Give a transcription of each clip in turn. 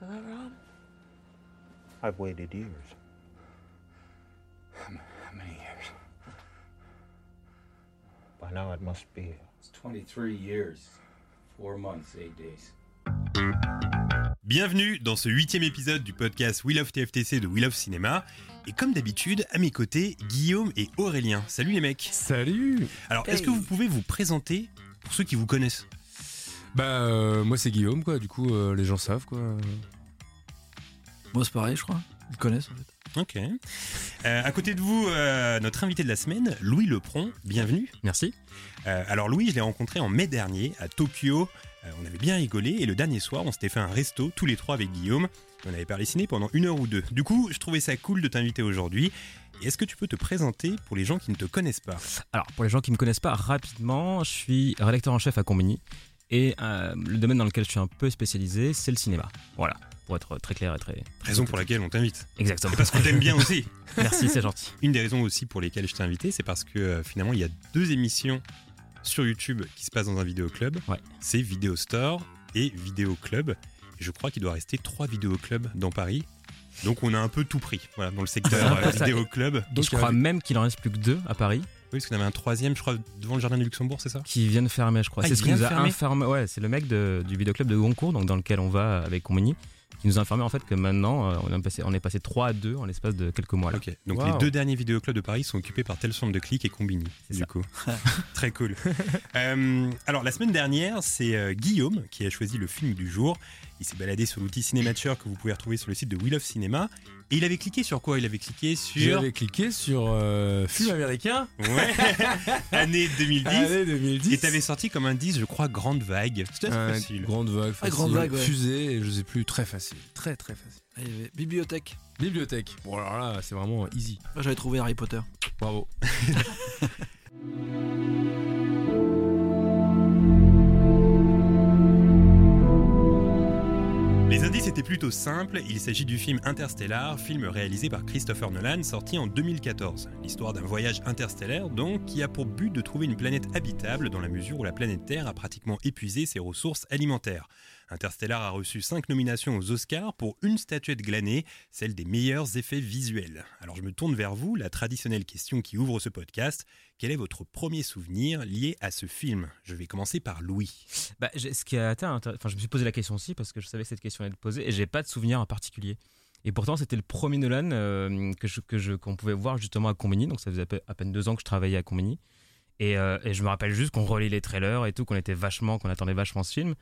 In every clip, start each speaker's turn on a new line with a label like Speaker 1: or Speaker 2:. Speaker 1: Hello, Rob.
Speaker 2: I've waited years. How many years? By now it must be.
Speaker 3: It's 23 years, 4 months, 8 days.
Speaker 4: Bienvenue dans ce huitième épisode du podcast We Love TFTC de We Love Cinéma. Et comme d'habitude, à mes côtés, Guillaume et Aurélien. Salut les mecs.
Speaker 5: Salut
Speaker 4: Alors, est-ce que vous pouvez vous présenter pour ceux qui vous connaissent
Speaker 5: Bah euh, moi c'est Guillaume quoi, du coup euh, les gens savent quoi.
Speaker 6: Moi, c'est pareil, je crois. Ils le connaissent, en fait.
Speaker 4: Ok. Euh, à côté de vous, euh, notre invité de la semaine, Louis Lepron. Bienvenue.
Speaker 6: Merci.
Speaker 4: Euh, alors Louis, je l'ai rencontré en mai dernier à Tokyo. Euh, on avait bien rigolé et le dernier soir, on s'était fait un resto tous les trois avec Guillaume. On avait parlé ciné pendant une heure ou deux. Du coup, je trouvais ça cool de t'inviter aujourd'hui. Et Est-ce que tu peux te présenter pour les gens qui ne te connaissent pas
Speaker 6: Alors, pour les gens qui ne me connaissent pas, rapidement, je suis rédacteur en chef à Combini. Et euh, le domaine dans lequel je suis un peu spécialisé, c'est le cinéma. Voilà, pour être très clair et très.
Speaker 4: Raison pour laquelle on t'invite.
Speaker 6: Exactement.
Speaker 4: C'est parce qu'on t'aime bien aussi.
Speaker 6: Merci, c'est gentil.
Speaker 4: Une des raisons aussi pour lesquelles je t'ai invité, c'est parce que euh, finalement, il y a deux émissions sur YouTube qui se passent dans un vidéoclub.
Speaker 6: Ouais.
Speaker 4: C'est Vidéo Store et Vidéo Club. Et je crois qu'il doit rester trois vidéoclubs dans Paris. Donc on a un peu tout pris voilà, dans le secteur euh, Vidéo Club.
Speaker 6: Et je crois même qu'il en reste plus que deux à Paris
Speaker 4: Oui, parce qu'on avait un troisième, je crois, devant le Jardin du Luxembourg, c'est ça
Speaker 6: qui viennent fermer, je crois.
Speaker 4: Ah,
Speaker 6: c'est
Speaker 4: ils
Speaker 6: ce qui
Speaker 4: viennent
Speaker 6: nous a
Speaker 4: fermer
Speaker 6: informé. Ouais, c'est le mec de- du vidéoclub de Goncourt, donc dans lequel on va avec Combini, qui nous a informé en fait que maintenant, euh, on, a passé, on est passé 3 à 2 en l'espace de quelques mois. Là.
Speaker 4: Ok, donc
Speaker 5: Wow.
Speaker 4: les deux derniers vidéoclubs de Paris sont occupés par Telsombre de Click et Combini,
Speaker 6: C'est
Speaker 4: du
Speaker 6: ça.
Speaker 4: coup. Très cool. Euh, alors la semaine dernière, c'est euh, Guillaume qui a choisi le film du jour. Il s'est baladé sur l'outil Cinémature que vous pouvez retrouver sur le site de We Love Cinéma. Et il avait cliqué sur quoi Il avait cliqué sur...
Speaker 5: J'avais cliqué sur euh, film américain
Speaker 4: Ouais. Année 2010.
Speaker 5: année 2010.
Speaker 4: Et t'avais sorti comme indice, je crois, Grande Vague. Euh, C'était assez
Speaker 5: Un
Speaker 4: facile.
Speaker 5: grande vague, facile,
Speaker 6: grande vague, ouais.
Speaker 5: fusée, et je sais plus, très facile, très très facile.
Speaker 1: Eh, Bibliothèque.
Speaker 5: Bibliothèque. Bon alors là, c'est vraiment easy.
Speaker 1: Moi, j'avais trouvé Harry Potter.
Speaker 5: Bravo.
Speaker 4: Les indices étaient plutôt simples, il s'agit du film Interstellar, film réalisé par Christopher Nolan, sorti en 2014. L'histoire d'un voyage interstellaire, donc, qui a pour but de trouver une planète habitable dans la mesure où la planète Terre a pratiquement épuisé ses ressources alimentaires. Interstellar a reçu 5 nominations aux Oscars pour une statuette glanée, celle des meilleurs effets visuels. Alors je me tourne vers vous, la traditionnelle question qui ouvre ce podcast, quel est votre premier souvenir lié à ce film Je vais commencer par Louis.
Speaker 6: Bah, j'ai- ce qui a atteint, intér- enfin, je me suis posé la question aussi parce que je savais que cette question allait être posée et j'ai pas de souvenir en particulier. Et pourtant, c'était le premier Nolan euh, que je, que je, qu'on pouvait voir justement à Combini. Donc, ça faisait à peu- à peine deux ans que je travaillais à Combini. Et, euh, et je me rappelle juste qu'on relayait les trailers et tout, qu'on était vachement, qu'on attendait vachement ce film.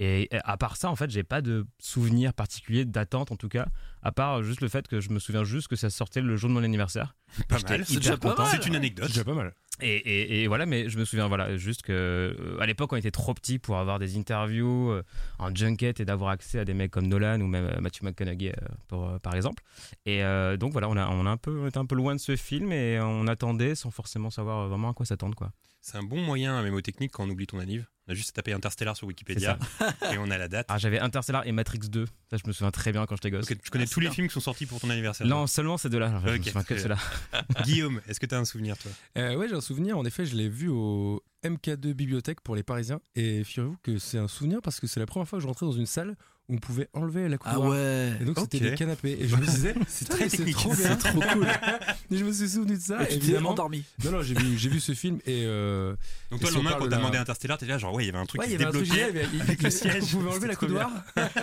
Speaker 6: Et euh, à part ça, en fait, j'ai pas de souvenir particulier d'attente en tout cas, à part juste le fait que je me souviens juste que ça sortait le jour de mon anniversaire.
Speaker 4: Pas
Speaker 6: J'étais
Speaker 4: mal,
Speaker 6: hyper content.
Speaker 4: c'est une anecdote.
Speaker 5: Déjà pas mal.
Speaker 6: Et, et- et voilà, mais je me souviens voilà, juste que euh, à l'époque, on était trop petits pour avoir des interviews euh, en junket et d'avoir accès à des mecs comme Nolan ou même euh, Matthew McConaughey, euh, pour, euh, par exemple. Et euh, donc voilà, on, a, on, a un peu, on était un peu loin de ce film et on attendait sans forcément savoir euh, vraiment à quoi s'attendre. quoi.
Speaker 4: C'est un bon moyen à mémotechnique quand on oublie ton anniv. On a juste à taper Interstellar sur Wikipédia et on a la date.
Speaker 6: Ah, J'avais Interstellar et Matrix 2, ça je me souviens très bien quand j'étais gosse.
Speaker 4: Ok, tu connais
Speaker 1: Ah,
Speaker 4: tous les
Speaker 1: super.
Speaker 4: films qui sont sortis pour ton anniversaire.
Speaker 6: Non, seulement ces deux-là. Alors, Je
Speaker 4: Ok,
Speaker 6: me souviens que
Speaker 4: très
Speaker 6: de ceux-là.
Speaker 4: Guillaume, est-ce que tu as un souvenir, toi
Speaker 5: Euh, ouais, j'ai un souvenir, en effet, je l'ai vu au MK2 Bibliothèque pour les Parisiens. Et figurez-vous que c'est un souvenir parce que c'est la première fois que je rentrais dans une salle où on pouvait enlever la couverture.
Speaker 1: Ah ouais.
Speaker 5: Et donc
Speaker 4: Ok.
Speaker 5: c'était des canapés. Et je me disais, c'est
Speaker 4: très
Speaker 5: très c'est
Speaker 4: technique.
Speaker 5: trop bien. trop cool. Et je me suis souvenu de ça.
Speaker 1: Et tu t'es
Speaker 5: Ah, évidemment.
Speaker 1: endormi.
Speaker 5: Non, non, j'ai vu, j'ai vu ce film et. euh,
Speaker 4: Donc, toi, le
Speaker 5: Et si on
Speaker 4: lendemain,
Speaker 5: parle
Speaker 4: quand
Speaker 5: de
Speaker 4: t'as
Speaker 5: la-
Speaker 4: demandé Interstellar, t'es là, genre, ouais, il y avait un truc
Speaker 5: ouais,
Speaker 4: qui
Speaker 5: il y
Speaker 4: se
Speaker 5: avait un truc
Speaker 4: débloquait.
Speaker 5: génial, il y avait- il-
Speaker 4: avec le siège.
Speaker 5: Vous pouvez
Speaker 4: C'était
Speaker 5: enlever la
Speaker 4: trop bien.
Speaker 5: coudoir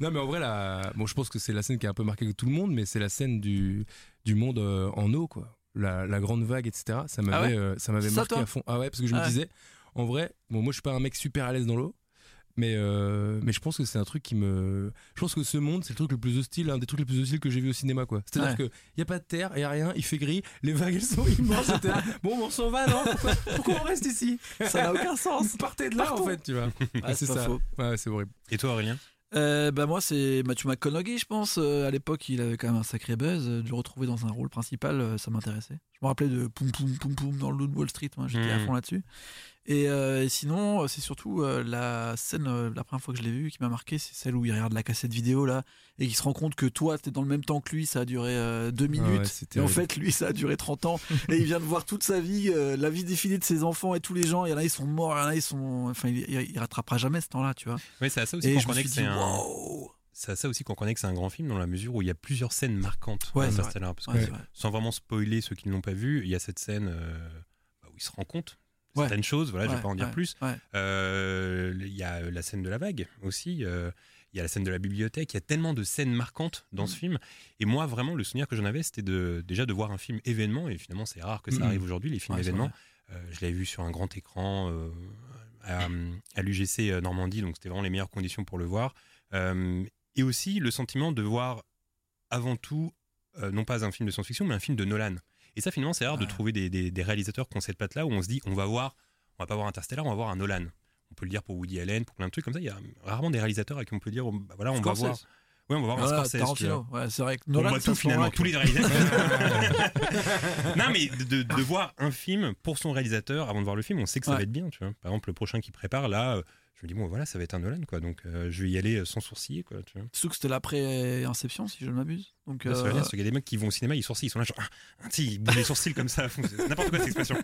Speaker 5: Non, mais en vrai, la... bon, je pense que c'est la scène qui a un peu marqué tout le monde, mais c'est la scène du, du monde euh, en eau, quoi. La, la grande vague, etc.
Speaker 4: Ah
Speaker 5: Ça m'avait,
Speaker 1: ouais
Speaker 5: euh, ça m'avait
Speaker 1: Ça,
Speaker 5: marqué
Speaker 1: toi
Speaker 5: à fond. Ah ouais, parce que je
Speaker 1: Ah
Speaker 5: me
Speaker 1: ouais.
Speaker 5: disais, en vrai, bon, moi, je suis pas un mec super à l'aise dans l'eau. Mais, euh, mais je pense que c'est un truc qui me. Je pense que ce monde, c'est le truc le plus hostile, un des trucs les plus hostiles que j'ai vu au cinéma, quoi. C'est-à-dire que qu'il n'y a pas de terre, il n'y a rien, il fait gris, les vagues, elles sont immenses. et t'es là, bon, on s'en va, non pourquoi, pourquoi on reste ici
Speaker 1: Ça n'a aucun sens.
Speaker 5: Partez de là, en fait, tu vois.
Speaker 1: Ah,
Speaker 5: c'est
Speaker 1: c'est pas
Speaker 5: ça.
Speaker 1: faux.
Speaker 5: Ouais, ouais, c'est horrible.
Speaker 4: Et toi, Aurélien
Speaker 1: Euh, bah moi c'est Matthew McConaughey je pense Euh, à l'époque il avait quand même un sacré buzz Euh, de le retrouver dans un rôle principal euh, ça m'intéressait je me rappelais de poum poum poum poum dans le Loup de Wall Street moi j'étais à
Speaker 5: Hmm.
Speaker 4: Mhm.
Speaker 1: fond là-dessus et, euh, et sinon euh, c'est surtout euh, la scène euh, la première fois que je l'ai vu qui m'a marqué c'est celle où il regarde la cassette vidéo là et qu'il se rend compte que toi t'es dans le même temps que lui ça a duré euh, deux
Speaker 5: Ah ouais,
Speaker 1: minutes
Speaker 5: c'est
Speaker 1: et en
Speaker 5: terrible.
Speaker 1: fait, lui, ça a duré 30 ans. et il vient de voir toute sa vie, euh, la vie défilée de ses enfants et tous les gens. Il y en a, ils sont morts. Il y en a, ils sont. Enfin, il, il- il rattrapera jamais ce temps-là, tu vois.
Speaker 4: Oui, c'est à ça aussi
Speaker 1: Et
Speaker 4: qu'on
Speaker 1: je me
Speaker 4: connaît
Speaker 1: suis
Speaker 4: que c'est
Speaker 1: dit,
Speaker 4: un.
Speaker 1: waouh
Speaker 4: C'est à ça aussi qu'on connaît que c'est un grand film dans la mesure où il y a plusieurs scènes marquantes
Speaker 1: Ouais,
Speaker 4: dans
Speaker 1: c'est vrai.
Speaker 4: Interstellar. Parce que
Speaker 1: Ouais, c'est vrai.
Speaker 4: sans vraiment spoiler ceux qui ne l'ont pas vu, il y a cette scène euh, bah, où il se rend compte de
Speaker 1: Ouais.
Speaker 4: certaines choses, voilà, je ne vais
Speaker 1: Ouais,
Speaker 4: pas en dire
Speaker 1: ouais,
Speaker 4: plus.
Speaker 1: ouais.
Speaker 4: Euh, Il y a euh, la scène de la vague aussi, euh, il y a la scène de la bibliothèque, il y a tellement de scènes marquantes dans
Speaker 1: Mm.
Speaker 4: ce film. Et moi, vraiment, le souvenir que j'en avais, c'était de, déjà de voir un film événement, et finalement, c'est rare que ça
Speaker 5: Mhm.
Speaker 4: arrive aujourd'hui, les films
Speaker 1: Ouais, c'est
Speaker 4: événements. Euh, je l'avais vu sur un grand écran euh, à, à l'UGC euh, Normandie, donc c'était vraiment les meilleures conditions pour le voir. Euh, et aussi le sentiment de voir avant tout, euh, non pas un film de science-fiction, mais un film de Nolan. Et ça, finalement, c'est rare de
Speaker 1: Ouais.
Speaker 4: trouver des, des- des réalisateurs qui ont cette patte-là où on se dit, on va voir, on va pas voir Interstellar, on va voir un Nolan. On peut le dire pour Woody Allen, pour plein de trucs comme ça. Il y a rarement des réalisateurs à qui on peut dire, bah voilà, on
Speaker 1: Scorsese.
Speaker 4: va voir. Ouais, on va voir
Speaker 1: Voilà,
Speaker 4: un Scorsese. tu vois.
Speaker 1: Tarantino, ouais, c'est vrai. que
Speaker 4: On
Speaker 1: Nolan,
Speaker 4: voit
Speaker 1: ça
Speaker 4: tout
Speaker 1: se
Speaker 4: finalement,
Speaker 1: remarque.
Speaker 4: tous les réalisateurs. hein, non, mais de, de voir un film pour son réalisateur avant de voir le film, on sait que ça
Speaker 1: Ouais.
Speaker 4: va être bien. Tu vois. Par exemple, le prochain qui prépare, là, euh, je me dis, bon, voilà, ça va être un Nolan, quoi. Donc, euh, je vais y aller euh, sans sourciller, quoi. Tu vois.
Speaker 1: Surtout que c'était l'après Inception, si je ne m'abuse. Donc,
Speaker 4: Là, c'est vrai,
Speaker 1: euh,
Speaker 4: parce qu'il y a des mecs qui vont au cinéma, ils sourcillent, ils sont là, genre, ah, ah, tu sais, ils bougent les sourcils comme ça, fou, c'est n'importe quoi cette expression.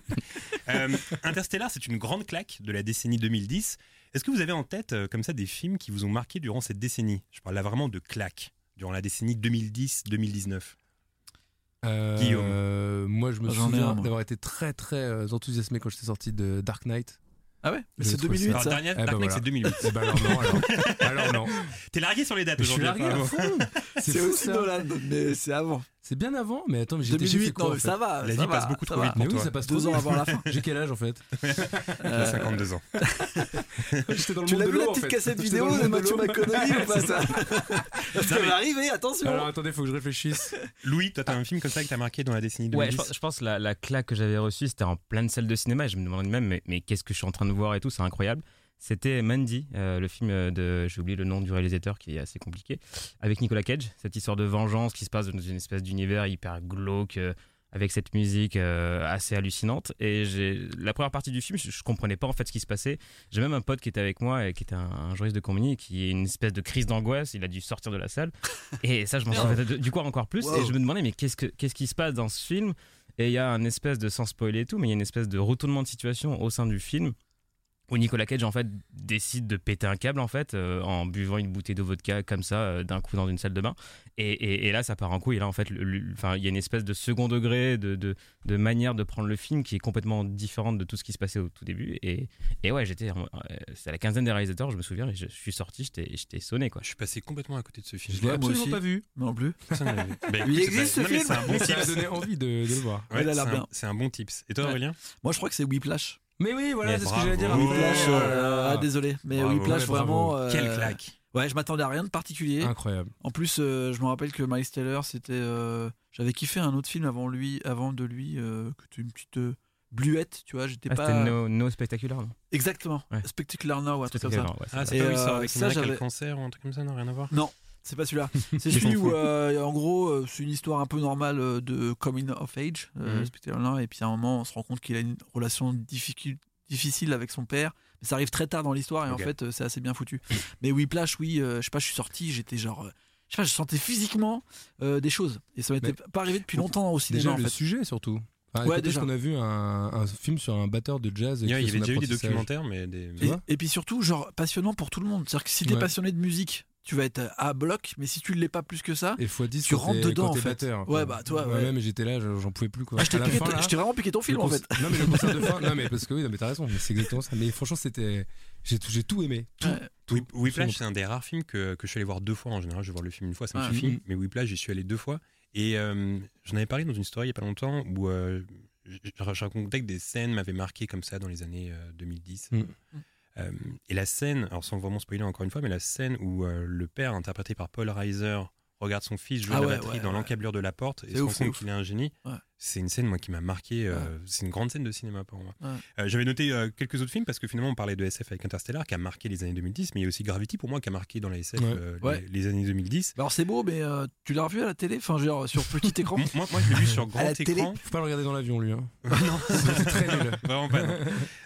Speaker 4: Euh, Interstellar, c'est une grande claque de la décennie 2010. Est-ce que vous avez en tête, euh, comme ça, des films qui vous ont marqué durant cette décennie Je parle là vraiment de claque, durant la décennie 2010-2019.
Speaker 5: Euh, moi, je me
Speaker 1: Ah, j'en ai un,
Speaker 5: souviens
Speaker 1: moi.
Speaker 5: d'avoir été très, très euh, enthousiasmé quand j'étais sorti de Dark Knight.
Speaker 1: Ah ouais, mais
Speaker 5: Je
Speaker 1: c'est
Speaker 5: trouve
Speaker 1: 2008
Speaker 4: Alors,
Speaker 1: ça.
Speaker 4: dernière,
Speaker 5: Eh ben
Speaker 4: Dark Knight,
Speaker 5: voilà.
Speaker 4: c'est 2008.
Speaker 5: Eh ben alors non, alors, alors non.
Speaker 4: T'es largué sur les dates
Speaker 5: Mais je suis
Speaker 4: aujourd'hui.
Speaker 5: largué
Speaker 4: apparemment.
Speaker 5: à fond.
Speaker 1: C'est
Speaker 5: fou,
Speaker 1: aussi
Speaker 5: ça.
Speaker 1: Nolan, mais c'est avant.
Speaker 5: C'est bien avant, mais attends, mais j'étais chez
Speaker 1: 2008,
Speaker 5: quoi,
Speaker 1: non,
Speaker 5: en
Speaker 1: mais
Speaker 5: fait
Speaker 1: ça va.
Speaker 4: La
Speaker 1: ça
Speaker 4: vie
Speaker 1: va,
Speaker 4: passe beaucoup
Speaker 1: ça
Speaker 4: trop
Speaker 1: va.
Speaker 4: vite.
Speaker 5: Mais
Speaker 4: pour
Speaker 5: oui,
Speaker 4: toi.
Speaker 5: ça passe
Speaker 1: Deux
Speaker 5: trop
Speaker 1: ans
Speaker 5: vite.
Speaker 1: avant la fin.
Speaker 5: J'ai quel âge en fait
Speaker 4: T'as
Speaker 1: Euh,
Speaker 4: 52 ans.
Speaker 5: J'étais dans le
Speaker 1: Tu
Speaker 5: monde
Speaker 1: l'as
Speaker 5: de
Speaker 1: vu la
Speaker 5: l'eau, en
Speaker 1: petite
Speaker 5: fait.
Speaker 1: cassette
Speaker 5: J'étais dans
Speaker 1: vidéo
Speaker 5: le
Speaker 1: de
Speaker 5: monde
Speaker 1: Matthew
Speaker 5: l'eau.
Speaker 1: McConaughey ou pas ça Ça va arriver,
Speaker 5: Alors
Speaker 1: attention
Speaker 5: attendez, faut que je réfléchisse.
Speaker 4: Louis, toi, t'as un film comme ça que t'as marqué dans la décennie 2010
Speaker 6: Ouais, je, pense- je pense la, la claque que j'avais reçue, c'était en pleine salle de cinéma. Et je me demandais même, mais, mais qu'est-ce que je suis en train de voir et tout, c'est incroyable. C'était Mandy, euh, le film de. J'ai oublié le nom du réalisateur qui est assez compliqué. Avec Nicolas Cage, cette histoire de vengeance qui se passe dans une espèce d'univers hyper glauque, euh, avec cette musique euh, assez hallucinante. Et j'ai- la première partie du film, je, je comprenais pas en fait ce qui se passait. J'ai même un pote qui était avec moi, et qui était un, un juriste de comédie, qui est une espèce de crise d'angoisse. Il a dû sortir de la salle. Et ça, je m'en souviens de- du coup encore plus.
Speaker 1: Wow.
Speaker 6: Et je me demandais, mais qu'est-ce que- qu'est-ce qui se passe dans ce film et il y a un espèce de, sans spoiler et tout, mais il y a une espèce de retournement de situation au sein du film où Nicolas Cage, en fait, décide de péter un câble, en fait, euh, en buvant une bouteille de vodka comme ça, euh, d'un coup dans une salle de bain. Et, et- et là, ça part en couille. Et là, en fait, le- le- enfin, il y a une espèce de second degré, de, de, de manière de prendre le film qui est complètement différente de tout ce qui se passait au tout début. Et, et ouais, j'étais. euh, c'est à la quinzaine des réalisateurs, je me souviens, et je, je suis sorti, j'étais j'étais sonné, quoi.
Speaker 4: Bah, Je suis passé complètement à côté de ce film.
Speaker 5: Je l'ai
Speaker 1: Ouais, moi
Speaker 5: absolument
Speaker 1: aussi.
Speaker 5: pas vu.
Speaker 1: Non plus.
Speaker 4: Personne ne l'a vu. Ben,
Speaker 1: Il
Speaker 4: écoute,
Speaker 1: existe,
Speaker 4: c'est-
Speaker 1: ce
Speaker 4: non, mais
Speaker 1: film
Speaker 4: C'est un bon
Speaker 5: Mais ça a
Speaker 4: tips.
Speaker 5: donné envie de, de le voir.
Speaker 4: Ouais,
Speaker 1: Il a l'air
Speaker 4: c'est un-
Speaker 1: bien.
Speaker 4: C'est un bon tips. Et toi,
Speaker 1: Ouais.
Speaker 4: Aurélien
Speaker 1: Moi, je crois que c'est Whiplash.
Speaker 5: Mais oui, voilà,
Speaker 4: Mais
Speaker 5: c'est ce que j'allais dire.
Speaker 4: bravo.
Speaker 1: Whiplash,
Speaker 4: Oh.
Speaker 1: euh, ah, désolé, mais
Speaker 4: Bravo.
Speaker 1: Whiplash,
Speaker 5: Ouais, bravo.
Speaker 1: vraiment. euh,
Speaker 4: Quelle claque
Speaker 1: Ouais, je m'attendais à rien de particulier.
Speaker 5: Incroyable.
Speaker 1: En plus, euh, je me rappelle que Miles Taylor, c'était. euh, J'avais kiffé un autre film avant lui, avant de lui, euh, que tu une petite euh, bluette, tu vois. J'étais
Speaker 6: Ah,
Speaker 1: pas
Speaker 6: C'était no, no spectaculaire, non
Speaker 1: exactement.
Speaker 6: Ouais.
Speaker 1: Spectacular Now, un truc comme ça.
Speaker 6: Spectaculaire, ouais, c'est
Speaker 4: Ah,
Speaker 6: ça.
Speaker 4: c'est
Speaker 1: Et,
Speaker 4: pas où il sort
Speaker 1: euh,
Speaker 4: avec
Speaker 1: ça,
Speaker 4: une nana qui a le
Speaker 1: j'avais-
Speaker 4: cancer ou un truc comme ça Non, rien à voir.
Speaker 1: C'est pas celui-là. C'est celui où, euh, en gros, euh, c'est une histoire un peu normale euh, de coming of age, euh,
Speaker 4: Mhm.
Speaker 1: Spectacular Now, et puis à un moment, on se rend compte qu'il a une relation difficile, difficile avec son père. Mais ça arrive très tard dans l'histoire, et
Speaker 4: Ok.
Speaker 1: en fait, euh, c'est assez bien foutu. mais Whiplash, oui, euh, je sais pas, je suis sorti, j'étais genre. euh, je sais pas, je sentais physiquement euh, des choses. Et ça m'était pas arrivé depuis longtemps au cinéma,
Speaker 5: Déjà,
Speaker 1: en
Speaker 5: le
Speaker 1: fait.
Speaker 5: sujet surtout. Ah,
Speaker 1: Ouais,
Speaker 5: ouais,
Speaker 1: déjà.
Speaker 5: qu'on a vu un, un film sur un batteur de jazz.
Speaker 4: Il y a-
Speaker 5: qui
Speaker 4: il y
Speaker 5: fait
Speaker 4: avait
Speaker 5: son
Speaker 4: déjà eu des
Speaker 5: apprentissage.
Speaker 4: documentaires, mais des.
Speaker 5: Tu
Speaker 1: Et,
Speaker 5: vois
Speaker 1: et puis surtout, genre, passionnant pour tout le monde. C'est-à-dire que si t'es
Speaker 5: Ouais.
Speaker 1: passionné de musique, tu vas être à bloc, mais si tu l'es pas plus que ça,
Speaker 5: Et x10,
Speaker 1: Tu rentres dedans, en fait.
Speaker 5: Batteur,
Speaker 1: Ouais, bah, toi, ouais.
Speaker 5: mais j'étais là, j'en pouvais plus quoi.
Speaker 1: Ah, je t'ai
Speaker 5: À la
Speaker 1: piqué-
Speaker 5: fin, là,
Speaker 1: je t'ai vraiment piqué ton film
Speaker 5: le
Speaker 1: en
Speaker 5: conce-
Speaker 1: fait.
Speaker 5: Non, mais le concert de fin, non, mais parce que oui, non, mais t'as raison, mais c'est exactement ça. Mais franchement, c'était. J'ai tout, j'ai tout aimé. Tout.
Speaker 1: Ouais.
Speaker 5: tout,
Speaker 4: Whip- Whiplash,
Speaker 5: absolument.
Speaker 4: c'est un des rares films que, que je suis allé voir deux fois. En général, je vais voir le film une fois, ça me
Speaker 1: Ouais.
Speaker 4: suffit.
Speaker 5: Mhm.
Speaker 4: Mais Whiplash, j'y suis allé deux fois. Et euh, j'en avais parlé dans une story il n'y a pas longtemps où euh, je, je- je racontais que des scènes m'avaient marqué comme ça dans les années euh, 2010.
Speaker 5: Mhm.
Speaker 4: Euh, et la scène, alors sans vraiment spoiler encore une fois, mais la scène où euh, le père, interprété par Paul Reiser, regarde son fils jouer
Speaker 1: Ah
Speaker 4: à la
Speaker 1: ouais,
Speaker 4: batterie
Speaker 1: ouais,
Speaker 4: dans
Speaker 1: ouais.
Speaker 4: l'encablure de la porte et
Speaker 1: C'est
Speaker 4: se rend
Speaker 1: ouf, c'est
Speaker 4: compte
Speaker 1: ouf.
Speaker 4: qu'il est un génie,
Speaker 1: Ouais.
Speaker 4: c'est une scène moi qui m'a marqué. euh, C'est une grande scène de cinéma pour moi.
Speaker 1: Ouais.
Speaker 4: Euh, J'avais noté euh, quelques autres films parce que finalement on parlait de SF avec Interstellar qui a marqué les années 2010, mais il y a aussi Gravity pour moi qui a marqué dans la SF
Speaker 5: Ouais.
Speaker 4: euh, les-
Speaker 1: Ouais.
Speaker 4: les, années 2010.
Speaker 1: Bah alors c'est beau, mais euh, tu l'as revu à la télé, enfin genre sur petit écran.
Speaker 4: Moi, moi, moi, je l'ai vu sur grand
Speaker 1: la
Speaker 4: écran.
Speaker 1: télé.
Speaker 5: Faut pas le regarder dans l'avion, lui. Hein.
Speaker 1: Ah,
Speaker 4: non,
Speaker 5: C'est très nul.
Speaker 4: Vraiment pas, non.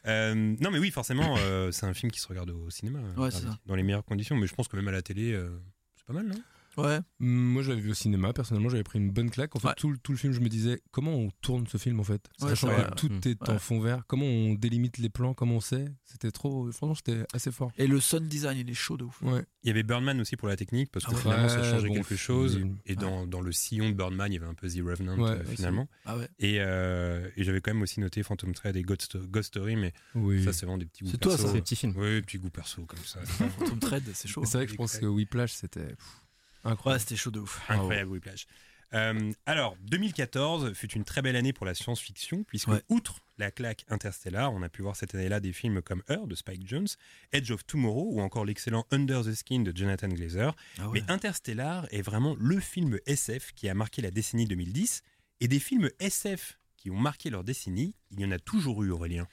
Speaker 4: Euh, non, mais oui, forcément, euh, c'est un film qui se regarde au cinéma, euh,
Speaker 1: Ouais, c'est ça.
Speaker 4: dans les meilleures conditions. Mais je pense que même à la télé, euh, c'est pas mal, non
Speaker 1: ouais.
Speaker 5: Hum, Moi, je l'avais vu au cinéma. Personnellement, j'avais pris une bonne claque. En fait,
Speaker 1: Ouais.
Speaker 5: tout, le- tout le film, je me disais comment on tourne ce film en fait.
Speaker 1: Ouais,
Speaker 5: Sachant
Speaker 1: c'est
Speaker 5: que
Speaker 1: vrai.
Speaker 5: tout
Speaker 6: Hum.
Speaker 5: est en
Speaker 1: Ouais.
Speaker 5: fond vert. Comment on délimite les plans Comment on sait C'était trop. Franchement, c'était assez fort.
Speaker 1: Et le sound design, il est chaud de ouf.
Speaker 5: Ouais.
Speaker 4: Il y avait Birdman aussi pour la technique, parce que
Speaker 1: Ah ouais.
Speaker 4: finalement, ça
Speaker 5: Ouais,
Speaker 4: changeait
Speaker 5: bon
Speaker 4: quelque
Speaker 5: film.
Speaker 4: chose. Et dans, dans le sillon de Birdman, il y avait un peu The Revenant,
Speaker 5: Ouais,
Speaker 4: euh,
Speaker 5: aussi.
Speaker 4: finalement.
Speaker 1: Ah ouais.
Speaker 4: Et, euh, et j'avais quand même aussi noté Phantom Thread et Ghost, Ghost Story, mais
Speaker 5: Oui.
Speaker 4: ça, c'est vraiment des petits goûts
Speaker 1: C'est toi,
Speaker 4: perso.
Speaker 1: ça,
Speaker 6: C'est des petits films.
Speaker 4: Oui, petits goûts perso, comme ça.
Speaker 1: Phantom Thread, c'est chaud. hein.
Speaker 5: Mais C'est vrai que je pense que Whiplash, c'était pff, incroyable.
Speaker 1: Ouais, c'était chaud de ouf.
Speaker 4: Incroyable Whiplash. Euh, alors, 2014 fut une très belle année pour la science-fiction, puisque,
Speaker 1: Ouais.
Speaker 4: outre la claque interstellar, on a pu voir cette année-là des films comme Her de Spike Jones, Edge of Tomorrow ou encore l'excellent Under the Skin de Jonathan Glazer.
Speaker 1: Ah ouais.
Speaker 4: Mais Interstellar est vraiment le film SF qui a marqué la décennie 2010, et des films SF qui ont marqué leur décennie, il y en a toujours eu, Aurélien.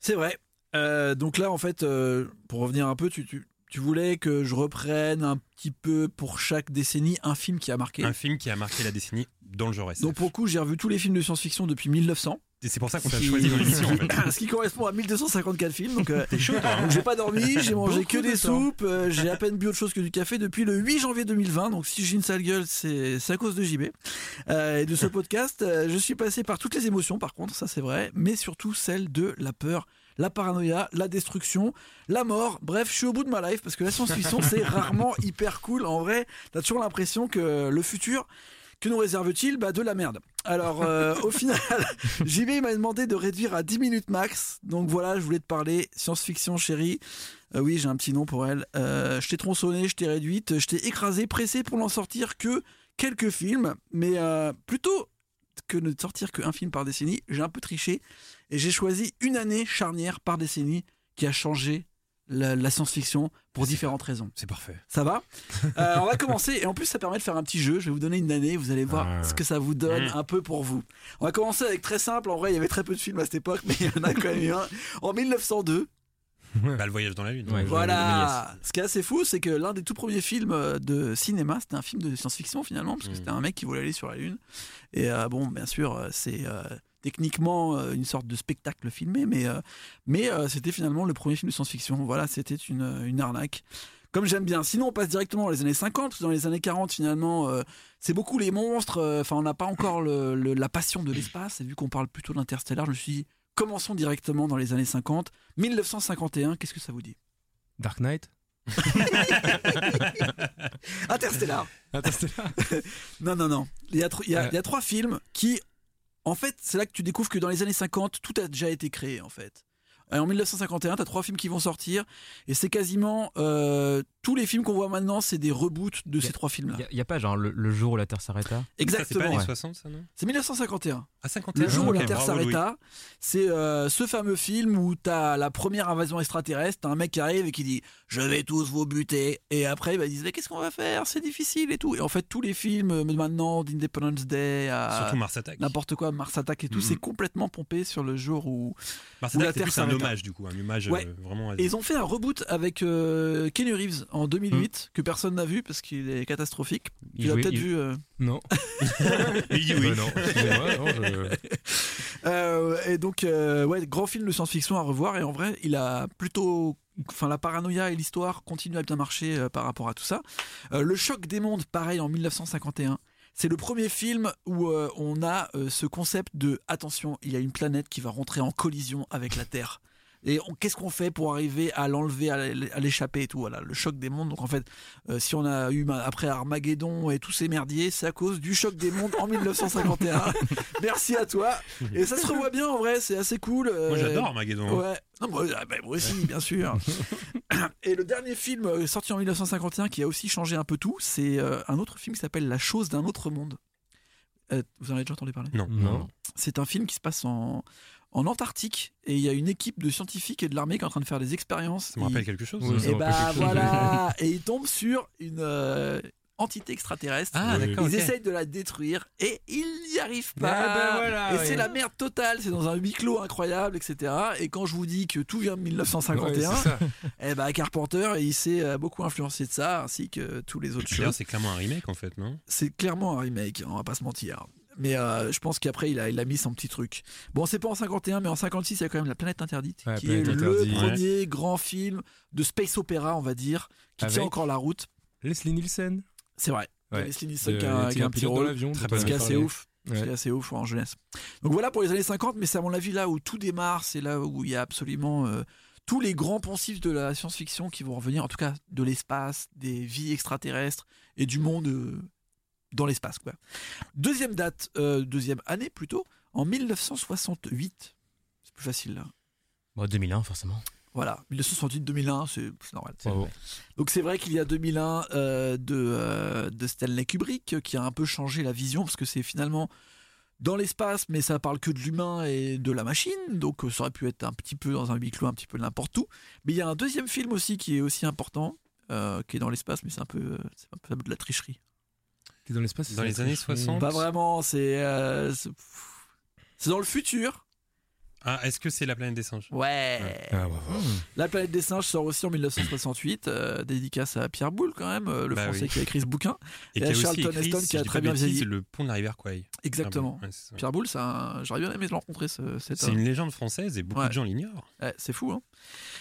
Speaker 1: C'est vrai. Euh, donc là, en fait, euh, pour revenir un peu, tu, tu, tu voulais que je reprenne un petit peu pour chaque décennie un film qui a marqué.
Speaker 4: Un film qui a marqué la décennie dans le genre SF.
Speaker 1: Donc pour le coup, j'ai revu tous les films de science-fiction depuis 1900.
Speaker 4: Et c'est pour ça qu'on t'a
Speaker 1: Ce qui-
Speaker 4: choisi dans l'émission, en fait.
Speaker 1: Ce qui correspond à 1254 films. Donc, euh,
Speaker 4: T'es chaud, toi, hein
Speaker 1: donc j'ai pas dormi, j'ai mangé que
Speaker 5: Beaucoup de
Speaker 1: des
Speaker 5: temps.
Speaker 1: soupes, euh, j'ai à peine bu autre chose que du café depuis le 8 janvier 2020. Donc si j'ai une sale gueule, c'est c'est à cause de JB Euh, et de ce podcast. euh, je suis passé par toutes les émotions, par contre, ça c'est vrai, mais surtout celle de la peur, la paranoïa, la destruction, la mort. Bref, je suis au bout de ma life parce que la science-fiction c'est rarement hyper cool. En vrai, t'as toujours l'impression que le futur que nous réserve-t-il bah, De la merde. Alors, euh, au final, JB m'a demandé de réduire à 10 minutes max. Donc voilà, je voulais te parler science-fiction, chérie. Euh, oui, j'ai un petit nom pour elle. Euh, je t'ai tronçonné, je t'ai réduite, je t'ai écrasé, pressé pour n'en sortir que quelques films. Mais euh, plutôt que de ne sortir qu'un film par décennie, j'ai un peu triché. Et j'ai choisi une année charnière par décennie qui a changé la- la science-fiction pour différentes raisons.
Speaker 4: C'est parfait.
Speaker 1: Ça va Euh, On va commencer. Et en plus, ça permet de faire un petit jeu. Je vais vous donner une année. Vous allez voir
Speaker 4: Ah.
Speaker 1: ce que ça vous donne
Speaker 4: Mmh.
Speaker 1: un peu pour vous. On va commencer avec très simple. En vrai, il y avait très peu de films à cette époque, mais il y en a quand même eu un. En 1902.
Speaker 4: Bah, le voyage dans la Lune.
Speaker 6: Ouais.
Speaker 1: Voilà. Ce qui est assez fou, c'est que l'un des tout premiers films euh, de cinéma, c'était un film de science-fiction finalement, parce que
Speaker 4: Mmh.
Speaker 1: c'était un mec qui voulait aller sur la Lune. Et euh, bon, bien sûr, euh, c'est. euh, Techniquement, euh, une sorte de spectacle filmé, mais, euh, mais euh, c'était finalement le premier film de science-fiction. Voilà, c'était une, euh, une arnaque. Comme j'aime bien. Sinon, on passe directement dans les années 50. Dans les années 40, finalement, euh, c'est beaucoup les monstres. euh, Enfin, on n'a pas encore le- le- la passion de l'espace. Et vu qu'on parle plutôt d'interstellar, je me suis dit, commençons directement dans les années 50. 1951, qu'est-ce que ça vous dit
Speaker 5: Dark Knight
Speaker 1: Interstellar.
Speaker 5: Interstellar
Speaker 1: Non, non, non. Il y, a tro- il y a-
Speaker 5: Ouais.
Speaker 1: il y a trois films qui, en fait, c'est là que tu découvres que dans les années 50, tout a déjà été créé, en fait. Et en 1951, t'as trois films qui vont sortir, et c'est quasiment euh, tous les films qu'on voit maintenant, c'est des reboots de ces trois films-là.
Speaker 6: Il n'y a, pas genre le, le jour où la Terre s'arrêta
Speaker 4: Ça, C'est pas
Speaker 1: Exactement.
Speaker 4: les
Speaker 1: ouais.
Speaker 4: 60, ça, non
Speaker 1: C'est 1951.
Speaker 4: Ah, 51.
Speaker 1: Le jour où
Speaker 4: ok,
Speaker 1: la Terre
Speaker 4: bravo, Louis.
Speaker 1: s'arrêta, c'est euh, ce fameux film où t'as la première invasion extraterrestre, t'as un mec qui arrive et qui dit je vais tous vous buter, et après bah, ils disent mais qu'est-ce qu'on va faire, c'est difficile et tout. Et en fait tous les films euh, maintenant d'Independence Day à
Speaker 4: Surtout Mars Attack.
Speaker 1: n'importe quoi, Mars Attack et tout,
Speaker 4: Mhm.
Speaker 1: c'est complètement pompé sur le jour où.
Speaker 4: Mars
Speaker 1: où la
Speaker 4: Attack, c'est
Speaker 1: Terre
Speaker 4: plus un
Speaker 1: s'arrêta.
Speaker 4: hommage, du coup, un hommage euh,
Speaker 1: Ouais.
Speaker 4: vraiment. à-
Speaker 1: Et ils ont fait un reboot avec euh, Kenny Reeves en 2008
Speaker 4: Mhm.
Speaker 1: que personne n'a vu parce qu'il est catastrophique. Tu l'as peut-être vu. euh,
Speaker 5: Non.
Speaker 4: Il dit oui.
Speaker 5: Bah non, excusez-moi, non, je-
Speaker 1: Euh, et donc, euh, ouais, grand film de science-fiction à revoir. Et en vrai, il a plutôt. Enfin, la paranoïa et l'histoire continuent à bien marcher euh, par rapport à tout ça. Euh, le choc des mondes, pareil, en 1951. C'est le premier film où euh, on a euh, ce concept de attention, il y a une planète qui va rentrer en collision avec la Terre. Et on- qu'est-ce qu'on fait pour arriver à l'enlever, à l'é- à l'échapper et tout Voilà, le choc des mondes. Donc en fait, euh, si on a eu ma- après Armageddon et tous ces merdiers, c'est à cause du choc des mondes en 1951. Merci à toi. Et ça se revoit bien en vrai, c'est assez cool.
Speaker 4: Moi,
Speaker 1: euh,
Speaker 4: j'adore Armageddon.
Speaker 1: Ouais. Non, moi, ah, bah, moi aussi, bien sûr. Et le dernier film euh, sorti en 1951 qui a aussi changé un peu tout, c'est euh, un autre film qui s'appelle La chose d'un autre monde. euh, vous en avez déjà entendu parler
Speaker 4: Non.
Speaker 5: Non.
Speaker 1: C'est un film qui se passe en, en Antarctique et il y a une équipe de scientifiques et de l'armée qui est en train de faire des expériences.
Speaker 4: Ça me rappelle
Speaker 1: Ils-
Speaker 4: quelque chose. hein.
Speaker 6: Oui,
Speaker 4: ça.
Speaker 6: ça
Speaker 1: Et
Speaker 6: me rappelle
Speaker 1: bah
Speaker 6: quelque chose.
Speaker 1: voilà Et ils tombent sur une euh, entité extraterrestre.
Speaker 4: Ah,
Speaker 5: Oui.
Speaker 4: d'accord.
Speaker 1: Ils
Speaker 4: ok.
Speaker 1: essayent de la détruire et ils n'y arrivent pas.
Speaker 4: Ah, bah voilà,
Speaker 1: et
Speaker 4: oui.
Speaker 1: c'est la merde totale, c'est dans un huis clos incroyable, etc. Et quand je vous dis que tout vient de 1951,
Speaker 5: Ouais, c'est ça.
Speaker 1: eh bah Carpenter, il s'est euh, beaucoup influencé de ça, ainsi que tous les autres
Speaker 4: D'ailleurs,
Speaker 1: choses.
Speaker 4: c'est clairement un remake en fait, non
Speaker 1: C'est clairement un remake, hein, on va pas se mentir. Mais euh, je pense qu'après, il a, il a mis son petit truc. Bon, c'est pas en 51, mais en 56, il y a quand même La Planète Interdite,
Speaker 5: Ouais,
Speaker 1: qui
Speaker 5: Planète
Speaker 1: est
Speaker 5: Interdite.
Speaker 1: le premier grand film de space opéra, on va dire, qui
Speaker 5: Avec-
Speaker 1: tient encore la route.
Speaker 5: Leslie Nielsen.
Speaker 1: C'est vrai.
Speaker 5: Ouais.
Speaker 1: Leslie Nielsen
Speaker 5: Euh,
Speaker 1: qui a,
Speaker 5: était
Speaker 1: qui a un
Speaker 5: pilote
Speaker 1: petit
Speaker 5: dans
Speaker 1: rôle.
Speaker 5: l'avion,
Speaker 4: Très
Speaker 5: dont on
Speaker 1: Ce qui est
Speaker 5: avait
Speaker 1: assez
Speaker 5: parlé.
Speaker 1: ouf. Ce qui
Speaker 5: Ouais.
Speaker 1: est assez ouf en jeunesse. Donc voilà pour les années 50, mais c'est à mon avis là où tout démarre, c'est là où il y a absolument euh, tous les grands poncifs de la science-fiction qui vont revenir, en tout cas de l'espace, des vies extraterrestres et du monde euh, dans l'espace. quoi. Deuxième date, euh, deuxième année plutôt, en 1968. C'est plus facile là.
Speaker 6: Bon, 2001, forcément.
Speaker 1: Voilà, 1968-2001, c'est c'est normal.
Speaker 6: C'est
Speaker 5: Bravo.
Speaker 6: vrai.
Speaker 1: Donc c'est vrai qu'il y a 2001 euh, de, euh, de Stanley Kubrick euh, qui a un peu changé la vision parce que c'est finalement dans l'espace mais ça parle que de l'humain et de la machine donc euh, ça aurait pu être un petit peu dans un huis clos un petit peu n'importe où mais il y a un deuxième film aussi qui est aussi important euh, qui est dans l'espace mais c'est un peu euh, c'est un peu de la tricherie
Speaker 5: T'es dans l'espace. c'est
Speaker 4: Dans
Speaker 5: ça,
Speaker 4: les
Speaker 5: très
Speaker 4: années
Speaker 5: chouette.
Speaker 4: 60.
Speaker 1: pas vraiment c'est euh, c'est pff, c'est dans le futur
Speaker 4: Ah, est-ce que c'est la planète des singes
Speaker 1: ouais
Speaker 5: Ah, bravo.
Speaker 1: La planète des singes sort aussi en 1968 euh, dédicace à Pierre Boulle quand même euh, le
Speaker 4: Bah
Speaker 1: français
Speaker 4: oui.
Speaker 1: qui a écrit ce bouquin
Speaker 4: Et
Speaker 1: Et
Speaker 4: qui a aussi
Speaker 1: Charlton
Speaker 4: écrit,
Speaker 1: Heston
Speaker 4: si
Speaker 1: qui a
Speaker 4: je dis
Speaker 1: très
Speaker 4: pas de
Speaker 1: bien
Speaker 4: bêtises,
Speaker 1: vieilli.
Speaker 4: le pont de la rivière Kwai.
Speaker 1: exactement
Speaker 4: Ah bon, ouais, c'est ça.
Speaker 1: Pierre Boulle, c'est un- j'aurais bien aimé le rencontrer. ce- cet
Speaker 4: C'est
Speaker 1: homme.
Speaker 4: une légende française et beaucoup
Speaker 1: Ouais.
Speaker 4: de gens l'ignorent.
Speaker 1: Ouais, c'est fou. Hein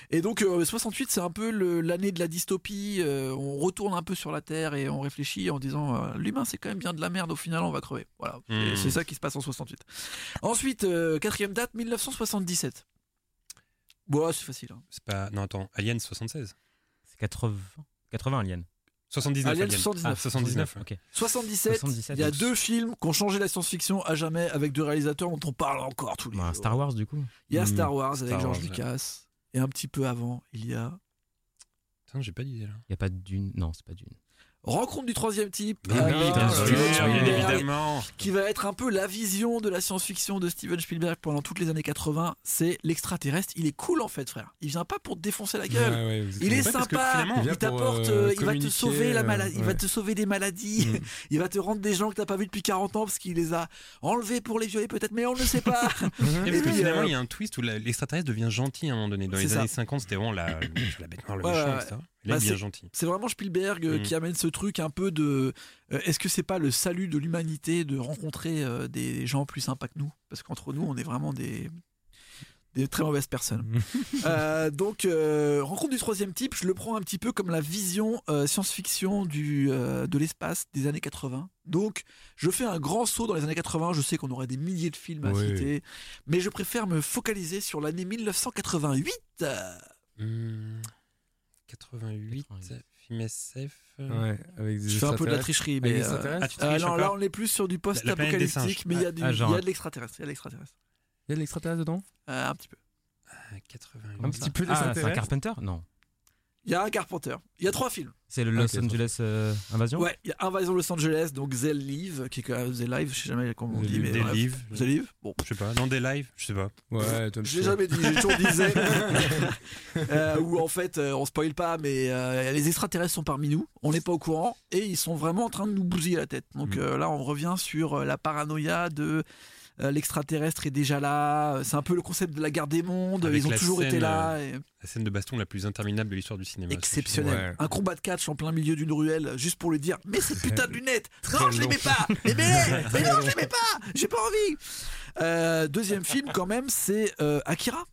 Speaker 1: et donc, euh, 68, c'est un peu le- l'année de la dystopie. euh, on retourne un peu sur la Terre et on réfléchit en disant euh, l'humain, c'est quand même bien de la merde. Au final, on va crever. Voilà. C'est-
Speaker 4: Mm.
Speaker 1: C'est ça qui se passe en 68. Ensuite, euh, quatrième date, 1977. Bon, c'est facile. hein.
Speaker 4: C'est pas. Non, attends, Alien 76.
Speaker 6: C'est 80, 80 Alien.
Speaker 4: 79.
Speaker 1: Alien
Speaker 4: Alien
Speaker 1: 79.
Speaker 4: Ah, 79. ouais.
Speaker 6: Ok.
Speaker 1: 77,
Speaker 6: 77,
Speaker 1: il y a
Speaker 6: donc-
Speaker 1: deux films qui ont changé la science-fiction à jamais avec deux réalisateurs dont on parle encore tous les
Speaker 6: Bah,
Speaker 1: jours.
Speaker 6: Star Wars, du coup.
Speaker 1: Il y a
Speaker 4: Mm,
Speaker 1: Star Wars avec
Speaker 4: Star
Speaker 1: George
Speaker 4: Wars, ouais.
Speaker 1: Lucas. Et un petit peu avant, il y a
Speaker 4: Putain, j'ai pas d'idée
Speaker 1: Ah
Speaker 4: là.
Speaker 6: Il n'y a pas de Dune. Non, c'est pas Dune. Ah,
Speaker 1: Rencontre du troisième type
Speaker 4: Mais
Speaker 1: avec,
Speaker 4: non,
Speaker 1: euh,
Speaker 4: Ah bien sûr,
Speaker 1: Steven
Speaker 4: bien
Speaker 1: Spielberg,
Speaker 4: évidemment.
Speaker 1: qui va être un peu la vision de la science-fiction de Steven Spielberg pendant toutes les années 80. C'est l'extraterrestre. Il est cool en fait, frère. Il vient pas pour te défoncer la gueule.
Speaker 5: Ouais, ouais, vous êtes-
Speaker 1: Il est
Speaker 4: Ouais, parce que
Speaker 1: sympa,
Speaker 4: finalement,
Speaker 5: il vient
Speaker 1: il
Speaker 5: pour,
Speaker 1: t'apporte,
Speaker 5: euh,
Speaker 1: euh, il va te
Speaker 5: communiquer,
Speaker 1: sauver la
Speaker 5: euh,
Speaker 1: maladie, il va
Speaker 5: ouais.
Speaker 1: te sauver des maladies,
Speaker 5: Mm.
Speaker 1: il va te rendre des gens que t'as pas vu depuis 40 ans parce qu'il les a enlevés pour les violer peut-être, mais on ne sait pas.
Speaker 4: Et parce que
Speaker 1: puis,
Speaker 4: finalement,
Speaker 1: euh,
Speaker 4: il y a un twist où la- l'extraterrestre devient gentil à un moment donné. Dans
Speaker 1: C'est
Speaker 4: les
Speaker 1: ça.
Speaker 4: années 50, c'était vraiment la, la bête noire, le
Speaker 1: Ouais,
Speaker 4: méchant,
Speaker 1: ouais,
Speaker 4: etc. Là,
Speaker 1: Bah,
Speaker 4: il
Speaker 1: c'est-
Speaker 4: devient gentil.
Speaker 1: C'est vraiment Spielberg euh,
Speaker 4: Mm.
Speaker 1: qui amène ce truc un peu de. euh, Est-ce que c'est pas le salut de l'humanité de rencontrer euh, des gens plus sympas que nous Parce qu'entre nous, on est vraiment des, des très mauvaises personnes.
Speaker 5: Mm.
Speaker 1: Euh, donc, euh, rencontre du troisième type, je le prends un petit peu comme la vision euh, science-fiction du, euh, de l'espace des années 80. Donc, je fais un grand saut dans les années 80. Je sais qu'on aurait des milliers de films à
Speaker 5: Oui.
Speaker 1: citer, mais je préfère me focaliser sur l'année 1988. euh, Hmm,
Speaker 4: Hum, 88,
Speaker 6: 88.
Speaker 4: film SF. euh,
Speaker 5: Ouais, avec des
Speaker 1: Je fais un peu de la
Speaker 5: extraterrestres.
Speaker 1: tricherie,
Speaker 5: Avec
Speaker 1: mais.
Speaker 5: des
Speaker 1: euh,
Speaker 5: extraterrestres
Speaker 4: Ah, tu
Speaker 1: Ah
Speaker 4: triches
Speaker 1: non,
Speaker 4: encore
Speaker 1: là on est plus sur du
Speaker 4: La planète des
Speaker 1: post-apocalyptique,
Speaker 4: singes.
Speaker 1: mais il y a du-
Speaker 6: Ah,
Speaker 1: il y
Speaker 6: genre.
Speaker 1: a de l'extraterrestre. il y a de l'extraterrestre.
Speaker 5: Il y a de l'extraterrestre dedans
Speaker 1: Euh, un petit peu.
Speaker 4: Ah, 88.
Speaker 5: Un petit peu des
Speaker 6: Ah, c'est un
Speaker 5: intérêts.
Speaker 6: Carpenter Non.
Speaker 1: Il y a un Carpenter. Il y a trois films.
Speaker 6: C'est le Los
Speaker 5: Ok,
Speaker 6: Angeles euh, Invasion
Speaker 1: Ouais, il y a Invasion Los Angeles, donc The Live, qui est quand même The Live, je sais jamais comment on
Speaker 5: The
Speaker 1: dit,
Speaker 5: Live,
Speaker 1: mais.
Speaker 4: Des
Speaker 1: bref.
Speaker 4: livres.
Speaker 1: The Live Bon.
Speaker 4: Je sais pas. Non, des lives. Je sais pas.
Speaker 5: Ouais, toi,
Speaker 1: Je l'ai jamais dit, j'ai toujours dit The. Euh, Où en fait, euh, on spoil pas, mais euh, les extraterrestres sont parmi nous, on n'est pas au courant, et ils sont vraiment en train de nous bousiller la tête. Donc
Speaker 5: Mm.
Speaker 1: euh, là, on revient sur euh, la paranoïa de. euh, L'extraterrestre est déjà là, euh, c'est un peu le concept de la guerre des mondes,
Speaker 4: Avec
Speaker 1: ils ont
Speaker 4: la
Speaker 1: toujours été
Speaker 4: scène, euh,
Speaker 1: là. et-
Speaker 4: La scène de baston la plus interminable de l'histoire du cinéma.
Speaker 1: exceptionnel.
Speaker 5: Ah, Ouais.
Speaker 1: Un combat de catch en plein milieu d'une ruelle, euh, juste pour lui dire Mais cette putain de lunettes
Speaker 5: Très
Speaker 1: Non, je les
Speaker 5: long.
Speaker 1: mets pas Mais mets-les Mais non, je les mets pas J'ai pas envie Euh, Deuxième film, quand même, c'est euh, Akira.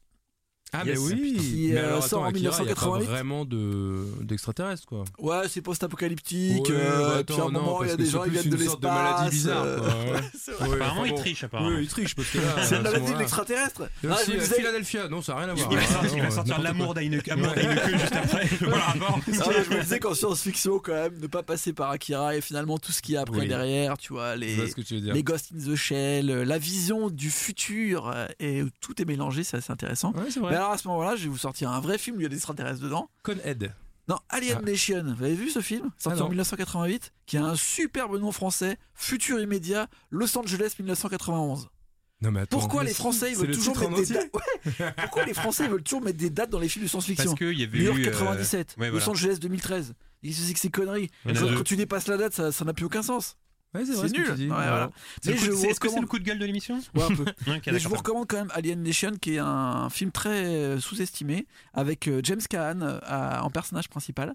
Speaker 5: Ah,
Speaker 4: Yes,
Speaker 5: mais oui
Speaker 1: Qui,
Speaker 5: Mais
Speaker 1: euh,
Speaker 5: alors,
Speaker 1: sort en
Speaker 5: attends, Akira, il y a pas
Speaker 1: 1988.
Speaker 5: vraiment de- d'extraterrestres, quoi.
Speaker 1: Ouais, c'est post-apocalyptique.
Speaker 5: Ouais,
Speaker 1: euh,
Speaker 5: bah,
Speaker 1: puis à un
Speaker 5: attends, non,
Speaker 1: moment, il y a
Speaker 5: parce
Speaker 1: des
Speaker 5: que
Speaker 1: gens
Speaker 5: c'est
Speaker 1: qui viennent
Speaker 5: plus
Speaker 1: de
Speaker 5: une sorte
Speaker 1: l'espace.
Speaker 5: de maladie bizarre,
Speaker 1: euh,
Speaker 5: quoi, ouais.
Speaker 1: c'est vrai.
Speaker 5: Ouais,
Speaker 4: Apparemment,
Speaker 5: enfin,
Speaker 4: il
Speaker 5: bon.
Speaker 4: triche, apparemment.
Speaker 5: Oui, il triche, parce que là. euh,
Speaker 1: C'est
Speaker 5: à
Speaker 1: la
Speaker 5: ce
Speaker 1: maladie de
Speaker 5: moment-là-
Speaker 1: l'extraterrestre.
Speaker 5: Et
Speaker 1: Ah,
Speaker 5: aussi,
Speaker 1: je me
Speaker 5: euh,
Speaker 1: disais-
Speaker 5: Philadelphia, non, ça n'a rien à voir.
Speaker 4: Il va
Speaker 5: hein,
Speaker 4: sortir, il va
Speaker 5: non,
Speaker 1: euh,
Speaker 4: sortir
Speaker 5: n'importe
Speaker 4: l'amour
Speaker 5: quoi.
Speaker 4: d'Ainuke amour d'Ainuke juste après. Voilà, rapport.
Speaker 1: Ah ouais, je me disais qu'en science-fiction, quand même, ne pas passer par Akira et finalement tout ce qu'il y a après
Speaker 5: Oui.
Speaker 1: derrière, tu vois,
Speaker 5: Je
Speaker 1: les,
Speaker 5: vois ce que tu veux dire.
Speaker 1: les Ghost in the Shell, euh, la vision du futur, euh, et où tout est mélangé, c'est assez intéressant.
Speaker 5: Ouais, c'est
Speaker 1: Mais
Speaker 5: vrai.
Speaker 1: alors à ce moment-là, je vais vous sortir un vrai film, où il y a des extraterrestres dedans.
Speaker 5: Conhead.
Speaker 1: Non, Alien
Speaker 4: Ah.
Speaker 1: Nation. Vous avez vu ce film Sorti
Speaker 5: Ah non.
Speaker 1: en 1988, qui a un superbe nom français, Futur Immédiat, Los Angeles 1991.
Speaker 5: Non, mais attends.
Speaker 1: Pourquoi
Speaker 5: mais
Speaker 1: les
Speaker 5: si,
Speaker 1: Français ils
Speaker 5: c'est
Speaker 1: veulent
Speaker 5: le
Speaker 1: toujours
Speaker 5: titre en
Speaker 1: mettre des
Speaker 5: entier
Speaker 1: dates Ouais. Pourquoi les Français ils veulent toujours mettre des dates dans les films de
Speaker 4: Parce
Speaker 1: science-fiction
Speaker 4: qu'il y avait
Speaker 1: New York
Speaker 4: eu, euh,
Speaker 1: 97,
Speaker 4: ouais, voilà.
Speaker 1: Los Angeles 2013. Et Qu'est-ce que c'est que ces conneries
Speaker 4: Il y en a
Speaker 1: Genre,
Speaker 4: deux.
Speaker 1: Quand tu dépasses la date, ça ça n'a plus aucun sens.
Speaker 5: Ouais, c'est vrai ce
Speaker 1: C'est
Speaker 5: que
Speaker 1: nul.
Speaker 5: tu dis.
Speaker 1: Ouais, voilà.
Speaker 4: C'est le
Speaker 1: Mais
Speaker 4: coup-
Speaker 1: je vous
Speaker 4: c'est- Est-ce que c'est
Speaker 1: recommande-
Speaker 4: le coup de gueule de l'émission
Speaker 1: Ouais, un peu.
Speaker 4: Ok,
Speaker 1: Mais je vous
Speaker 4: d'accord.
Speaker 1: recommande quand même Alien Nation, qui est un film très euh, sous-estimé, avec euh, James Caan euh, à- en personnage principal,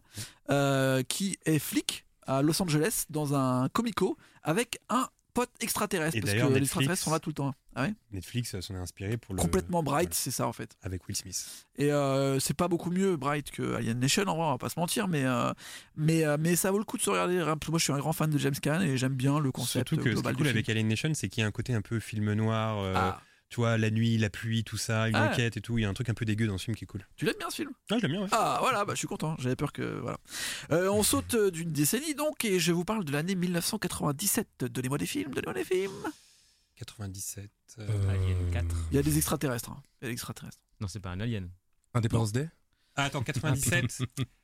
Speaker 1: euh, qui est flic à Los Angeles dans un comico avec un pote extraterrestre.
Speaker 4: Et
Speaker 1: parce que
Speaker 4: d'ailleurs,
Speaker 1: les
Speaker 4: Netflix-
Speaker 1: extraterrestres sont là tout le temps. Ah ouais
Speaker 4: Netflix euh, s'en est inspiré pour le.
Speaker 1: Complètement bright,
Speaker 4: voilà,
Speaker 1: c'est ça en fait.
Speaker 4: Avec Will Smith.
Speaker 1: Et euh, c'est pas beaucoup mieux Bright que Alien Nation, en vrai, on va pas se mentir, mais, euh, mais, euh, mais ça vaut le coup de se regarder. hein, parce que Moi je suis un grand fan de James Caan et j'aime bien le concept
Speaker 4: Surtout que ce qui est
Speaker 1: global
Speaker 4: cool
Speaker 1: du
Speaker 4: avec
Speaker 1: film.
Speaker 4: Alien Nation, c'est qu'il y a un côté un peu film noir. euh,
Speaker 1: Ah,
Speaker 4: Tu vois, la nuit, la pluie, tout ça, une
Speaker 1: Ah.
Speaker 4: enquête et tout. Il y a un truc un peu dégueu dans ce film qui est cool.
Speaker 1: tu l'aimes bien ce film
Speaker 4: Ah, je l'aime bien, ouais.
Speaker 1: Ah voilà, bah, je suis content, j'avais peur que... voilà. Euh, on saute euh, d'une décennie donc et je vous parle de l'année 1997. Donnez-moi des films, donnez-moi des films.
Speaker 4: 97. euh,
Speaker 6: Alien 4.
Speaker 1: Il y a des extraterrestres. hein. Il y a des extraterrestres.
Speaker 6: Non, c'est pas un alien.
Speaker 5: Indépendance Day
Speaker 4: Ah, attends, 97.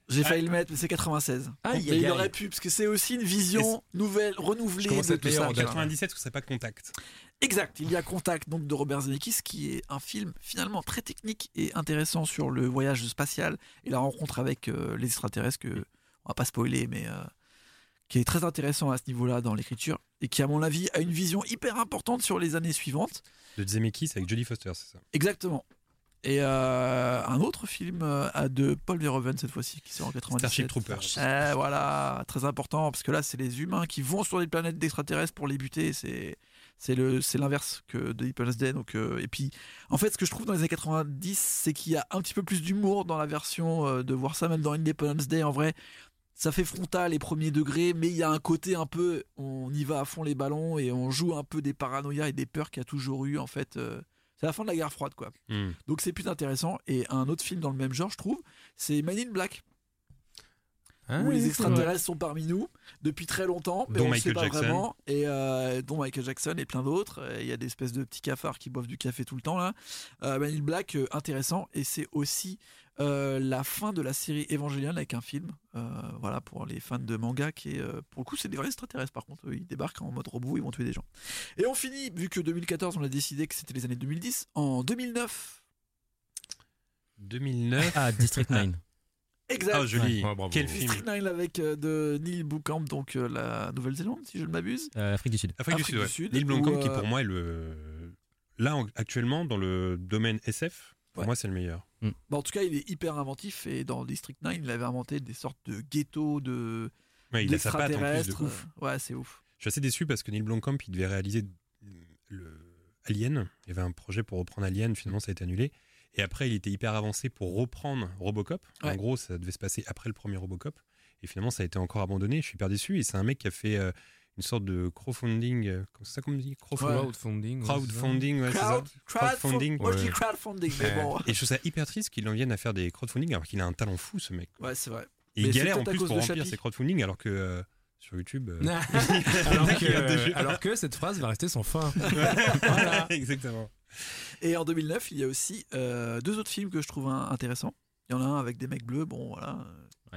Speaker 1: J'ai
Speaker 4: Ah.
Speaker 1: failli le mettre, mais c'est 96.
Speaker 6: Aïe,
Speaker 1: et
Speaker 6: aïe,
Speaker 1: il
Speaker 6: aïe.
Speaker 1: aurait pu, parce que c'est aussi une vision nouvelle, renouvelée
Speaker 5: Je commence à
Speaker 1: de
Speaker 5: être
Speaker 1: tout
Speaker 5: meilleur
Speaker 1: ça.
Speaker 5: en
Speaker 1: tu vois.
Speaker 4: 97, ce serait pas Contact.
Speaker 1: Exact, il y a Contact donc de Robert Zemeckis qui est un film finalement très technique et intéressant sur le voyage spatial et la rencontre avec euh, les extraterrestres que on va pas spoiler mais euh, qui est très intéressant à ce niveau-là dans l'écriture et qui à mon avis a une vision hyper importante sur les années suivantes.
Speaker 4: De Zemeckis avec Jodie Foster, c'est ça.
Speaker 1: Exactement. Et euh, un autre film euh, de Paul Verhoeven cette fois-ci qui sort en 97.
Speaker 4: Starship Troopers.
Speaker 1: Eh, voilà, très important, parce que là, c'est les humains qui vont sur des planètes d'extraterrestres pour les buter. C'est c'est le c'est l'inverse que de Deep Space Day. Donc, euh, et puis, en fait, ce que je trouve dans les années 90, c'est qu'il y a un petit peu plus d'humour dans la version euh, de voir ça, même dans Independence Day, en vrai. Ça fait frontal et premier degré, mais il y a un côté un peu, on y va à fond les ballons et on joue un peu des paranoïas et des peurs qu'il y a toujours eu, en fait. euh, c'est la fin de la guerre froide, quoi.
Speaker 4: Hmm.
Speaker 1: Donc c'est plus intéressant. Et un autre film dans le même genre, je trouve, c'est Man in Black
Speaker 5: Ah,
Speaker 1: où
Speaker 5: oui,
Speaker 1: les
Speaker 5: c'est vrai.
Speaker 1: extraterrestres sont parmi nous depuis très longtemps, mais
Speaker 4: Dont
Speaker 1: on ne
Speaker 4: Michael
Speaker 1: sait pas
Speaker 4: Jackson.
Speaker 1: vraiment. Et euh, dont Michael Jackson et plein d'autres. Et Il y a des espèces de petits cafards qui boivent du café tout le temps là. Euh, Man in Black, euh, intéressant. Et c'est aussi euh, la fin de la série Evangelion avec un film. Euh, voilà pour les fans de manga qui est euh, pour le coup c'est des vrais extraterrestres. Par contre, eux, ils débarquent en mode robot, ils vont tuer des gens. Et on finit vu que 2014 on a décidé que c'était les années 2010. En 2009,
Speaker 4: 2009.
Speaker 6: Ah, District 9.
Speaker 1: exact.
Speaker 4: Oh, joli.
Speaker 5: Ouais, bravo.
Speaker 4: Quel film
Speaker 1: District 9 avec euh, de Neil Blomkamp donc euh, la Nouvelle-Zélande si je ne m'abuse.
Speaker 6: Euh, Afrique du Sud.
Speaker 4: Afrique,
Speaker 1: Afrique du
Speaker 4: du Sud,
Speaker 1: Sud,
Speaker 4: ouais. Neil Blomkamp,
Speaker 1: où,
Speaker 4: qui
Speaker 1: euh,
Speaker 4: pour moi est le. Là, en- actuellement, dans le domaine SF, pour
Speaker 1: Ouais.
Speaker 4: moi, c'est le meilleur.
Speaker 1: Bah, en tout cas, il est hyper inventif et dans District 9, il avait inventé des sortes de ghettos de
Speaker 4: Ouais, il a sa patte en plus de
Speaker 1: d'extraterrestres.
Speaker 4: ouf.
Speaker 1: Ouais, c'est ouf.
Speaker 4: Je suis assez déçu parce que Neil Blomkamp, il devait réaliser le Alien. Il y avait un projet pour reprendre Alien, finalement, ça a été annulé. Et après, il était hyper avancé pour reprendre Robocop. En
Speaker 1: Ouais.
Speaker 4: gros, ça devait se passer après le premier Robocop. Et finalement, ça a été encore abandonné. Je suis hyper déçu. Et c'est un mec qui a fait euh, une sorte de crowdfunding. euh, comment- C'est ça qu'on me dit Crowdfunding.
Speaker 5: Crowdfunding.
Speaker 4: Crowdfunding, ouais,
Speaker 5: ouais, c'est ça.
Speaker 4: c'est ça.
Speaker 1: Crowd- crowdfunding.
Speaker 4: Crowdfunding.
Speaker 1: Moi, je dis
Speaker 5: Ouais.
Speaker 1: crowdfunding, mais bon.
Speaker 4: Et je trouve ça hyper triste qu'il en vienne à faire des crowdfunding alors qu'il a un talent fou, ce mec.
Speaker 1: Ouais, c'est vrai.
Speaker 4: Et il
Speaker 1: Mais c'est
Speaker 4: galère en
Speaker 1: peut-être à
Speaker 4: plus
Speaker 1: cause
Speaker 4: pour
Speaker 1: de
Speaker 4: remplir
Speaker 1: Chappie.
Speaker 4: ses crowdfunding alors que euh, sur YouTube. euh,
Speaker 5: alors,
Speaker 4: il y a des jeux.
Speaker 5: que, euh,
Speaker 1: euh,
Speaker 5: alors que cette phrase va rester sans fin.
Speaker 4: Exactement.
Speaker 1: Et en 2009, il y a aussi euh, deux autres films que je trouve hein, intéressants. Il y en a un avec des mecs bleus, bon voilà.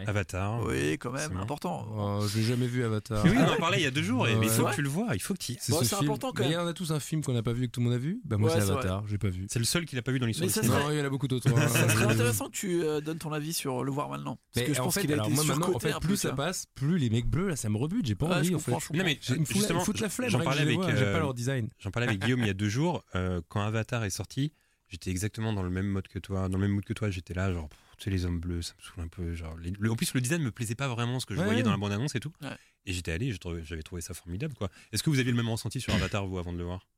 Speaker 4: Avatar.
Speaker 1: Oui, quand
Speaker 4: Oh, c'est
Speaker 1: même,
Speaker 4: bon.
Speaker 1: important.
Speaker 5: Oh, je l'ai jamais vu Avatar.
Speaker 4: Mais oui, on en parlait il y a deux jours. et-
Speaker 5: Ouais.
Speaker 4: mais il faut
Speaker 1: Ouais.
Speaker 4: que tu le vois. Il faut que tu.
Speaker 5: C'est
Speaker 1: Bon,
Speaker 5: ce
Speaker 1: c'est
Speaker 5: film.
Speaker 1: important, quand
Speaker 5: Mais
Speaker 1: même.
Speaker 5: il y en a tous un film qu'on n'a pas vu et que tout le monde a vu. Bah, moi,
Speaker 1: Ouais,
Speaker 5: c'est
Speaker 1: c'est
Speaker 5: Avatar, j'ai pas vu.
Speaker 4: C'est le seul qu'il a pas vu dans l'histoire.
Speaker 1: Mais
Speaker 4: du
Speaker 1: ça,
Speaker 4: cinéma.
Speaker 1: vrai.
Speaker 5: Non, il y en a beaucoup d'autres. hein.
Speaker 1: Ça serait
Speaker 5: Mais-
Speaker 1: intéressant que tu euh, donnes ton avis sur le voir maintenant. Parce que je
Speaker 5: en
Speaker 1: pense
Speaker 5: fait,
Speaker 1: qu'il a
Speaker 5: alors,
Speaker 1: été
Speaker 5: moi, maintenant, en
Speaker 1: surcoté
Speaker 5: fait,
Speaker 1: un peu.
Speaker 5: plus ça
Speaker 1: tu vois.
Speaker 5: passe, plus les mecs bleus, là, ça me rebute. J'ai pas
Speaker 1: Ouais,
Speaker 5: envie,
Speaker 1: je
Speaker 5: en fait.
Speaker 1: comprends, je comprends.
Speaker 4: Non, mais
Speaker 5: Ils me foutent la- ils me
Speaker 4: justement,
Speaker 5: foutent la flemme.
Speaker 4: j'en
Speaker 5: rien que
Speaker 4: parlais
Speaker 5: je les
Speaker 4: avec,
Speaker 5: vois, J'aime
Speaker 4: euh,
Speaker 5: pas leur design.
Speaker 4: J'en parlais avec Guillaume il y a deux jours. euh, quand Avatar est sorti, j'étais exactement dans le même mode que toi. Dans le même mood que toi, j'étais là, genre, pff, tu sais, les hommes bleus, ça me saoule un peu. Genre, les- le- en plus, le design me plaisait pas vraiment, ce que je
Speaker 5: Ouais.
Speaker 4: voyais dans la bande-annonce et tout.
Speaker 1: Ouais.
Speaker 4: Et j'étais allé, je trouvais- j'avais trouvé ça formidable, quoi. Est-ce que vous avez le même ressenti sur Avatar, vous, avant de le voir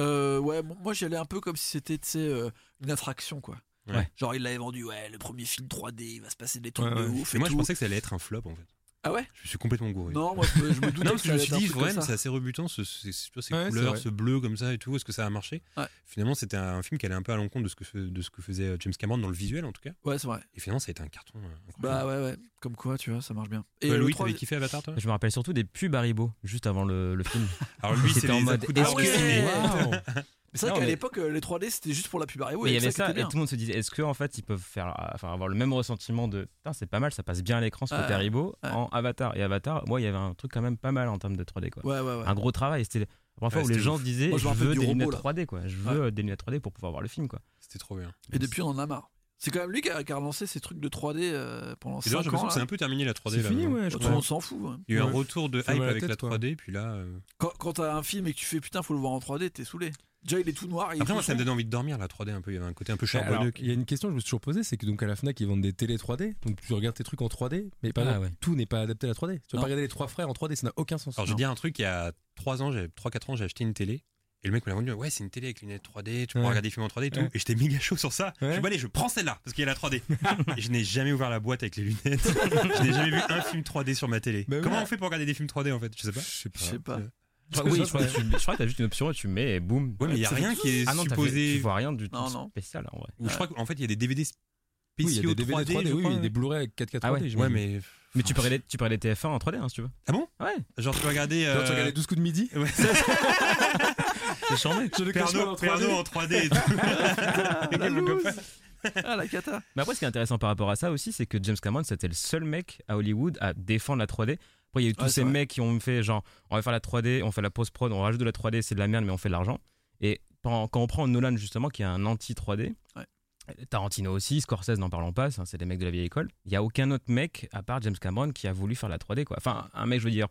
Speaker 1: Euh, ouais, mo- moi j'y allais un peu comme si c'était tu sais, euh, une attraction quoi.
Speaker 4: Ouais.
Speaker 1: Genre il l'avait vendu, ouais, le premier film 3D, il va se passer des trucs
Speaker 5: Ouais,
Speaker 1: de
Speaker 5: ouais.
Speaker 1: ouf.
Speaker 4: Et
Speaker 1: Et
Speaker 4: moi, je
Speaker 1: tout.
Speaker 4: pensais que ça allait être un flop, en fait.
Speaker 1: Ah ouais
Speaker 4: Je me suis complètement gouré.
Speaker 1: Non, moi je me, je me doutais
Speaker 4: Non,
Speaker 1: que
Speaker 4: parce que
Speaker 1: ça
Speaker 4: je me
Speaker 1: allait
Speaker 4: suis
Speaker 1: être un
Speaker 4: dit,
Speaker 1: truc
Speaker 4: ouais, mais
Speaker 1: comme
Speaker 4: c'est
Speaker 1: ça.
Speaker 4: assez rebutant, ce, ce- ce- tu vois, ces
Speaker 5: Ouais, c'est
Speaker 4: couleurs,
Speaker 5: vrai.
Speaker 4: ce bleu comme ça et tout. Est-ce que ça a marché
Speaker 1: Ouais.
Speaker 4: Finalement, c'était un film qui allait un peu à l'encontre de, ce que fe- de ce que faisait euh, James Cameron dans le visuel, en tout cas.
Speaker 1: Ouais, c'est vrai.
Speaker 4: Et finalement, ça a été un carton. euh, incroyable.
Speaker 1: Bah ouais, ouais. Comme quoi, tu vois, ça marche bien. Et
Speaker 4: Toi,
Speaker 1: le
Speaker 4: Louis,
Speaker 1: trois-
Speaker 4: t'avais kiffé Avatar, toi
Speaker 6: Je me rappelle surtout des pubs Haribo, juste avant le, le film.
Speaker 4: Alors lui,
Speaker 6: C'était
Speaker 4: c'est
Speaker 6: en
Speaker 4: les
Speaker 6: mode
Speaker 4: accoudoirs.
Speaker 6: Est-ce
Speaker 1: Ah ouais.
Speaker 6: que.
Speaker 1: C'est vrai
Speaker 6: Non,
Speaker 1: qu'à
Speaker 6: mais-
Speaker 1: l'époque, euh, les 3D, c'était juste pour la pub Harry
Speaker 6: Mais il y avait ça, et tout le monde se disait est-ce qu'en fait ils peuvent faire, enfin, avoir le même ressentiment de putain, c'est pas mal, ça passe bien à l'écran ce
Speaker 1: Ouais,
Speaker 6: côté Haribo
Speaker 1: ouais.
Speaker 6: en Avatar. Et Avatar, moi il y avait un truc quand même pas mal en termes de 3D quoi.
Speaker 1: Ouais, ouais,
Speaker 4: Ah,
Speaker 1: ouais.
Speaker 6: Un gros travail, c'était la première fois
Speaker 4: Ouais,
Speaker 6: où les
Speaker 4: c'était
Speaker 6: gens
Speaker 4: ouf.
Speaker 6: disaient
Speaker 1: Moi, je
Speaker 6: je
Speaker 1: me rappelle
Speaker 6: veux
Speaker 1: du
Speaker 6: des
Speaker 1: robot,
Speaker 6: lunettes
Speaker 1: là.
Speaker 6: 3D quoi, je veux euh, des lunettes 3D pour pouvoir voir le film quoi.
Speaker 4: C'était trop bien.
Speaker 1: Et depuis, on en a marre. C'est quand même lui qui a, qui a relancé ces trucs de 3D euh, pendant
Speaker 4: Et d'ailleurs, j'ai
Speaker 1: 5
Speaker 4: l'impression
Speaker 1: ans.
Speaker 4: que
Speaker 1: là.
Speaker 4: c'est un peu terminé la 3D
Speaker 6: C'est
Speaker 4: là.
Speaker 6: fini,
Speaker 4: maintenant.
Speaker 6: ouais, je
Speaker 1: Tout
Speaker 6: crois.
Speaker 1: le monde s'en fout. ouais.
Speaker 4: Il y a eu un
Speaker 5: Ouais.
Speaker 4: retour de hype
Speaker 5: Ça m'a la
Speaker 4: avec la
Speaker 5: tête, quoi.
Speaker 4: 3D, puis là. euh,
Speaker 1: Quand, quand t'as un film et que tu fais putain, faut le voir en 3D, t'es saoulé. Déjà, il est tout noir. il est
Speaker 4: Après,
Speaker 1: tout
Speaker 4: moi, ça me
Speaker 1: sombre.
Speaker 4: donnait envie de dormir la 3D un peu. Il y avait un côté un peu
Speaker 5: Alors,
Speaker 4: charbonneux.
Speaker 5: il y a une question que je me suis toujours posée, c'est que donc à la Fnac ils vendent des télé 3D, donc tu regardes tes trucs en 3D, mais par
Speaker 6: Ah
Speaker 5: exemple,
Speaker 6: ouais.
Speaker 5: tout n'est pas adapté à la 3D. Tu vas
Speaker 1: Non.
Speaker 5: pas regarder les trois frères en 3D, ça n'a aucun sens.
Speaker 4: Alors, je vais dire un truc, il y a 3 ans, j'avais 3-4 ans, j'ai acheté une télé. Et le mec me l'a vendu, ouais, c'est une télé avec lunettes 3D, tu peux
Speaker 5: Ouais.
Speaker 4: regarder des films en 3D et tout.
Speaker 5: Ouais.
Speaker 4: Et j'étais méga chaud sur ça. Je
Speaker 5: Ouais.
Speaker 4: suis allez, je prends celle-là, parce qu'il y a la 3D. et je n'ai jamais ouvert la boîte avec les lunettes. je n'ai jamais vu un film 3D sur ma télé.
Speaker 5: Bah oui.
Speaker 4: Comment on fait pour regarder des films 3D en fait Je sais pas.
Speaker 5: Je sais
Speaker 1: Je sais pas.
Speaker 6: Enfin, oui, je crois que tu- je crois que t'as juste une option et tu mets et boum.
Speaker 4: Ouais, mais il y a
Speaker 6: Ça fait-
Speaker 4: rien qui est
Speaker 6: Ah non, t'as fait-
Speaker 4: supposé.
Speaker 6: tu vois rien du tout
Speaker 1: Non, non.
Speaker 6: spécial en vrai.
Speaker 4: Ou je crois qu'en fait, il y a des DVD spéciaux
Speaker 5: Oui, il y a des DVD 3D,
Speaker 4: 3D, je
Speaker 5: oui,
Speaker 4: crois.
Speaker 5: oui, des Blu-ray avec 4K 3D.
Speaker 6: Ah ouais,
Speaker 4: Ouais,
Speaker 5: j'imagine.
Speaker 4: mais.
Speaker 6: Mais tu peux regarder, tu peux regarder TF1 en 3D hein, si tu veux.
Speaker 4: Ah bon
Speaker 6: Ouais.
Speaker 4: Genre, tu peux regarder.
Speaker 5: Genre, tu
Speaker 4: euh,
Speaker 5: regardais 12 coups de midi
Speaker 4: Ouais,
Speaker 6: C'est charmé.
Speaker 5: Je le cache pas
Speaker 4: Pernaud
Speaker 5: en
Speaker 4: Pernaud
Speaker 5: 3D.
Speaker 4: en 3D et tout.
Speaker 1: La
Speaker 4: Mon
Speaker 1: loose.
Speaker 4: copain.
Speaker 1: Ah, la cata.
Speaker 6: Mais après, ce qui est intéressant par rapport à ça aussi, c'est que James Cameron, c'était le seul mec à Hollywood à défendre la 3D. Après, il y a eu tous
Speaker 1: Ouais, c'est
Speaker 6: ces
Speaker 1: vrai.
Speaker 6: mecs qui ont fait genre, on va faire la 3D, on fait la post-prod, on rajoute de la 3D, c'est de la merde, mais on fait de l'argent. Et pen- quand on prend Nolan, justement, qui est un anti-3D,
Speaker 1: Ouais.
Speaker 6: Tarantino aussi, Scorsese, n'en parlons pas, ça, c'est des mecs de la vieille école. Il n'y a aucun autre mec, à part James Cameron, qui a voulu faire la 3D, quoi. Enfin, un mec, je veux dire,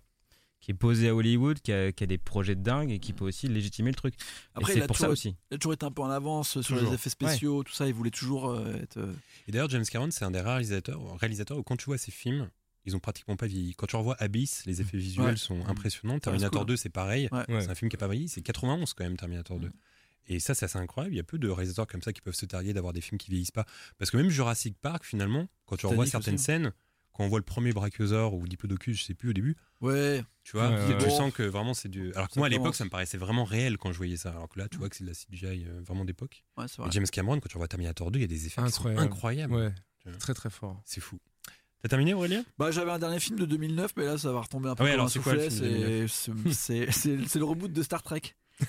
Speaker 6: qui est posé à Hollywood, qui a, qui a des projets de dingue et qui peut aussi légitimer le truc.
Speaker 1: Mm. Après,
Speaker 6: Après,
Speaker 1: il
Speaker 6: c'est
Speaker 1: a,
Speaker 6: pour ça
Speaker 1: toujours,
Speaker 6: aussi.
Speaker 1: il a toujours été un peu en avance sur les
Speaker 4: Toujours.
Speaker 1: effets spéciaux, tout ça. Il voulait toujours euh, être. euh,
Speaker 4: Et d'ailleurs, James Cameron, c'est un des rares réalisateurs, réalisateurs où quand tu vois ses films, ils ont pratiquement pas vieilli. Quand tu revois Abyss, les effets visuels
Speaker 1: Ouais.
Speaker 4: sont impressionnants. Terminator
Speaker 1: cool.
Speaker 4: 2, c'est pareil.
Speaker 1: Ouais.
Speaker 4: C'est un film qui n'a pas vieilli. C'est 91 quand même, Terminator 2. Et ça, c'est assez incroyable. Il y a peu de réalisateurs comme ça qui peuvent se targuer d'avoir des films qui vieillissent pas. Parce que même Jurassic Park, finalement, quand tu revois
Speaker 1: Titanic
Speaker 4: certaines
Speaker 1: aussi.
Speaker 4: scènes, quand on voit le premier Brachiosaur ou Diplodocus, je sais plus au début,
Speaker 1: Ouais.
Speaker 4: tu vois,
Speaker 5: Ouais,
Speaker 4: tu
Speaker 1: ouais.
Speaker 4: sens que vraiment c'est du. Alors que
Speaker 1: Ça
Speaker 4: moi, à l'époque,
Speaker 1: commence.
Speaker 4: ça me paraissait vraiment réel quand je voyais ça. Alors que là, tu vois que c'est de la CGI euh, vraiment d'époque.
Speaker 1: Ouais, c'est
Speaker 4: Et
Speaker 1: vrai.
Speaker 4: James Cameron, quand tu revois Terminator 2, il y a des effets qui sont
Speaker 5: Incroyable.
Speaker 4: incroyables.
Speaker 5: Ouais,
Speaker 4: Ouais.
Speaker 5: très très fort.
Speaker 4: C'est fou. T'as terminé, Aurélien
Speaker 1: Bah, j'avais un dernier film de 2009, mais là, ça va retomber un peu.
Speaker 4: Ah ouais,
Speaker 1: comme
Speaker 4: alors
Speaker 1: un
Speaker 4: c'est quoi le
Speaker 1: soufflet,
Speaker 4: film de
Speaker 1: c'est- C'est c'est- c'est le reboot de Star Trek.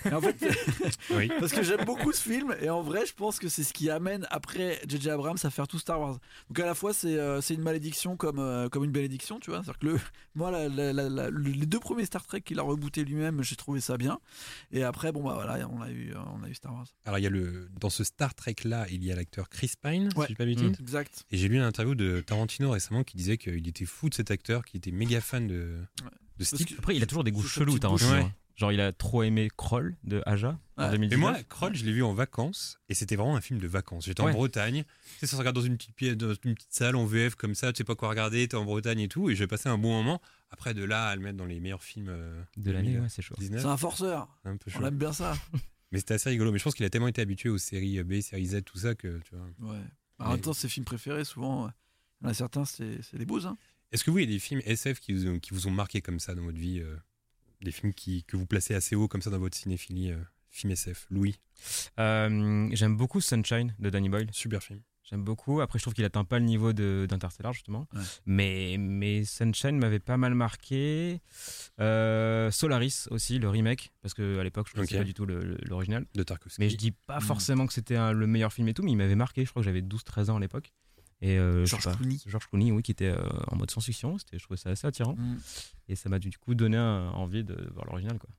Speaker 1: Et en fait,
Speaker 4: Oui.
Speaker 1: Parce que j'aime beaucoup ce film et en vrai, je pense que c'est ce qui amène après JJ Abrams à faire tout Star Wars. Donc à la fois, c'est euh, c'est une malédiction comme, euh, comme une bénédiction, tu vois. C'est-à-dire que le, moi, la- la- la- la- le- les deux premiers Star Trek qu'il a rebooté lui-même, j'ai trouvé ça bien. Et après, bon bah voilà, on a eu, euh, on a eu Star Wars.
Speaker 4: Alors, il y a le... dans ce Star Trek-là, il y a l'acteur Chris Pine,
Speaker 1: Ouais.
Speaker 4: si je dis pas de bêtises.
Speaker 1: Exact.
Speaker 4: Et j'ai lu une interview de Tarantino récemment qui disait qu'il était fou de cet acteur, qui était méga fan de, de ce
Speaker 1: Parce
Speaker 4: type.
Speaker 1: que-
Speaker 6: Après, il a toujours des goûts
Speaker 1: Sous sa
Speaker 6: chelous,
Speaker 1: petite
Speaker 6: Tarantino.
Speaker 4: bouche.
Speaker 6: hein. Genre, il a trop aimé Kroll de Aja en
Speaker 1: Ouais.
Speaker 6: 2019.
Speaker 4: Et moi, Kroll, je l'ai vu en vacances, et c'était vraiment un film de vacances. J'étais
Speaker 6: Ouais.
Speaker 4: en Bretagne, tu sais, ça se regarde dans une petite, pièce, dans une petite salle en VF comme ça, tu sais pas quoi regarder, t'es en Bretagne et tout, et j'ai passé un bon moment. Après, de là à le mettre dans les meilleurs films euh,
Speaker 6: de l'année,
Speaker 4: 2019,
Speaker 6: ouais, c'est chaud.
Speaker 1: C'est un forceur.
Speaker 4: c'est un peu
Speaker 1: On
Speaker 4: chaud.
Speaker 1: l'aime bien ça.
Speaker 4: Mais c'était assez rigolo, mais je pense qu'il a tellement été habitué aux séries euh, B, séries Z, tout ça que tu vois.
Speaker 1: Ouais. En même temps, ses films préférés, souvent, euh, il y en a certains, c'est c'est les bouses. Hein.
Speaker 4: Est-ce que vous, il y a des films SF qui vous ont, qui vous ont marqué comme ça dans votre vie euh, Des films qui, que vous placez assez haut comme ça dans votre cinéphilie euh, Film SF, Louis,
Speaker 6: Euh, J'aime beaucoup Sunshine de Danny Boyle.
Speaker 4: super film.
Speaker 6: J'aime beaucoup. Après, je trouve qu'il atteint pas le niveau de- d'Interstellar, justement.
Speaker 1: Ouais.
Speaker 6: Mais, mais Sunshine m'avait pas mal marqué. Euh, Solaris aussi, le remake. Parce qu'à l'époque, je ne connaissais
Speaker 4: Ok.
Speaker 6: pas du tout le- le- l'original.
Speaker 4: De Tarkovsky.
Speaker 6: Mais je dis pas Ah, forcément que c'était un- le meilleur film et tout, mais il m'avait marqué. Je crois que j'avais 12-13 ans à l'époque. Et euh, je sais
Speaker 1: George
Speaker 6: pas,
Speaker 1: Clooney.
Speaker 6: George Clooney, oui, qui était euh, en mode science-fiction. C'était- Je trouvais ça assez attirant.
Speaker 1: Mm.
Speaker 6: Et ça m'a du coup donné euh, envie de voir l'original, quoi.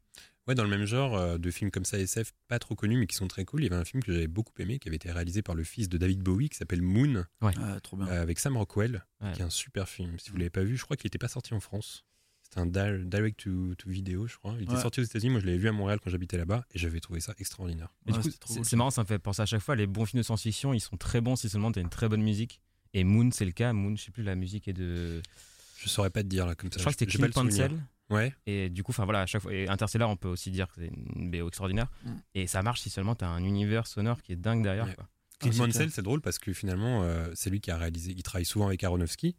Speaker 4: Ouais, dans le même genre euh, de films comme ça SF, pas trop connus mais qui sont très cool. Il y avait un film que j'avais beaucoup aimé qui avait été réalisé par le fils de David Bowie qui s'appelle Moon
Speaker 1: Ouais, trop bien.
Speaker 4: euh, avec Sam Rockwell,
Speaker 6: Ah. Ouais.
Speaker 4: qui est un super film. Si vous l'avez pas vu, je crois qu'il n'était pas sorti en France. C'était un di- direct to, to vidéo, je crois. Il était
Speaker 1: Ouais.
Speaker 4: sorti aux États-Unis. Moi, je l'avais vu à Montréal quand j'habitais là-bas et j'avais trouvé ça extraordinaire.
Speaker 6: Et du
Speaker 1: Ouais,
Speaker 6: coup,
Speaker 1: c'était trop
Speaker 6: c'est
Speaker 1: cool.
Speaker 6: c'est marrant, ça me fait penser à chaque fois. Les bons films de science-fiction, ils sont très bons si seulement t'as une très bonne musique. Et Moon, c'est le cas. Moon, je sais plus, la musique est de.
Speaker 4: Je saurais pas te dire là comme ça.
Speaker 6: Je crois que c'était
Speaker 4: j'ai pas
Speaker 6: Kim
Speaker 4: le souvenir.
Speaker 6: Pencil.
Speaker 4: Ouais.
Speaker 6: Et du coup, enfin voilà, à chaque fois. Et Interstellar, on peut aussi dire que c'est une BO extraordinaire.
Speaker 1: Mm.
Speaker 6: Et ça marche si seulement t'as un univers sonore qui est dingue derrière.
Speaker 4: Ouais.
Speaker 6: quoi.
Speaker 4: Clint
Speaker 1: Ah, c'est
Speaker 4: Mansell,
Speaker 1: clair.
Speaker 4: c'est drôle parce que finalement, euh, c'est lui qui a réalisé, il travaille souvent avec Aronofsky,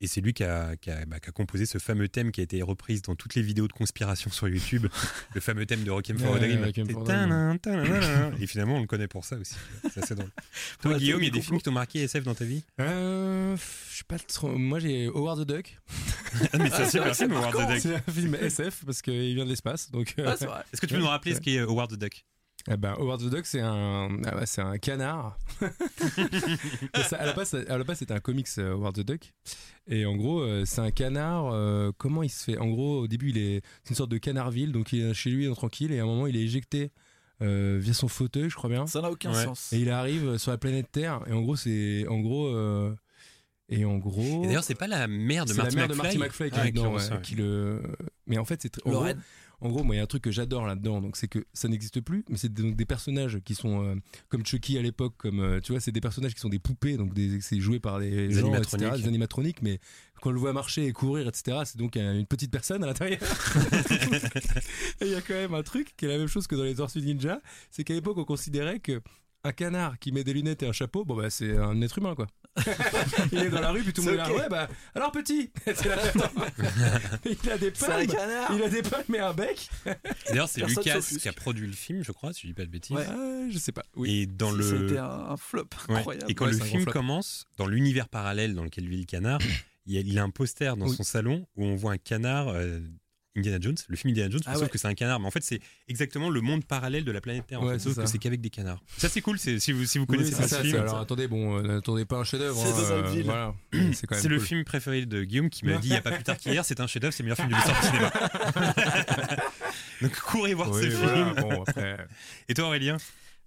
Speaker 4: et c'est lui qui a, qui a- bah, qui a composé ce fameux thème qui a été repris dans toutes les vidéos de conspiration sur YouTube, le fameux thème de Rock'em for a
Speaker 5: Ouais,
Speaker 4: Dream.
Speaker 5: Requiem for a
Speaker 4: C'est
Speaker 5: Dream,
Speaker 4: tanan, tanan, tanan. Et finalement, on le connaît pour ça aussi. C'est assez drôle.
Speaker 1: Pour
Speaker 4: Toi,
Speaker 1: la
Speaker 4: Guillaume, il y a
Speaker 1: théorie
Speaker 4: des
Speaker 1: du
Speaker 4: films
Speaker 1: complot.
Speaker 4: qui t'ont marqué SF dans ta vie
Speaker 5: Euh, pff, je sais pas trop. Moi j'ai Howard the Duck.
Speaker 4: Ah, Mais ça, c'est
Speaker 1: vrai,
Speaker 4: un film, Howard the Duck. Ah,
Speaker 5: C'est un film SF parce qu'il vient de l'espace. Donc, euh,
Speaker 1: Ouais, c'est vrai.
Speaker 4: Est-ce que tu peux nous rappeler ce qu'est Howard the Duck
Speaker 5: Eh ben, Howard the Duck, c'est un, ah bah, c'est un canard. Mais ça, à la base, à la base, c'était un comics euh, Howard the Duck, et en gros, euh, c'est un canard. euh, comment il se fait En gros, au début, il est c'est une sorte de canardville, donc il est chez lui, il est tranquille, et à un moment, il est éjecté euh, via son fauteuil, je crois bien.
Speaker 1: Ça n'a aucun
Speaker 4: Ouais.
Speaker 1: sens.
Speaker 5: Et il arrive sur la planète Terre, et en gros, c'est en gros, euh, et en gros.
Speaker 4: Et d'ailleurs, c'est pas la mère de
Speaker 5: c'est la
Speaker 4: Marty
Speaker 5: mère
Speaker 4: McFly. Ah,
Speaker 5: de Marty McFly qui, est
Speaker 4: Ouais,
Speaker 5: dedans,
Speaker 4: clairement,
Speaker 5: ouais,
Speaker 4: ouais.
Speaker 5: qui le. Mais en fait, c'est tr- en gros,
Speaker 1: Lorraine.
Speaker 5: en gros, moi, il y a un truc que j'adore là-dedans, donc c'est que ça n'existe plus, mais c'est donc des personnages qui sont euh, comme Chucky à l'époque, comme euh, tu vois, c'est des personnages qui sont des poupées, donc des- c'est joué par des,
Speaker 4: Des
Speaker 5: gens,
Speaker 4: animatroniques.
Speaker 5: etc., des animatroniques, mais quand on le voit marcher et courir, etc., c'est donc euh, une petite personne à l'intérieur. et il y a quand même un truc qui est la même chose que dans les Tortues Ninja, c'est qu'à l'époque, on considérait que un canard qui met des lunettes et un chapeau, bon bah c'est un être humain quoi. il est dans la rue puis tout le monde est là, ouais bah alors petit. C'est la même- il a des
Speaker 1: C'est un
Speaker 5: palmes,
Speaker 4: Ah.
Speaker 1: canard
Speaker 5: il a des palmes et un bec.
Speaker 4: Et D'ailleurs, c'est
Speaker 1: Personne
Speaker 4: Lucas
Speaker 1: s'offusque.
Speaker 4: qui a produit le film, je crois, si je dis pas de bêtises.
Speaker 5: Ah, je sais pas. Oui.
Speaker 4: Et dans le
Speaker 1: C'était un, un flop
Speaker 4: Ouais.
Speaker 1: incroyable.
Speaker 4: Et quand
Speaker 5: Ouais,
Speaker 4: le
Speaker 5: c'est un gros
Speaker 4: film
Speaker 5: flop.
Speaker 4: commence, dans l'univers parallèle dans lequel vit le canard, il, y a, il a un poster dans
Speaker 5: Oui.
Speaker 4: son salon où on voit un canard euh, Indiana Jones, le film Indiana Jones,
Speaker 1: Ah
Speaker 4: sauf
Speaker 1: ouais.
Speaker 4: que c'est un canard. Mais en fait, c'est exactement le monde parallèle de la planète Terre, en
Speaker 5: Ouais,
Speaker 4: fait,
Speaker 5: c'est
Speaker 4: sauf
Speaker 5: ça.
Speaker 4: que c'est qu'avec des canards. Ça, c'est cool, c'est- si vous, si vous
Speaker 5: Oui,
Speaker 4: connaissez
Speaker 5: c'est
Speaker 4: pas
Speaker 5: ça,
Speaker 4: ce
Speaker 5: c'est-
Speaker 4: film.
Speaker 5: alors attendez, bon, euh, n'attendez pas un chef-d'œuvre.
Speaker 1: C'est
Speaker 5: hein,
Speaker 1: dans un
Speaker 5: euh,
Speaker 1: film.
Speaker 5: voilà. C'est quand même
Speaker 4: C'est le
Speaker 5: cool.
Speaker 4: film préféré de Guillaume qui m'a dit il n'y a pas plus tard qu'hier, c'est un chef-d'œuvre, c'est le meilleur film de l'histoire du cinéma. Donc courez voir
Speaker 5: Oui,
Speaker 4: ce
Speaker 5: voilà,
Speaker 4: film.
Speaker 5: bon, après,
Speaker 4: Et toi Aurélien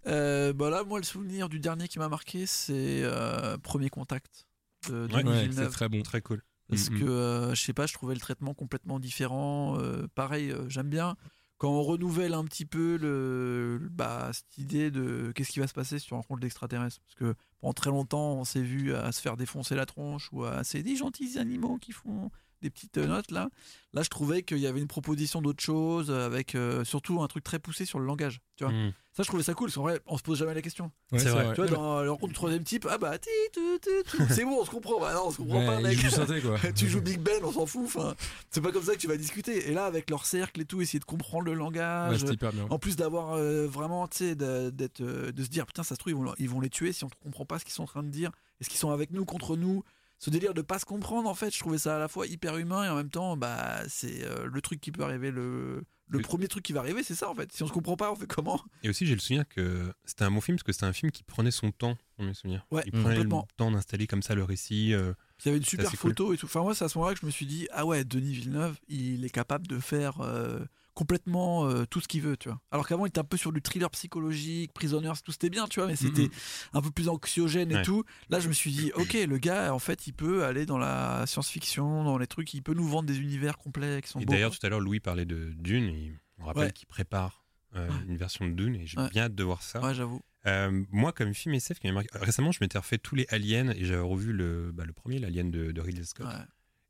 Speaker 1: Euh, bah là, moi, le souvenir du dernier qui m'a marqué, c'est euh, Premier Contact de, de
Speaker 4: Ouais,
Speaker 5: ouais,
Speaker 1: 2009.
Speaker 5: c'est très bon.
Speaker 4: Très cool.
Speaker 1: Parce
Speaker 5: Mhm.
Speaker 4: mm.
Speaker 1: que, euh, je sais pas, je trouvais le traitement complètement différent. Euh, pareil, euh, j'aime bien quand on renouvelle un petit peu le, le- bah, cette idée de qu'est-ce qui va se passer si tu rencontres l'extraterrestre. Parce que pendant très longtemps, on s'est vu à se faire défoncer la tronche ou à c'est des gentils animaux qui font des petites euh, notes là. Là, je trouvais qu'il y avait une proposition d'autre chose avec euh, surtout un truc très poussé sur le langage. Tu vois,
Speaker 4: Mm.
Speaker 1: ça, je trouvais ça cool parce qu'en vrai, on se pose jamais la question.
Speaker 5: Ouais,
Speaker 4: C'est vrai.
Speaker 1: Tu vois, dans le rencontre du troisième type, ah bah, ti, tu, tu, tu, c'est bon, on se comprend. Bah non, on se comprend
Speaker 5: Ouais,
Speaker 1: pas,
Speaker 5: il
Speaker 1: mec.
Speaker 5: joue du synthé, quoi.
Speaker 1: tu joues Big Ben, on s'en fout. Enfin, c'est pas comme ça que tu vas discuter. Et là, avec leur cercle et tout, essayer de comprendre le
Speaker 5: Ouais,
Speaker 1: langage.
Speaker 5: c'était hyper bien.
Speaker 1: en plus d'avoir euh, vraiment, tu sais, de, d'être, euh, de se dire, putain, ça se trouve, ils vont, leur- ils vont les tuer si on ne comprend pas ce qu'ils sont en train de dire. Est-ce qu'ils sont avec nous, contre nous Ce délire de pas se comprendre, en fait, je trouvais ça à la fois hyper humain et en même temps, bah, c'est euh, le truc qui peut arriver. Le, le
Speaker 4: Oui.
Speaker 1: premier truc qui va arriver, c'est ça, en fait. Si on se comprend pas, on fait comment
Speaker 4: Et aussi, j'ai le souvenir que c'était un bon film parce que c'était un film qui prenait son temps, on me souvient.
Speaker 1: Ouais,
Speaker 4: Il prenait le
Speaker 1: complètement.
Speaker 4: temps d'installer comme ça le récit. euh,
Speaker 1: Il y avait une
Speaker 4: Ça,
Speaker 1: super
Speaker 4: c'est
Speaker 1: photo et tout. Enfin, moi, c'est à ce moment-là que je me suis dit Ah ouais, Denis Villeneuve, il est capable de faire euh, complètement euh, tout ce qu'il veut, tu vois. Alors qu'avant, il était un peu sur du thriller psychologique, Prisoners, tout c'était bien, tu vois, mais c'était un peu plus anxiogène et
Speaker 4: Ouais.
Speaker 1: tout. Là, je me suis dit Ok, le gars, en fait, il peut aller dans la science-fiction, dans les trucs, il peut nous vendre des univers complets qui sont
Speaker 4: Et
Speaker 1: beaux.
Speaker 4: d'ailleurs, tout à l'heure, Louis parlait de Dune. Il, on rappelle
Speaker 1: Ouais.
Speaker 4: qu'il prépare euh, une version de Dune et j'ai
Speaker 1: Ouais.
Speaker 4: bien hâte de voir ça.
Speaker 1: Ouais, j'avoue.
Speaker 4: Euh, moi, comme film SF, qui m'a marqué- récemment, je m'étais refait tous les Aliens et j'avais revu le, bah, le premier, l'Alien de, de Ridley Scott.
Speaker 1: Ouais.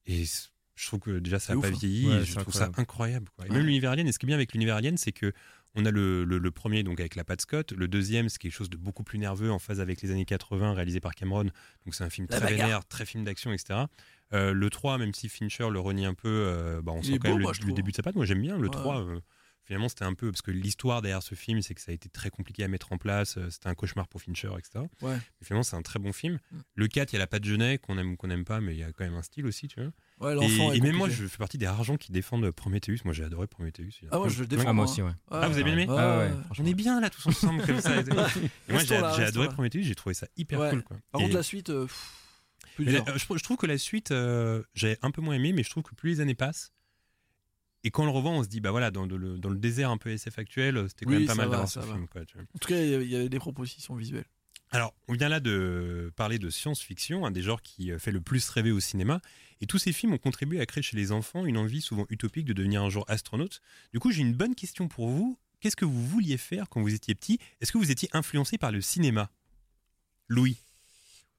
Speaker 4: Et c- je trouve que déjà, ça
Speaker 1: C'est
Speaker 4: n'a pas
Speaker 1: ouf, hein.
Speaker 4: vieilli.
Speaker 5: Ouais,
Speaker 4: et je
Speaker 5: c'est
Speaker 4: trouve
Speaker 5: incroyable.
Speaker 4: ça incroyable. quoi. Et
Speaker 1: Ouais.
Speaker 4: même l'univers Alien. Et ce qui est bien avec l'univers Alien, c'est que on a le, le- le premier donc avec la patte Scott. Le deuxième, c'est quelque chose de beaucoup plus nerveux en phase avec les années 80, réalisé par Cameron. Donc c'est un film
Speaker 1: La
Speaker 4: très
Speaker 1: bagarre.
Speaker 4: vénère, très film d'action, etc. Euh, le 3, même si Fincher le renie un peu, euh, bah, on
Speaker 1: Il
Speaker 4: sent
Speaker 1: est
Speaker 4: quand
Speaker 1: beau,
Speaker 4: même le,
Speaker 1: moi, je
Speaker 4: le
Speaker 1: trouve.
Speaker 4: début de sa patte. Moi, j'aime bien le
Speaker 1: Ouais.
Speaker 4: 3. euh, finalement, c'était un peu. Parce que l'histoire derrière ce film, c'est que ça a été très compliqué à mettre en place. euh, C'était un cauchemar pour Fincher, etc.
Speaker 1: Ouais.
Speaker 4: Mais finalement, c'est un très bon film.
Speaker 1: Mm.
Speaker 4: Le 4, il y a la patte Genet, qu'on aime ou qu'on n'aime pas, mais il y a quand même un style aussi, tu vois.
Speaker 1: Ouais,
Speaker 4: Et,
Speaker 1: l'enfant. est
Speaker 4: et même moi,
Speaker 1: compliqué.
Speaker 4: je fais partie des argents qui défendent Prometheus. Moi, j'ai adoré Prometheus.
Speaker 1: Ah, moi, je le défends.
Speaker 6: Ah, moi
Speaker 1: hein.
Speaker 6: aussi, ouais.
Speaker 1: Ouais.
Speaker 4: Ah, vous avez bien aimé
Speaker 1: Ouais,
Speaker 6: Ah ouais,
Speaker 1: ouais.
Speaker 6: franchement.
Speaker 4: On est bien là tous ensemble comme ça. Et moi,
Speaker 1: Restons
Speaker 4: j'ai
Speaker 1: là,
Speaker 4: j'ai
Speaker 1: restons
Speaker 4: adoré
Speaker 1: là.
Speaker 4: Prometheus. J'ai trouvé ça hyper
Speaker 1: Ouais.
Speaker 4: cool. Quoi.
Speaker 1: Par contre,
Speaker 4: Et-
Speaker 1: la suite, euh, pff, plus
Speaker 4: mais euh, la-
Speaker 1: dur.
Speaker 4: je, je trouve que la suite, euh, j'ai un peu moins aimé, mais je trouve que plus les années passent. Et quand on le revoit, on se dit, bah voilà, dans le, dans le désert un peu SF actuel, euh, c'était quand
Speaker 1: Oui,
Speaker 4: même pas
Speaker 1: ça
Speaker 4: mal
Speaker 1: va,
Speaker 4: d'avoir ce
Speaker 1: ça va.
Speaker 4: film. Quoi, tu vois.
Speaker 1: En tout cas, il y avait- il y avait des propositions visuelles.
Speaker 4: Alors, on vient là de parler de science-fiction, un des genres qui euh, fait le plus rêver au cinéma. Et tous ces films ont contribué à créer chez les enfants une envie souvent utopique de devenir un jour astronaute. Du coup, j'ai une bonne question pour vous. Qu'est-ce que vous vouliez faire quand vous étiez petit Est-ce que vous étiez influencé par le cinéma Louis,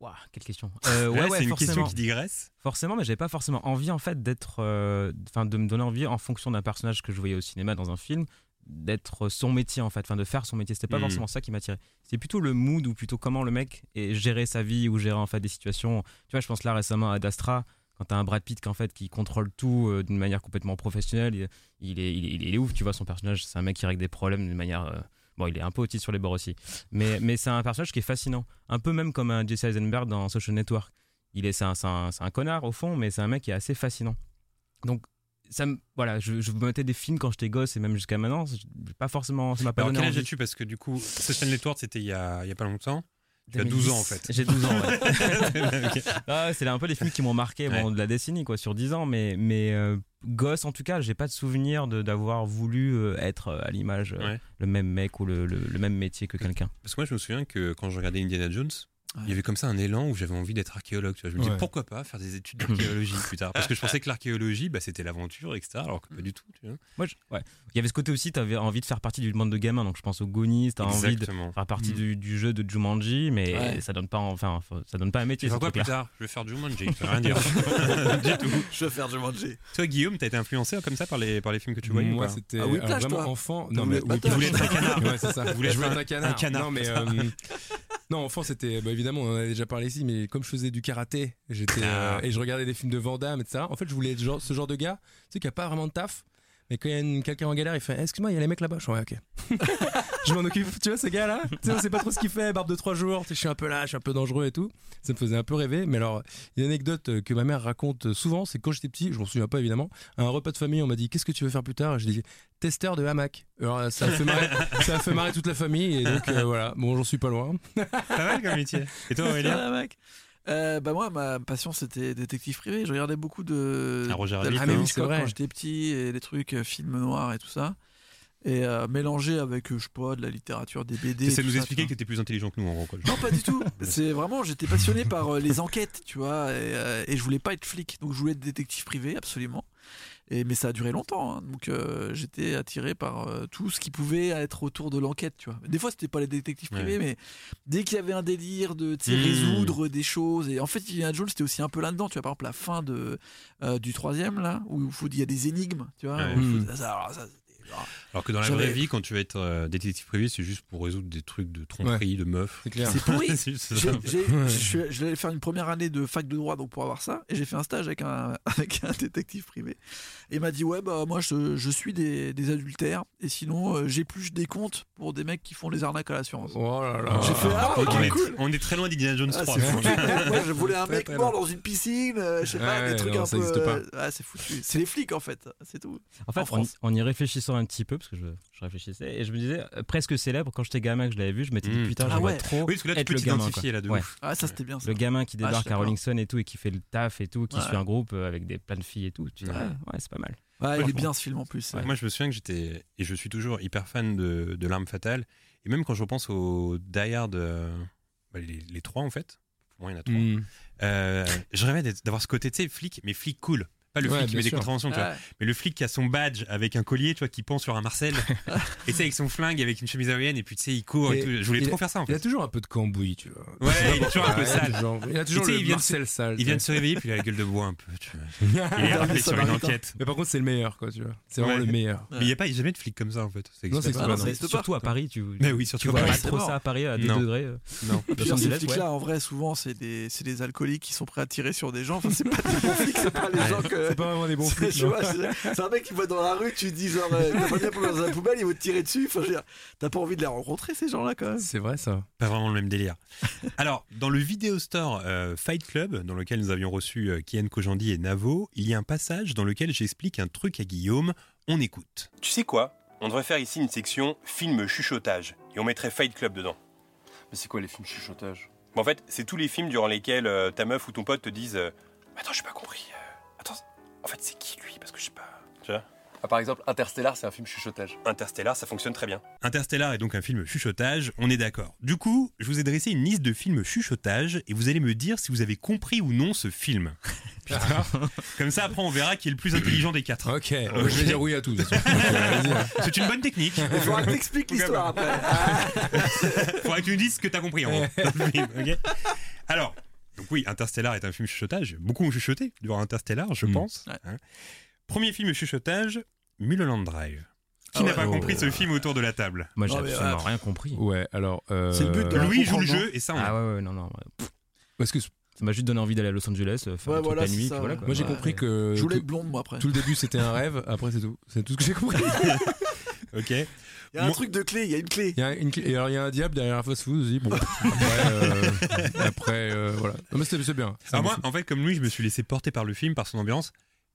Speaker 6: Ouah, quelle question. Euh, ouais,
Speaker 4: Là,
Speaker 6: ouais,
Speaker 4: c'est une
Speaker 6: forcément.
Speaker 4: question qui digresse.
Speaker 6: Forcément, mais j'avais pas forcément envie en fait d'être, euh, enfin, de me donner envie en fonction d'un personnage que je voyais au cinéma dans un film, d'être son métier en fait, enfin de faire son métier. C'était pas
Speaker 4: Mhm.
Speaker 6: forcément ça qui m'attirait. C'était plutôt le mood ou plutôt comment le mec est- gérait sa vie ou gérait en fait des situations. Tu vois, je pense là récemment à Dastra. Quand t'as un Brad Pitt qu'en fait, qui contrôle tout euh, d'une manière complètement professionnelle, il, il est, il, est, il est ouf, tu vois, son personnage, c'est un mec qui règle des problèmes d'une manière... euh, bon, il est un peu autiste sur les bords aussi. Mais, mais c'est un personnage qui est fascinant. Un peu même comme un Jesse Eisenberg dans Social Network il est, c'est un, c'est un- c'est un connard au fond, mais c'est un mec qui est assez fascinant. Donc, ça me, voilà, je, je me mettais des films quand j'étais gosse et même jusqu'à maintenant, c'est- j'ai pas forcément, ça m'a pas
Speaker 4: Alors,
Speaker 6: donné
Speaker 4: quel âge
Speaker 6: envie.
Speaker 4: as-tu Parce que du coup, Session Network, c'était il y a, il y a pas longtemps. tu as 12 ans, en fait.
Speaker 6: J'ai 12 ans, ouais.
Speaker 4: Ok.
Speaker 6: Ah ouais, c'est un peu les films qui m'ont marqué bon, de la décennie, quoi, sur 10 ans. Mais, mais euh, gosse, en tout cas, j'ai pas de souvenir de- d'avoir voulu euh, être euh, à l'image euh,
Speaker 4: Ouais.
Speaker 6: le même mec ou le, le- le même métier que quelqu'un.
Speaker 4: Parce que moi, je me souviens que quand je regardais Indiana Jones, il y avait comme ça un élan où j'avais envie d'être archéologue. tu vois. Je me disais
Speaker 5: Ouais.
Speaker 4: pourquoi pas faire des études d'archéologie plus tard Parce que je pensais que l'archéologie, bah, c'était l'aventure, etc. Alors que pas du tout. Tu vois.
Speaker 6: Moi, je- ouais. Il y avait ce côté aussi, t'avais envie de faire partie du monde de gamins. Donc je pense aux Goonies, t'as envie de
Speaker 4: Exactement.
Speaker 6: faire partie
Speaker 1: Mm.
Speaker 6: du, du jeu de Jumanji, mais
Speaker 1: Ouais.
Speaker 6: ça donne pas, enfin, faut- ça donne pas un
Speaker 4: Tu
Speaker 6: métier.
Speaker 4: fais
Speaker 6: ce
Speaker 4: quoi plus
Speaker 6: truc-là.
Speaker 4: tard Je vais faire du monde, j'ai rien dire. du tout.
Speaker 1: Je vais faire du manger.
Speaker 4: Toi, Guillaume, t'as été influencé hein, comme ça par les, par les films que tu voyais ou
Speaker 5: Moi,
Speaker 4: pas hein.
Speaker 5: c'était
Speaker 1: Ah oui,
Speaker 5: alors,
Speaker 1: plage,
Speaker 5: vraiment
Speaker 1: toi.
Speaker 5: enfant.
Speaker 1: Non,
Speaker 5: Non,
Speaker 1: mais
Speaker 5: mais
Speaker 1: pas
Speaker 5: oui,
Speaker 1: plage.
Speaker 5: plage.
Speaker 1: Tu voulais être
Speaker 5: Ouais, c'est ça.
Speaker 4: Tu voulais
Speaker 5: Je voulais
Speaker 4: être un-
Speaker 5: être canard.
Speaker 4: un canard,
Speaker 5: Non, mais
Speaker 4: comme
Speaker 5: euh, non, enfant, c'était bah, évidemment, on en a déjà parlé ici, mais comme je faisais du karaté, j'étais
Speaker 4: Ah.
Speaker 5: euh, et je regardais des films de Van Damme, etc. En fait, je voulais être genre- ce genre de gars, tu sais, qui a pas vraiment de taf. Mais quand il y a une- quelqu'un en galère, il fait Excuse-moi, il y a les mecs là-bas. Je suis ouais, ok. je m'en occupe. Tu vois, ce gars-là, tu sais, on sait pas trop ce qu'il fait, barbe de 3 jours. tu sais, Je suis un peu là, je suis un peu dangereux et tout. Ça me faisait un peu rêver. Mais alors, une anecdote que ma mère raconte souvent, c'est que quand j'étais petit, je m'en souviens pas évidemment, à un repas de famille, on m'a dit Qu'est-ce que tu veux faire plus tard Et J'ai dit Testeur de hamac. Alors euh, ça a fait marrer, ça a fait marrer toute la famille et donc euh, voilà, bon, j'en suis pas loin.
Speaker 4: Pas mal comme métier. Et toi, Aurélien
Speaker 1: Ah, mec. Euh, bah moi ma passion c'était détective privé je regardais beaucoup de
Speaker 4: Ah, Roger
Speaker 1: d'Alfred
Speaker 4: Rabbit, hein.
Speaker 1: Hitchcock
Speaker 5: C'est vrai.
Speaker 1: quand j'étais petit et des trucs euh, films noirs et tout ça et euh, mélangé avec euh, je sais pas de la littérature des BD
Speaker 4: T'essaies de
Speaker 1: et tout
Speaker 4: nous
Speaker 1: ça,
Speaker 4: expliquer que
Speaker 1: tu
Speaker 4: t'étais plus intelligent que nous, en gros. quoi.
Speaker 1: vois. non pas du tout c'est vraiment j'étais passionné par euh, les enquêtes tu vois et, euh, et je voulais pas être flic donc je voulais être détective privé absolument et mais ça a duré longtemps hein. donc euh, j'étais attiré par euh, tout ce qui pouvait être autour de l'enquête tu vois des fois c'était pas les détectives privés mais dès qu'il y avait un délire de tu sais,
Speaker 4: Mmh.
Speaker 1: résoudre des choses et en fait Indiana Jones c'était aussi un peu là dedans tu vois par exemple la fin de euh, du troisième là où il faut- il y a des énigmes tu vois
Speaker 4: Ouais.
Speaker 1: où il faut-
Speaker 5: Mmh.
Speaker 1: ça, ça- alors ça, c'était- alors,
Speaker 4: Alors que dans la
Speaker 1: J'avais-
Speaker 4: vraie vie, quand tu vas être euh, détective privé, c'est juste pour résoudre des trucs de tromperie, de meufs.
Speaker 5: C'est clair.
Speaker 1: c'est pourri
Speaker 4: C'est juste
Speaker 1: J'ai-
Speaker 4: ça.
Speaker 1: j'ai- Je suis- je vais faire une première année de fac de droit donc pour avoir ça et j'ai fait un stage avec un, avec un détective privé et il m'a dit ouais bah moi je, je suis des, des adultères et sinon euh, j'épluche des comptes pour des mecs qui font les arnaques à l'assurance.
Speaker 5: Oh là là.
Speaker 1: J'ai fait ah ok
Speaker 4: on, est,
Speaker 1: cool
Speaker 4: on est très loin d'Indiana Jones euh,
Speaker 1: Ah,
Speaker 4: 3.
Speaker 1: c'est foutu.
Speaker 4: franchement.
Speaker 1: Moi, je voulais un
Speaker 5: Très,
Speaker 1: mec
Speaker 5: très
Speaker 1: mort
Speaker 5: loin.
Speaker 1: dans une piscine, euh, je sais pas,
Speaker 5: Ouais,
Speaker 1: des trucs
Speaker 5: non,
Speaker 1: un
Speaker 5: ça
Speaker 1: peu.
Speaker 5: existe pas.
Speaker 1: euh, ah, c'est foutu. C'est les flics en fait, c'est tout.
Speaker 6: En fait,
Speaker 1: En
Speaker 6: en,
Speaker 1: France.
Speaker 6: en y réfléchissant un petit peu, parce que je, je réfléchissais, et je me disais, euh, presque célèbre, quand j'étais gamin que je l'avais vu, je m'étais dit,
Speaker 4: Mm.
Speaker 6: putain,
Speaker 1: Ah
Speaker 6: j'aimerais
Speaker 1: ouais.
Speaker 6: trop
Speaker 4: Oui, parce que là, tu
Speaker 6: être
Speaker 4: peux
Speaker 6: le gamin,
Speaker 4: t'identifier
Speaker 6: quoi.
Speaker 4: là de
Speaker 6: Ouais.
Speaker 4: ouf.
Speaker 1: Ah, ça c'était bien ça.
Speaker 6: le gamin qui
Speaker 1: Ah, je suis
Speaker 6: débarque à
Speaker 1: d'accord.
Speaker 6: Rolling Stone et tout, et qui fait le taf et tout, qui
Speaker 1: Ouais.
Speaker 6: suit un groupe euh, avec des, plein de filles et tout. Tu dis,
Speaker 4: Ouais.
Speaker 6: ah, ouais, c'est pas mal.
Speaker 1: Ouais, il est
Speaker 4: franchement.
Speaker 1: bien ce film en plus.
Speaker 4: Moi, je me souviens que j'étais, et je suis toujours hyper fan de, de L'Arme Fatale. Et même quand je repense aux Die Hard, euh, bah, les, les trois en fait, pour moi, il y en a trois.
Speaker 5: Mm.
Speaker 4: Euh, je rêvais d'être- d'avoir ce côté, tu sais, flic, mais flic cool. Pas le
Speaker 5: Ouais,
Speaker 4: flic qui
Speaker 5: bien
Speaker 4: met des
Speaker 5: sûr.
Speaker 4: contraventions, tu vois.
Speaker 1: Ah,
Speaker 4: Mais le flic qui a son badge avec un collier, tu vois, qui pend sur un Marcel. et tu sais, avec son flingue, avec une chemise hawaïenne, et puis tu sais, il court et,
Speaker 5: Et
Speaker 4: tout. Je voulais
Speaker 5: il-
Speaker 4: trop faire ça, en
Speaker 5: Il a
Speaker 4: fait.
Speaker 5: toujours un peu de cambouis, tu vois.
Speaker 4: Ouais, il est toujours un peu
Speaker 5: Ouais,
Speaker 4: sale.
Speaker 5: genre- il a toujours
Speaker 4: Et tu sais,
Speaker 5: le
Speaker 4: il vient de se-
Speaker 5: Marcel sale.
Speaker 4: Il vient de se réveiller, puis il a la gueule de bois un peu, tu vois.
Speaker 5: tu vois.
Speaker 4: Il est
Speaker 1: Ah,
Speaker 4: rappelé
Speaker 1: mais
Speaker 4: sur une
Speaker 1: Samaritain.
Speaker 4: enquête.
Speaker 5: Mais par contre, c'est le meilleur, quoi, tu vois. C'est vraiment
Speaker 4: Ouais.
Speaker 5: le meilleur.
Speaker 4: Mais il n'y a pas jamais de flic comme ça, en fait. Ça
Speaker 5: Non,
Speaker 4: existe
Speaker 5: c'est
Speaker 4: pas.
Speaker 5: Ah, non,
Speaker 1: non, ça existe pas.
Speaker 6: Surtout à Paris, tu, tu
Speaker 4: Mais oui, surtout
Speaker 6: vois
Speaker 4: à
Speaker 6: pas
Speaker 4: Paris.
Speaker 6: trop ça à Paris à 2
Speaker 4: Non.
Speaker 6: degrés. euh.
Speaker 4: Non.
Speaker 1: Puis alors, ces
Speaker 6: Los Angeles,
Speaker 1: flics-là, en vrai, souvent, c'est des, c'est des alcooliques qui sont prêts à tirer sur des gens. Enfin, c'est pas des bons flics, c'est pas les gens que.
Speaker 5: C'est pas vraiment des bons
Speaker 1: C'est-
Speaker 5: flics.
Speaker 1: tu
Speaker 5: non.
Speaker 1: vois, c'est c'est un mec qui va dans la rue, tu dis genre, euh, t'as pas bien pour dans la poubelle, il va te tirer dessus. Enfin, je veux dire, t'as pas envie de les rencontrer ces gens-là quand même.
Speaker 5: C'est vrai, ça.
Speaker 4: Pas vraiment le même délire. Alors, dans le vidéo store euh, Fight Club, dans lequel nous avions reçu euh, Kian Kojandi et Navo, il y a un passage dans lequel j'explique un truc à Guillaume. On écoute.
Speaker 7: Tu sais quoi On devrait faire ici une section film chuchotage et on mettrait Fight Club dedans.
Speaker 8: Mais c'est quoi les films chuchotage
Speaker 7: Bon, en fait, c'est tous les films durant lesquels euh, ta meuf ou ton pote te disent euh, Attends, j'ai pas compris. euh, attends, en fait, c'est qui lui Parce que je sais pas.
Speaker 8: ah, Par exemple, Interstellar, c'est un film chuchotage.
Speaker 7: Interstellar, ça fonctionne très bien.
Speaker 4: Interstellar est donc un film chuchotage, on est d'accord. Du coup, je vous ai dressé une liste de films chuchotage et vous allez me dire si vous avez compris ou non ce film. Putain. Comme ça, après, on verra qui est le plus intelligent des quatre.
Speaker 5: Ok,
Speaker 1: Euh,
Speaker 5: je vais dire oui à tout. de toute façon. Ok, vas-y.
Speaker 4: C'est une bonne technique.
Speaker 1: Il faudra que t'expliques l'histoire après.
Speaker 4: Faudrait que tu nous dises ce que t'as compris en gros, dans le film, ok Alors, donc oui, Interstellar est un film chuchotage. Beaucoup ont chuchoté durant Interstellar, je
Speaker 5: Mm.
Speaker 4: pense.
Speaker 1: Ouais.
Speaker 4: hein. Premier film chuchotage, Mulholland Drive. Qui
Speaker 1: Ah
Speaker 4: n'a
Speaker 1: ouais.
Speaker 4: pas
Speaker 5: Oh.
Speaker 4: compris ce film autour de la table
Speaker 6: Moi, j'ai
Speaker 1: Non, mais, ah,
Speaker 6: absolument
Speaker 1: ouais.
Speaker 6: rien compris.
Speaker 5: Ouais, alors. euh,
Speaker 1: C'est le but de la-
Speaker 4: Louis joue le
Speaker 1: comprendre,
Speaker 4: jeu et ça, on
Speaker 6: Ah ouais, ouais, non, non. ouais.
Speaker 5: Parce que
Speaker 6: Ça m'a juste donné envie d'aller à Los Angeles, euh, faire
Speaker 1: Ouais,
Speaker 6: un truc
Speaker 1: voilà,
Speaker 6: la
Speaker 1: c'est
Speaker 6: nuit.
Speaker 1: ça,
Speaker 6: puis voilà,
Speaker 1: ouais.
Speaker 6: quoi.
Speaker 5: moi, j'ai
Speaker 6: Ouais.
Speaker 5: compris que.
Speaker 1: Je voulais être
Speaker 5: tout-
Speaker 1: blonde, moi, après.
Speaker 5: Tout le début c'était un rêve, après c'est tout. C'est tout ce que j'ai compris.
Speaker 4: ok
Speaker 1: Il y a un
Speaker 4: Moi-
Speaker 1: truc de clé, il y a une clé.
Speaker 5: Il y a une clé- et alors il y a un diable derrière un fast food aussi. Bon, après, euh, après, euh, voilà. Non, mais c'était c'est bien.
Speaker 4: Ah,
Speaker 5: Ça me
Speaker 4: moi,
Speaker 5: fout.
Speaker 4: en fait, comme lui, je me suis laissé porter par le film, par son ambiance.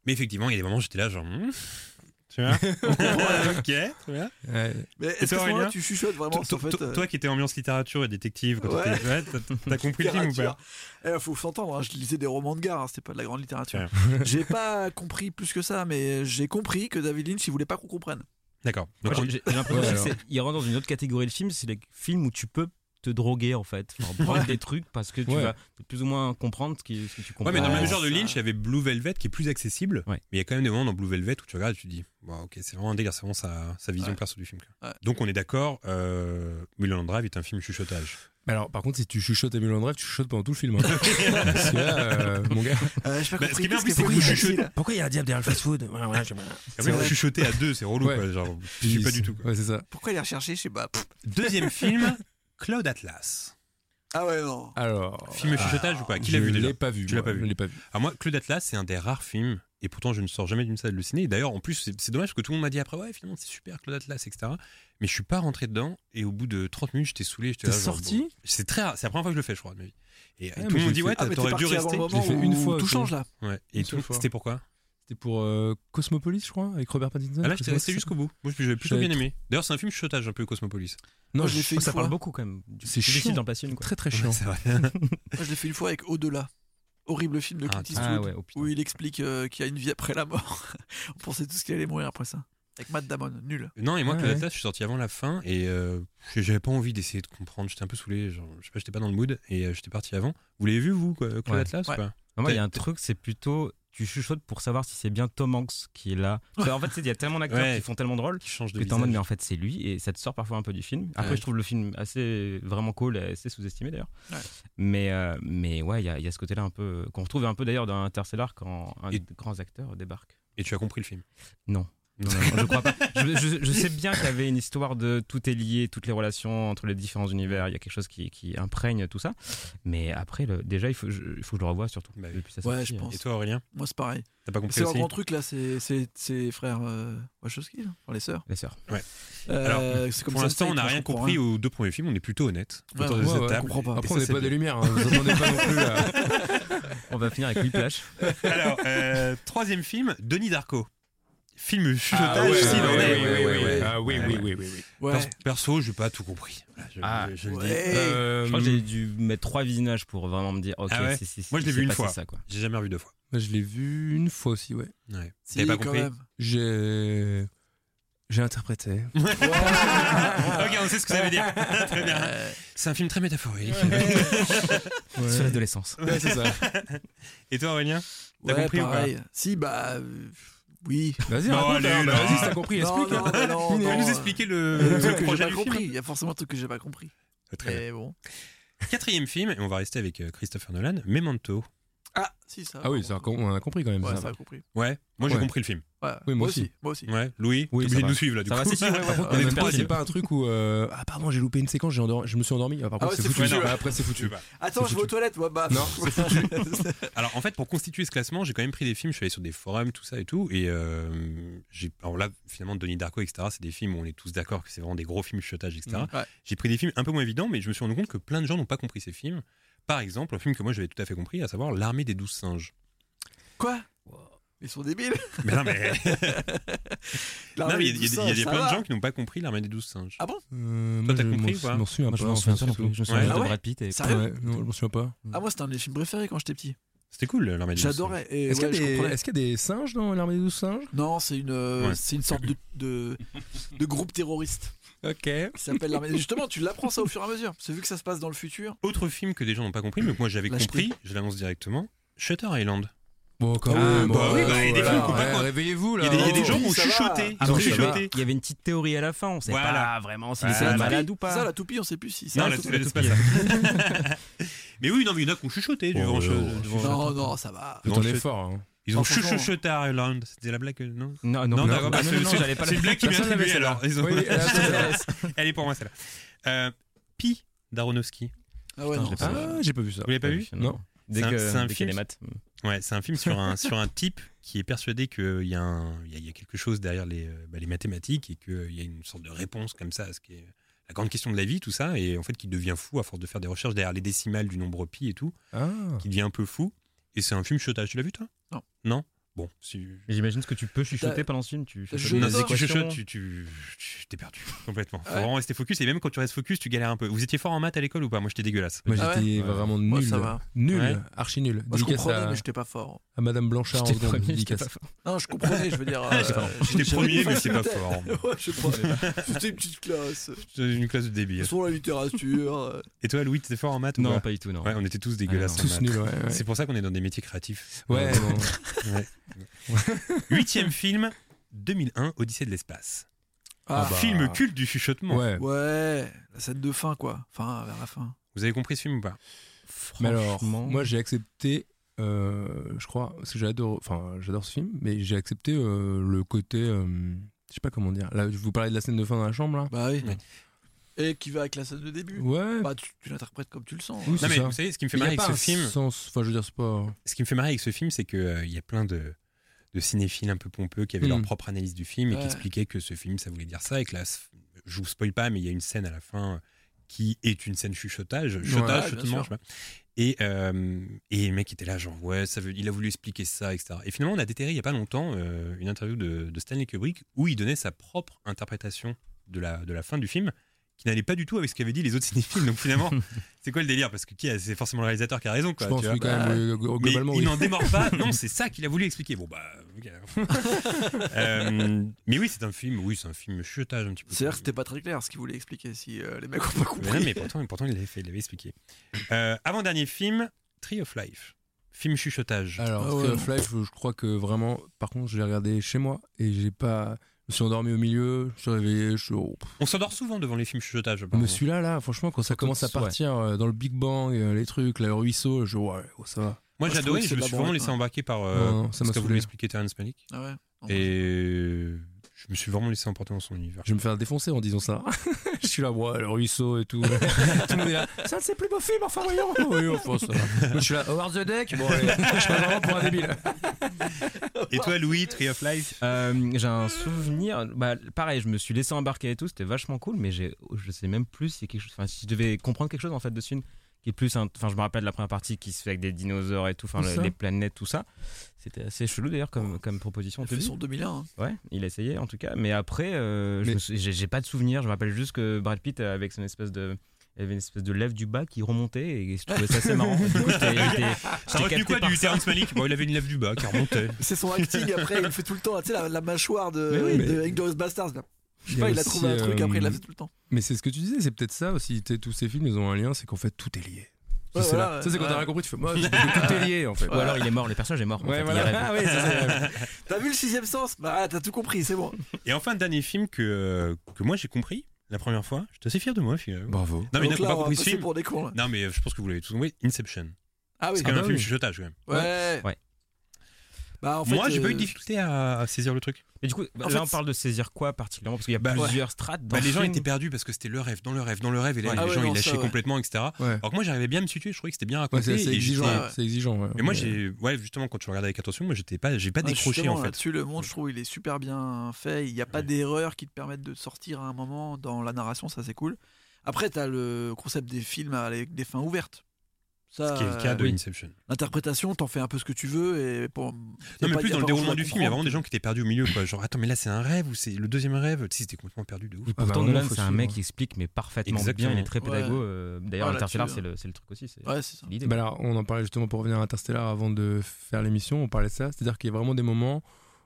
Speaker 4: Mais effectivement, il y a des moments où j'étais là, genre. hmm, Tu vois Ok, très bien.
Speaker 5: Ouais.
Speaker 1: Mais
Speaker 4: toi,
Speaker 1: est-ce qu'à ce moment-là,
Speaker 4: Aurélien
Speaker 1: tu chuchotes vraiment
Speaker 4: Toi-
Speaker 1: parce qu'en
Speaker 4: toi-
Speaker 1: fait,
Speaker 4: toi-
Speaker 1: euh,
Speaker 4: Toi qui étais ambiance littérature et détective, quand
Speaker 1: Ouais.
Speaker 4: t'étais- ouais, t'as- t'as compris le film ou
Speaker 1: littérature.
Speaker 4: pas
Speaker 1: Eh, faut s'entendre, hein, je lisais des romans de gare, hein, c'était pas de la grande littérature. j'ai pas compris plus que ça, mais j'ai compris que David Lynch, il voulait pas qu'on comprenne.
Speaker 4: D'accord.
Speaker 6: Moi,
Speaker 4: Donc,
Speaker 6: j'ai- J'ai j'ai l'impression
Speaker 5: Ouais,
Speaker 6: que
Speaker 5: alors.
Speaker 6: c'est- il rentre dans une autre catégorie de films, c'est les films où tu peux te droguer en fait, Enfin, prendre des trucs parce que tu
Speaker 5: Ouais.
Speaker 6: vas plus ou moins comprendre ce, qui- ce que tu comprends.
Speaker 4: Ouais, mais dans le même
Speaker 1: Ouais,
Speaker 4: genre de
Speaker 1: ça.
Speaker 4: Lynch, il y avait Blue Velvet qui est plus accessible.
Speaker 6: Ouais.
Speaker 4: Mais il y a quand même des moments dans Blue Velvet où tu regardes et tu te dis, Wow, ok, c'est vraiment un délire, c'est vraiment sa, sa vision
Speaker 1: Ouais.
Speaker 4: perso du film. quoi.
Speaker 1: Ouais.
Speaker 4: Donc on est d'accord, euh, Mulholland Drive est un film chuchotage.
Speaker 5: Mais Alors, par contre, si tu chuchotes à Mulholland Drive, tu chuchotes pendant tout le film. hein. Parce que là, euh, mon gars.
Speaker 1: Euh, j'ai pas
Speaker 4: Bah, ce qui est
Speaker 1: compris.
Speaker 4: bien, en plus,
Speaker 1: qu'est-ce qu'il
Speaker 4: c'est
Speaker 1: faut
Speaker 4: que vous
Speaker 1: dire,
Speaker 4: chuchotez.
Speaker 1: Cécile.
Speaker 5: Pourquoi il y a à dire derrière le fast-food
Speaker 4: Après,
Speaker 1: vrai.
Speaker 4: chuchoter à deux, c'est relou,
Speaker 5: Ouais.
Speaker 4: quoi. Genre, je suis pas du tout. quoi.
Speaker 5: Ouais, c'est ça.
Speaker 1: Pourquoi il est recherché Je sais pas. Pff.
Speaker 4: Deuxième film, Cloud Atlas.
Speaker 1: Ah ouais, non.
Speaker 5: Alors.
Speaker 4: Film chuchotage ou pas Qui l'a
Speaker 5: Oh je
Speaker 4: vu déjà
Speaker 5: l'ai pas vu.
Speaker 4: Tu l'as
Speaker 5: moi,
Speaker 4: pas vu.
Speaker 5: Je l'ai pas vu.
Speaker 4: Alors Ah, moi, Claude Atlas, c'est un des rares films, et pourtant je ne sors jamais d'une salle de ciné. Et D'ailleurs, en plus, c'est c'est dommage parce que tout le monde m'a dit après, ouais, finalement, c'est super, Claude Atlas, etc. Mais je suis pas rentré dedans, et au bout de 30 minutes, j'étais saoulé. j'étais là,
Speaker 5: T'es
Speaker 4: genre,
Speaker 5: sorti
Speaker 4: bon, C'est très rare, c'est la première fois que je le fais, je crois, de ma vie. Et, et tout
Speaker 5: Ah, mais
Speaker 4: le
Speaker 5: je
Speaker 4: monde dit,
Speaker 5: l'ai
Speaker 4: ouais, t'as-
Speaker 1: Ah, mais t'es
Speaker 4: t'aurais
Speaker 1: parti
Speaker 4: dû
Speaker 1: avant
Speaker 4: rester.
Speaker 1: le
Speaker 5: Je l'ai
Speaker 1: moment
Speaker 5: fait
Speaker 1: où
Speaker 5: une fois
Speaker 1: tout
Speaker 5: aussi.
Speaker 1: change là.
Speaker 4: Ouais, et
Speaker 5: Une seule
Speaker 4: tout,
Speaker 5: fois.
Speaker 4: c'était pourquoi
Speaker 5: C'était pour euh, Cosmopolis, je crois, avec Robert Pattinson.
Speaker 4: Ah Là, j'étais resté
Speaker 5: C'est ça
Speaker 4: jusqu'au bout. Moi, j'avais plutôt
Speaker 5: J'avais
Speaker 4: bien aimé. D'ailleurs, c'est un film chuchotage un peu Cosmopolis.
Speaker 5: Non,
Speaker 1: Moi, je l'ai
Speaker 5: je-
Speaker 1: fait une
Speaker 6: ça parle
Speaker 1: fois.
Speaker 6: beaucoup quand même. Tu-
Speaker 5: C'est
Speaker 6: tu décides
Speaker 5: chiant.
Speaker 6: d'en passionner, quoi.
Speaker 5: Très très chiant.
Speaker 4: C'est vrai.
Speaker 1: Moi, je l'ai fait une fois avec Au-delà. Horrible film de Clint
Speaker 4: Ah,
Speaker 1: Eastwood.
Speaker 6: Ah ouais, oh putain.
Speaker 1: Où il explique euh, qu'il y a une vie après la mort. On pensait tous qu'il allait mourir après ça. Avec Matt Damon, nul.
Speaker 4: Non, et moi,
Speaker 5: Ouais,
Speaker 4: Claude
Speaker 5: ouais.
Speaker 4: Atlas, je suis sorti avant la fin et euh, j'avais pas envie d'essayer de comprendre. J'étais un peu saoulé. Genre, je sais pas, j'étais pas dans le mood et euh, j'étais parti avant. Vous l'avez vu, vous, quoi, Claude
Speaker 6: Ouais.
Speaker 4: Atlas ou
Speaker 1: Ouais.
Speaker 4: pas
Speaker 6: Non, Moi, il y a un
Speaker 4: T'as-
Speaker 6: truc, c'est plutôt tu chuchotes pour savoir si c'est bien Tom Hanks qui est là. Enfin, en fait, c'est- il y a tellement d'acteurs
Speaker 4: Ouais.
Speaker 6: qui font tellement drôle
Speaker 4: Qui change de
Speaker 6: que t'es en mode,
Speaker 4: visage.
Speaker 6: mais en fait, c'est lui et ça te sort parfois un peu du film. Après,
Speaker 4: Ouais.
Speaker 6: je trouve le film assez vraiment cool, et assez sous-estimé d'ailleurs.
Speaker 1: Ouais.
Speaker 6: Mais, euh, mais ouais, il y, a- il y a ce côté-là un peu qu'on retrouve un peu d'ailleurs dans Interstellar quand un
Speaker 4: Et-
Speaker 6: des grands acteurs débarque.
Speaker 4: Et tu as compris le film
Speaker 6: Non.
Speaker 4: Non.
Speaker 6: je crois pas. Je, je- je sais bien qu'il y avait une histoire de tout est lié, toutes les relations entre les différents univers. Il y a quelque chose qui, qui imprègne tout ça. Mais après, le- déjà, il faut, je- il faut que je le revoie surtout.
Speaker 4: Bah oui.
Speaker 6: depuis sa
Speaker 1: Ouais,
Speaker 6: sortie.
Speaker 1: je pense.
Speaker 4: Et toi, Aurélien
Speaker 1: Moi, c'est pareil.
Speaker 4: T'as pas compris
Speaker 1: C'est leur
Speaker 4: aussi
Speaker 1: grand truc là, c'est c'est- c'est frères euh, Wachowski, là, enfin les sœurs.
Speaker 6: Les sœurs.
Speaker 1: Euh, c'est comme
Speaker 4: Pour
Speaker 1: ça,
Speaker 4: l'instant,
Speaker 1: ça,
Speaker 4: on n'a
Speaker 1: moi, je
Speaker 4: rien
Speaker 1: comprends
Speaker 4: compris
Speaker 1: rien.
Speaker 4: aux deux premiers films. On est plutôt honnête.
Speaker 1: Ouais,
Speaker 4: autour de
Speaker 5: ouais,
Speaker 4: cette
Speaker 5: ouais,
Speaker 1: Je
Speaker 4: table.
Speaker 1: comprends pas.
Speaker 5: Après,
Speaker 4: Et
Speaker 5: on
Speaker 4: ça,
Speaker 5: n'est
Speaker 4: c'est
Speaker 5: pas des
Speaker 4: bien.
Speaker 5: lumières, hein, vous entendez pas non plus. là.
Speaker 6: On va finir avec Whiplash.
Speaker 4: Alors, euh, troisième film, Denis Darko. Film chuchotage,
Speaker 5: Ah ouais,
Speaker 4: s'il
Speaker 5: ouais,
Speaker 4: en
Speaker 5: ouais,
Speaker 4: est.
Speaker 5: ouais, ouais, ouais.
Speaker 4: Ah oui, oui, oui.
Speaker 1: Ouais.
Speaker 4: Pers- Perso, j'ai pas tout compris. Voilà, je,
Speaker 6: Ah,
Speaker 4: je- je le dis.
Speaker 1: Ouais.
Speaker 5: Euh,
Speaker 6: Je crois que j'ai dû mettre trois visionnages pour vraiment me dire ok,
Speaker 4: Ah ouais
Speaker 6: si, si, si,
Speaker 4: Moi, je l'ai
Speaker 6: c'est
Speaker 4: vu une
Speaker 6: passé
Speaker 4: fois.
Speaker 6: Ça, quoi.
Speaker 4: J'ai jamais revu deux fois.
Speaker 5: moi, je l'ai vu une fois aussi, ouais.
Speaker 4: Ouais.
Speaker 1: Si,
Speaker 4: T'avais pas
Speaker 1: quand
Speaker 4: compris
Speaker 1: même.
Speaker 5: J'ai. J'ai interprété.
Speaker 4: Ok, on sait ce que ça veut dire. très bien.
Speaker 1: Euh,
Speaker 4: C'est un film très métaphorique.
Speaker 6: Sur l'adolescence.
Speaker 5: Ouais, c'est ça.
Speaker 4: Et toi, Aurélien T'as
Speaker 1: ouais,
Speaker 4: compris ou pas
Speaker 1: pareil. Si, bah. euh, Oui.
Speaker 5: Vas-y,
Speaker 4: Non,
Speaker 5: raconte,
Speaker 4: allez,
Speaker 5: alors, bah,
Speaker 4: là.
Speaker 5: vas-y, si t'as compris,
Speaker 1: Non,
Speaker 5: explique. hein.
Speaker 1: non, mais non,
Speaker 4: Tu
Speaker 1: non,
Speaker 4: peux hein. nous
Speaker 1: euh,
Speaker 4: expliquer le, le
Speaker 1: le truc que j'ai
Speaker 4: projet
Speaker 1: pas
Speaker 4: du
Speaker 1: compris. Eh,
Speaker 4: film
Speaker 1: Il y a forcément un truc que j'ai pas compris.
Speaker 4: Très bien.
Speaker 1: Mais bon.
Speaker 4: Quatrième film, et on va rester avec euh, Christopher Nolan, Memento.
Speaker 1: Ah, si, ça.
Speaker 5: Ah oui, ça, on a compris quand même.
Speaker 1: Ouais,
Speaker 5: ça.
Speaker 1: ça a compris.
Speaker 4: Ouais, moi j'ai
Speaker 5: Ouais.
Speaker 4: compris le film.
Speaker 1: Ouais,
Speaker 5: Oui, moi aussi.
Speaker 1: Moi aussi.
Speaker 4: Ouais, Louis,
Speaker 6: Oui,
Speaker 4: t'es obligé
Speaker 6: ça
Speaker 4: de
Speaker 6: va.
Speaker 4: nous suivre là du
Speaker 6: Ça va,
Speaker 4: coup.
Speaker 6: si, si, ouais, ouais.
Speaker 5: Par contre,
Speaker 1: Ouais,
Speaker 5: on
Speaker 4: on est
Speaker 5: aime
Speaker 4: trois,
Speaker 5: pas, c'est
Speaker 4: c'est-
Speaker 5: pas un truc où. euh, Ah, pardon, j'ai loupé une séquence, j'ai endormi- je me suis endormi. Ah, par
Speaker 1: Ah
Speaker 5: contre,
Speaker 1: ouais,
Speaker 5: c'est
Speaker 1: c'est
Speaker 5: foutu.
Speaker 4: foutu.
Speaker 5: Bah, après, c'est
Speaker 4: Tu
Speaker 5: foutu.
Speaker 4: vas.
Speaker 1: Attends,
Speaker 5: C'est
Speaker 1: je vais aux
Speaker 5: foutu.
Speaker 1: toilettes, moi, bah.
Speaker 5: Non, c'est foutu.
Speaker 4: Alors en fait, pour constituer ce classement, j'ai quand même pris des films, je suis allé sur des forums, tout ça et tout. Et euh, j'ai- alors là, finalement, Denis Darko, etc., c'est des films où on est tous d'accord que c'est vraiment des gros films chuchotage, etc.
Speaker 1: Ouais.
Speaker 4: J'ai pris des films un peu moins évidents, mais je me suis rendu compte que plein de gens n'ont pas compris ces films. Par exemple, un film que moi j'avais tout à fait compris, à savoir L'Armée des Douze Singes.
Speaker 1: Quoi Ils sont débiles.
Speaker 4: Mais non, mais Non, mais il y a- il y a, il y a des- plein de gens qui n'ont pas compris L'Armée des Douze Singes.
Speaker 5: Euh,
Speaker 4: Toi,
Speaker 5: moi,
Speaker 4: t'as
Speaker 5: je
Speaker 4: compris
Speaker 5: m'en-
Speaker 4: ou pas
Speaker 5: Je m'en souviens
Speaker 6: Moi,
Speaker 5: pas.
Speaker 6: je m'en
Speaker 5: en
Speaker 6: souviens
Speaker 5: fait,
Speaker 6: plus non
Speaker 5: c'est
Speaker 6: plus. Je me souviens
Speaker 4: Ouais.
Speaker 6: juste
Speaker 1: Ah
Speaker 6: de
Speaker 1: ouais
Speaker 6: Brad Pitt. Et...
Speaker 5: tout.
Speaker 1: Sérieux
Speaker 5: Ouais, non, je m'en souviens pas.
Speaker 1: Ah, moi, c'était un de mes films préférés quand j'étais petit.
Speaker 4: C'était cool, L'Armée des Douze Singes.
Speaker 1: J'adorais. et
Speaker 5: Est-ce
Speaker 1: ouais,
Speaker 5: qu'il
Speaker 1: je
Speaker 5: y, a des-
Speaker 1: comprenais.
Speaker 5: est-ce qu'il y a des singes dans l'armée des douze singes
Speaker 1: Non, c'est une, euh,
Speaker 4: Ouais.
Speaker 1: c'est une sorte de, de, de groupe terroriste
Speaker 5: Ok.
Speaker 1: qui s'appelle l'armée. Justement, tu l'apprends ça au fur et à mesure. C'est vu que ça se passe dans le futur.
Speaker 4: Autre film que des gens n'ont pas compris, mais que moi j'avais
Speaker 1: Lâcheté.
Speaker 4: compris, je l'annonce directement Shutter Island.
Speaker 5: Bon, quand
Speaker 1: Ah,
Speaker 5: même.
Speaker 1: bah
Speaker 5: bon,
Speaker 1: oui,
Speaker 5: euh,
Speaker 1: bah, il y a des
Speaker 5: voilà,
Speaker 1: films qu'on
Speaker 4: peut
Speaker 5: ouais,
Speaker 4: pas-
Speaker 5: Réveillez-vous
Speaker 4: Il
Speaker 5: là.
Speaker 4: y a des, il y a des
Speaker 1: oui,
Speaker 4: gens qui ont
Speaker 1: ça va.
Speaker 4: chuchoté. Ils
Speaker 1: Après,
Speaker 4: ont
Speaker 5: ça
Speaker 4: chuchoté.
Speaker 6: Il y avait une petite théorie à la fin, on sait
Speaker 4: Voilà.
Speaker 6: pas vraiment si
Speaker 4: Ouais.
Speaker 6: c'est
Speaker 4: Ah,
Speaker 6: un
Speaker 4: la
Speaker 6: malade ou
Speaker 1: C'est ça,
Speaker 6: pas.
Speaker 1: la toupie, on sait plus si c'est
Speaker 4: Non,
Speaker 1: un
Speaker 4: la
Speaker 1: toupie.
Speaker 4: la- c'est pas ça. Mais oui, non, mais il y en a qui ont chuchoté
Speaker 5: Oh,
Speaker 4: devant
Speaker 5: oh,
Speaker 4: che-
Speaker 5: oh,
Speaker 4: devant-
Speaker 1: Non, non, ça va.
Speaker 4: Non,
Speaker 5: T'en
Speaker 4: je-
Speaker 5: es fort. hein.
Speaker 4: Ils ont
Speaker 1: Ah, franchement.
Speaker 4: chuchoté Shutter Island. C'était la blague, euh, non
Speaker 6: Non, non,
Speaker 4: d'accord,
Speaker 6: non,
Speaker 4: parce
Speaker 6: non,
Speaker 4: que
Speaker 6: non, non, j'allais pas
Speaker 4: C'est
Speaker 6: la hein.
Speaker 4: une blague qui m'est
Speaker 5: Personne l'avait,
Speaker 4: attribuée
Speaker 5: celle-là.
Speaker 4: alors. Ils ont-
Speaker 5: Oui, elle a-
Speaker 4: Elle est pour moi celle-là. Euh, Pi d'Aronofsky.
Speaker 1: Ah ouais,
Speaker 6: Putain,
Speaker 1: non,
Speaker 6: je l'ai
Speaker 1: ça
Speaker 6: pas
Speaker 1: va.
Speaker 5: Ah, j'ai pas vu ça.
Speaker 4: Vous l'avez pas vu
Speaker 6: Non. Dès
Speaker 4: C'est un- c'est un
Speaker 6: que dès qu'il
Speaker 4: film-
Speaker 6: y a des maths.
Speaker 4: Ouais, c'est un film sur un, sur un type qui est persuadé qu'il y, a un- il y a- il y a quelque chose derrière les, euh, bah, les mathématiques et qu'il y a une sorte de réponse comme ça à ce qui est la grande question de la vie, tout ça, et en fait qui devient fou à force de faire des recherches derrière les décimales du nombre pi et tout,
Speaker 5: Ah.
Speaker 4: qui devient un peu fou. Et c'est un film chutage, tu l'as vu toi
Speaker 1: Non.
Speaker 4: Non Bon, si.
Speaker 6: Et J'imagine ce que tu peux chuchoter
Speaker 1: T'as-
Speaker 6: pendant ce film. Tu chuchotes
Speaker 1: Je
Speaker 6: des
Speaker 4: Non,
Speaker 1: note-
Speaker 4: si tu
Speaker 6: équations.
Speaker 4: chuchotes, tu, tu, tu- t'es perdu complètement. Faut
Speaker 1: Ouais.
Speaker 4: vraiment rester focus et même quand tu restes focus, tu galères un peu. Vous étiez fort en maths à l'école ou pas Moi, j'étais dégueulasse.
Speaker 5: Moi
Speaker 1: Ah ouais
Speaker 5: j'étais vraiment nul.
Speaker 1: Moi, ça va.
Speaker 5: Nul,
Speaker 4: Ouais.
Speaker 5: archi nul.
Speaker 1: Moi, je
Speaker 5: Dédicace
Speaker 1: comprenais,
Speaker 5: à,
Speaker 1: mais j'étais pas fort.
Speaker 5: à Madame Blanchard en
Speaker 6: J'étais
Speaker 5: seconde,
Speaker 6: premier, j'étais
Speaker 5: dédicace.
Speaker 6: pas fort.
Speaker 1: Non, je comprenais, je veux dire. euh,
Speaker 4: J'étais
Speaker 1: j'avais
Speaker 4: premier,
Speaker 1: une
Speaker 4: mais c'est pas
Speaker 1: faculté.
Speaker 4: fort.
Speaker 1: Ouais, je comprenais. C'était une petite classe.
Speaker 4: J'étais une classe de débile.
Speaker 1: Sur la littérature. euh.
Speaker 4: Et toi, Louis, t'étais fort en maths ou
Speaker 6: Non,
Speaker 4: pas
Speaker 6: pas du tout, non.
Speaker 4: Ouais, on était tous dégueulasses.
Speaker 6: Ah,
Speaker 4: en
Speaker 5: Tous
Speaker 4: maths.
Speaker 5: nuls, ouais. ouais.
Speaker 4: C'est pour ça qu'on est dans des métiers créatifs.
Speaker 5: Ouais,
Speaker 4: Vraiment.
Speaker 5: non.
Speaker 4: Huitième film, 2001, Odyssée de l'espace.
Speaker 1: Ah,
Speaker 4: Un Film culte du chuchotement.
Speaker 5: bah. Ouais.
Speaker 1: Ouais, la scène de fin, quoi. Enfin, vers la fin.
Speaker 4: Vous avez compris ce film ou pas
Speaker 5: Mais alors,
Speaker 6: Franchement.
Speaker 5: moi j'ai accepté, euh, je crois, parce que j'adore, enfin j'adore ce film, mais j'ai accepté euh, le côté, euh, je sais pas comment dire. Là, je vous parlais de la scène de fin dans la chambre là.
Speaker 1: Bah oui.
Speaker 4: Ouais.
Speaker 1: Et qui va avec la scène de début.
Speaker 5: Ouais.
Speaker 1: Bah, tu, tu l'interprètes comme tu le sens. hein.
Speaker 5: oui,
Speaker 4: Non
Speaker 5: c'est
Speaker 4: mais
Speaker 5: ça.
Speaker 4: vous savez, ce qui me fait
Speaker 5: Mais y a
Speaker 4: marrer avec
Speaker 5: pas
Speaker 4: ce
Speaker 5: un
Speaker 4: film,
Speaker 5: sens- Enfin, je veux dire, c'est pas.
Speaker 4: ce qui me fait marrer avec ce film, c'est que euh, il y a plein de de cinéphiles un peu pompeux qui avaient
Speaker 5: Mm.
Speaker 4: leur propre analyse du film et
Speaker 1: Ouais.
Speaker 4: qui expliquaient que ce film ça voulait dire ça et que là s- je vous spoil pas mais il y a une scène à la fin euh, qui est une scène chuchotage chuchotage
Speaker 1: Ouais, bien
Speaker 4: chuchotement
Speaker 1: sûr.
Speaker 4: je sais pas. et euh, et le mec était là genre ouais ça veut, il a voulu expliquer ça etc et finalement on a déterré il y a pas longtemps euh, une interview de, de Stanley Kubrick où il donnait sa propre interprétation de la de la fin du film qui n'allait pas du tout avec ce qu'avaient dit les autres cinéphiles donc finalement c'est quoi le délire parce que qui a- c'est forcément le réalisateur qui a raison
Speaker 5: Je
Speaker 4: quoi, Bah, tu
Speaker 5: pense
Speaker 4: vois.
Speaker 5: oui, quand même, euh,
Speaker 4: Mais
Speaker 5: globalement.
Speaker 4: il
Speaker 5: oui.
Speaker 4: n'en démord pas. Non, c'est ça qu'il a voulu expliquer. Bon bah. ok. Euh, mais oui, c'est un film. Oui, c'est un film chutage un petit peu.
Speaker 1: C'est-à-dire que c'était pas très clair ce qu'il voulait expliquer si euh, les mecs ont pas
Speaker 4: Mais
Speaker 1: compris.
Speaker 4: non, mais pourtant, pourtant il l'avait fait, il l'avait expliqué. Euh, avant dernier film, Tree of Life, film chuchotage.
Speaker 5: Alors,
Speaker 1: Ah
Speaker 5: Tree
Speaker 1: ouais.
Speaker 5: of Life, je crois que vraiment, par contre, je l'ai regardé chez moi et j'ai pas. Je me suis endormi au milieu, je me suis réveillé, je suis. oh, pff.
Speaker 4: On s'endort souvent devant les films chuchotage.
Speaker 5: Mais celui-là, là, franchement, quand ça commence à
Speaker 6: ouais.
Speaker 5: partir euh, dans le Big Bang, euh, les trucs, là, le ruisseau, je. Ouais, oh, ça va.
Speaker 4: Moi,
Speaker 1: Moi, je
Speaker 4: j'adorais.
Speaker 1: trouvais que
Speaker 4: Je,
Speaker 1: c'est
Speaker 4: me
Speaker 1: de
Speaker 4: suis
Speaker 1: la
Speaker 4: vraiment
Speaker 1: branlette,
Speaker 4: laissé
Speaker 1: ouais.
Speaker 4: embarquer par
Speaker 5: Non,
Speaker 4: euh,
Speaker 5: non, ça
Speaker 4: ce
Speaker 5: m'a
Speaker 4: qu'a voulu
Speaker 5: saoulé.
Speaker 4: expliquer Terrence Malick.
Speaker 1: Ah ouais. Non, moi,
Speaker 4: Et je me suis vraiment laissé emporter dans son univers.
Speaker 5: Je vais me faire défoncer en disant ça. je suis là, ouais, le ruisseau et tout. tout le monde est là, c'est un de ses plus beaux films, enfin voyons. Oui, enfin, ça va. Moi, je suis là, Howard the Deck. Bon, allez, je suis vraiment pour un débile.
Speaker 4: Et toi, Louis, Tree of Life.
Speaker 6: Euh, j'ai un souvenir, bah, pareil, je me suis laissé embarquer et tout, c'était vachement cool, mais j'ai, je sais même plus si, quelque chose, enfin, si je devais comprendre quelque chose en fait de ce film, qui est plus, un- enfin, je me rappelle la première partie qui se fait avec des dinosaures et tout, enfin,
Speaker 5: C'est
Speaker 6: le-
Speaker 5: ça.
Speaker 6: les planètes, tout ça. C'était assez chelou d'ailleurs comme, comme proposition. on
Speaker 1: j'ai
Speaker 6: te
Speaker 1: fait
Speaker 6: dit.
Speaker 1: son 2001. hein.
Speaker 6: Ouais, il a essayé en tout cas, mais après, euh, je
Speaker 5: Mais-
Speaker 6: me sou- j'ai, j'ai pas de souvenir, je me rappelle juste que Brad Pitt euh, avec son espèce de il avait une espèce de lèvre du bas qui remontait et je trouvais ça assez marrant. Du coup, j'étais, j'étais-
Speaker 4: T'as
Speaker 6: j'étais
Speaker 4: retenu
Speaker 6: capté
Speaker 4: quoi
Speaker 6: par
Speaker 4: du
Speaker 6: ça.
Speaker 4: Terrence Malick Bon, il avait une lèvre du bas qui remontait.
Speaker 1: C'est son acting après, il fait tout le temps, tu sais, la, la mâchoire de,
Speaker 5: Mais oui, mais-
Speaker 1: de Inglourious Basterds. là. Je sais
Speaker 5: Il y a
Speaker 1: pas, il a
Speaker 5: aussi,
Speaker 1: trouvé un truc,
Speaker 5: euh,
Speaker 1: après il l'a fait tout le temps.
Speaker 5: Mais c'est ce que tu disais, c'est peut-être ça aussi. tu sais, Tous ces films, ils ont un lien, c'est qu'en fait, tout est lié. Ça,
Speaker 1: Ouais,
Speaker 5: c'est
Speaker 1: voilà,
Speaker 5: là.
Speaker 1: ouais.
Speaker 5: Ça, c'est quand
Speaker 1: Ouais.
Speaker 5: t'as rien compris, tu fais, moi, c'est que tout est lié en fait.
Speaker 6: Ou alors il est mort, le personnage est mort. en fait,
Speaker 5: Ouais,
Speaker 6: il rêve.
Speaker 5: voilà. Ah, oui, ça, c'est-
Speaker 1: T'as vu le sixième sens Bah, t'as tout compris, c'est bon.
Speaker 4: Et enfin, le dernier film que, euh, que moi j'ai compris la première fois, j'étais assez fier de moi finalement.
Speaker 5: Bravo.
Speaker 4: Non, mais il y en a
Speaker 1: Donc
Speaker 4: qui ont
Speaker 1: là,
Speaker 4: pas
Speaker 1: on va
Speaker 4: compris ce
Speaker 1: passer
Speaker 4: film.
Speaker 1: pour des cons. là.
Speaker 4: Non, mais euh, je pense que vous l'avez tous compris. Inception.
Speaker 1: Ah oui,
Speaker 4: C'est quand même
Speaker 5: bah
Speaker 4: un film
Speaker 5: oui.
Speaker 4: chuchotage quand même.
Speaker 1: ouais.
Speaker 6: Ouais.
Speaker 1: Bah, en fait,
Speaker 4: moi, j'ai pas eu
Speaker 1: euh,
Speaker 4: de difficulté à, à saisir le truc.
Speaker 6: Mais du coup,
Speaker 1: En
Speaker 6: là
Speaker 1: fait,
Speaker 6: on parle de saisir quoi particulièrement Parce qu'il y a
Speaker 4: Bah,
Speaker 6: plusieurs strates dans
Speaker 4: Bah, les
Speaker 6: le
Speaker 4: gens
Speaker 6: film.
Speaker 4: étaient perdus parce que c'était le rêve, dans le rêve, dans le rêve, et là,
Speaker 1: Ouais.
Speaker 4: les
Speaker 1: Ah ouais,
Speaker 4: gens
Speaker 1: non,
Speaker 4: ils
Speaker 1: ça,
Speaker 4: lâchaient
Speaker 1: ouais.
Speaker 4: complètement, etc.
Speaker 5: Ouais.
Speaker 4: Alors que moi, j'arrivais bien à me situer, je trouvais que c'était bien
Speaker 5: Ouais,
Speaker 4: raconté.
Speaker 5: c'est assez
Speaker 4: et
Speaker 5: exigeant.
Speaker 4: j'étais-
Speaker 1: ouais.
Speaker 5: C'est exigeant. ouais.
Speaker 4: Mais moi, j'ai, ouais, justement, quand tu regardais avec attention, moi, j'étais pas, j'ai pas
Speaker 1: Ouais,
Speaker 4: décroché
Speaker 1: justement,
Speaker 4: en fait.
Speaker 1: Là-dessus, le monde, je trouve, il est super bien fait. Il n'y a pas
Speaker 4: Ouais.
Speaker 1: d'erreurs qui te permettent de te sortir à un moment dans la narration, ça c'est cool. Après, t'as le concept des films avec des fins ouvertes. Ça,
Speaker 4: Ce qui est le cas de
Speaker 1: euh,
Speaker 4: Inception.
Speaker 1: L'interprétation, t'en fais un peu ce que tu veux. Et pour...
Speaker 4: Non,
Speaker 1: y a
Speaker 4: mais
Speaker 1: pas-
Speaker 4: plus
Speaker 1: y a
Speaker 4: dans le
Speaker 1: pas grand-chose
Speaker 4: déroulement
Speaker 1: à
Speaker 4: du film, il y a
Speaker 1: comprendre.
Speaker 4: vraiment des gens qui étaient perdus au milieu, quoi. Genre, attends, mais là, c'est un rêve ou c'est le deuxième rêve Tu sais, c'était complètement perdu de ouf.
Speaker 6: Et
Speaker 5: Ah bah,
Speaker 6: pourtant,
Speaker 5: vraiment,
Speaker 6: Nolan,
Speaker 5: faut
Speaker 6: c'est un
Speaker 5: suivre.
Speaker 6: mec qui explique, mais parfaitement
Speaker 4: Exactement.
Speaker 6: bien, il est très pédago.
Speaker 1: Ouais.
Speaker 6: euh, D'ailleurs,
Speaker 1: Ouais,
Speaker 6: Interstellar,
Speaker 1: là-dessus,
Speaker 6: c'est le, c'est le truc aussi. C'est
Speaker 1: Ouais, c'est ça.
Speaker 6: c'est l'idée.
Speaker 5: Bah alors, on en parlait justement pour revenir à Interstellar avant de faire l'émission, on parlait de ça, c'est-à-dire qu'il y a vraiment des moments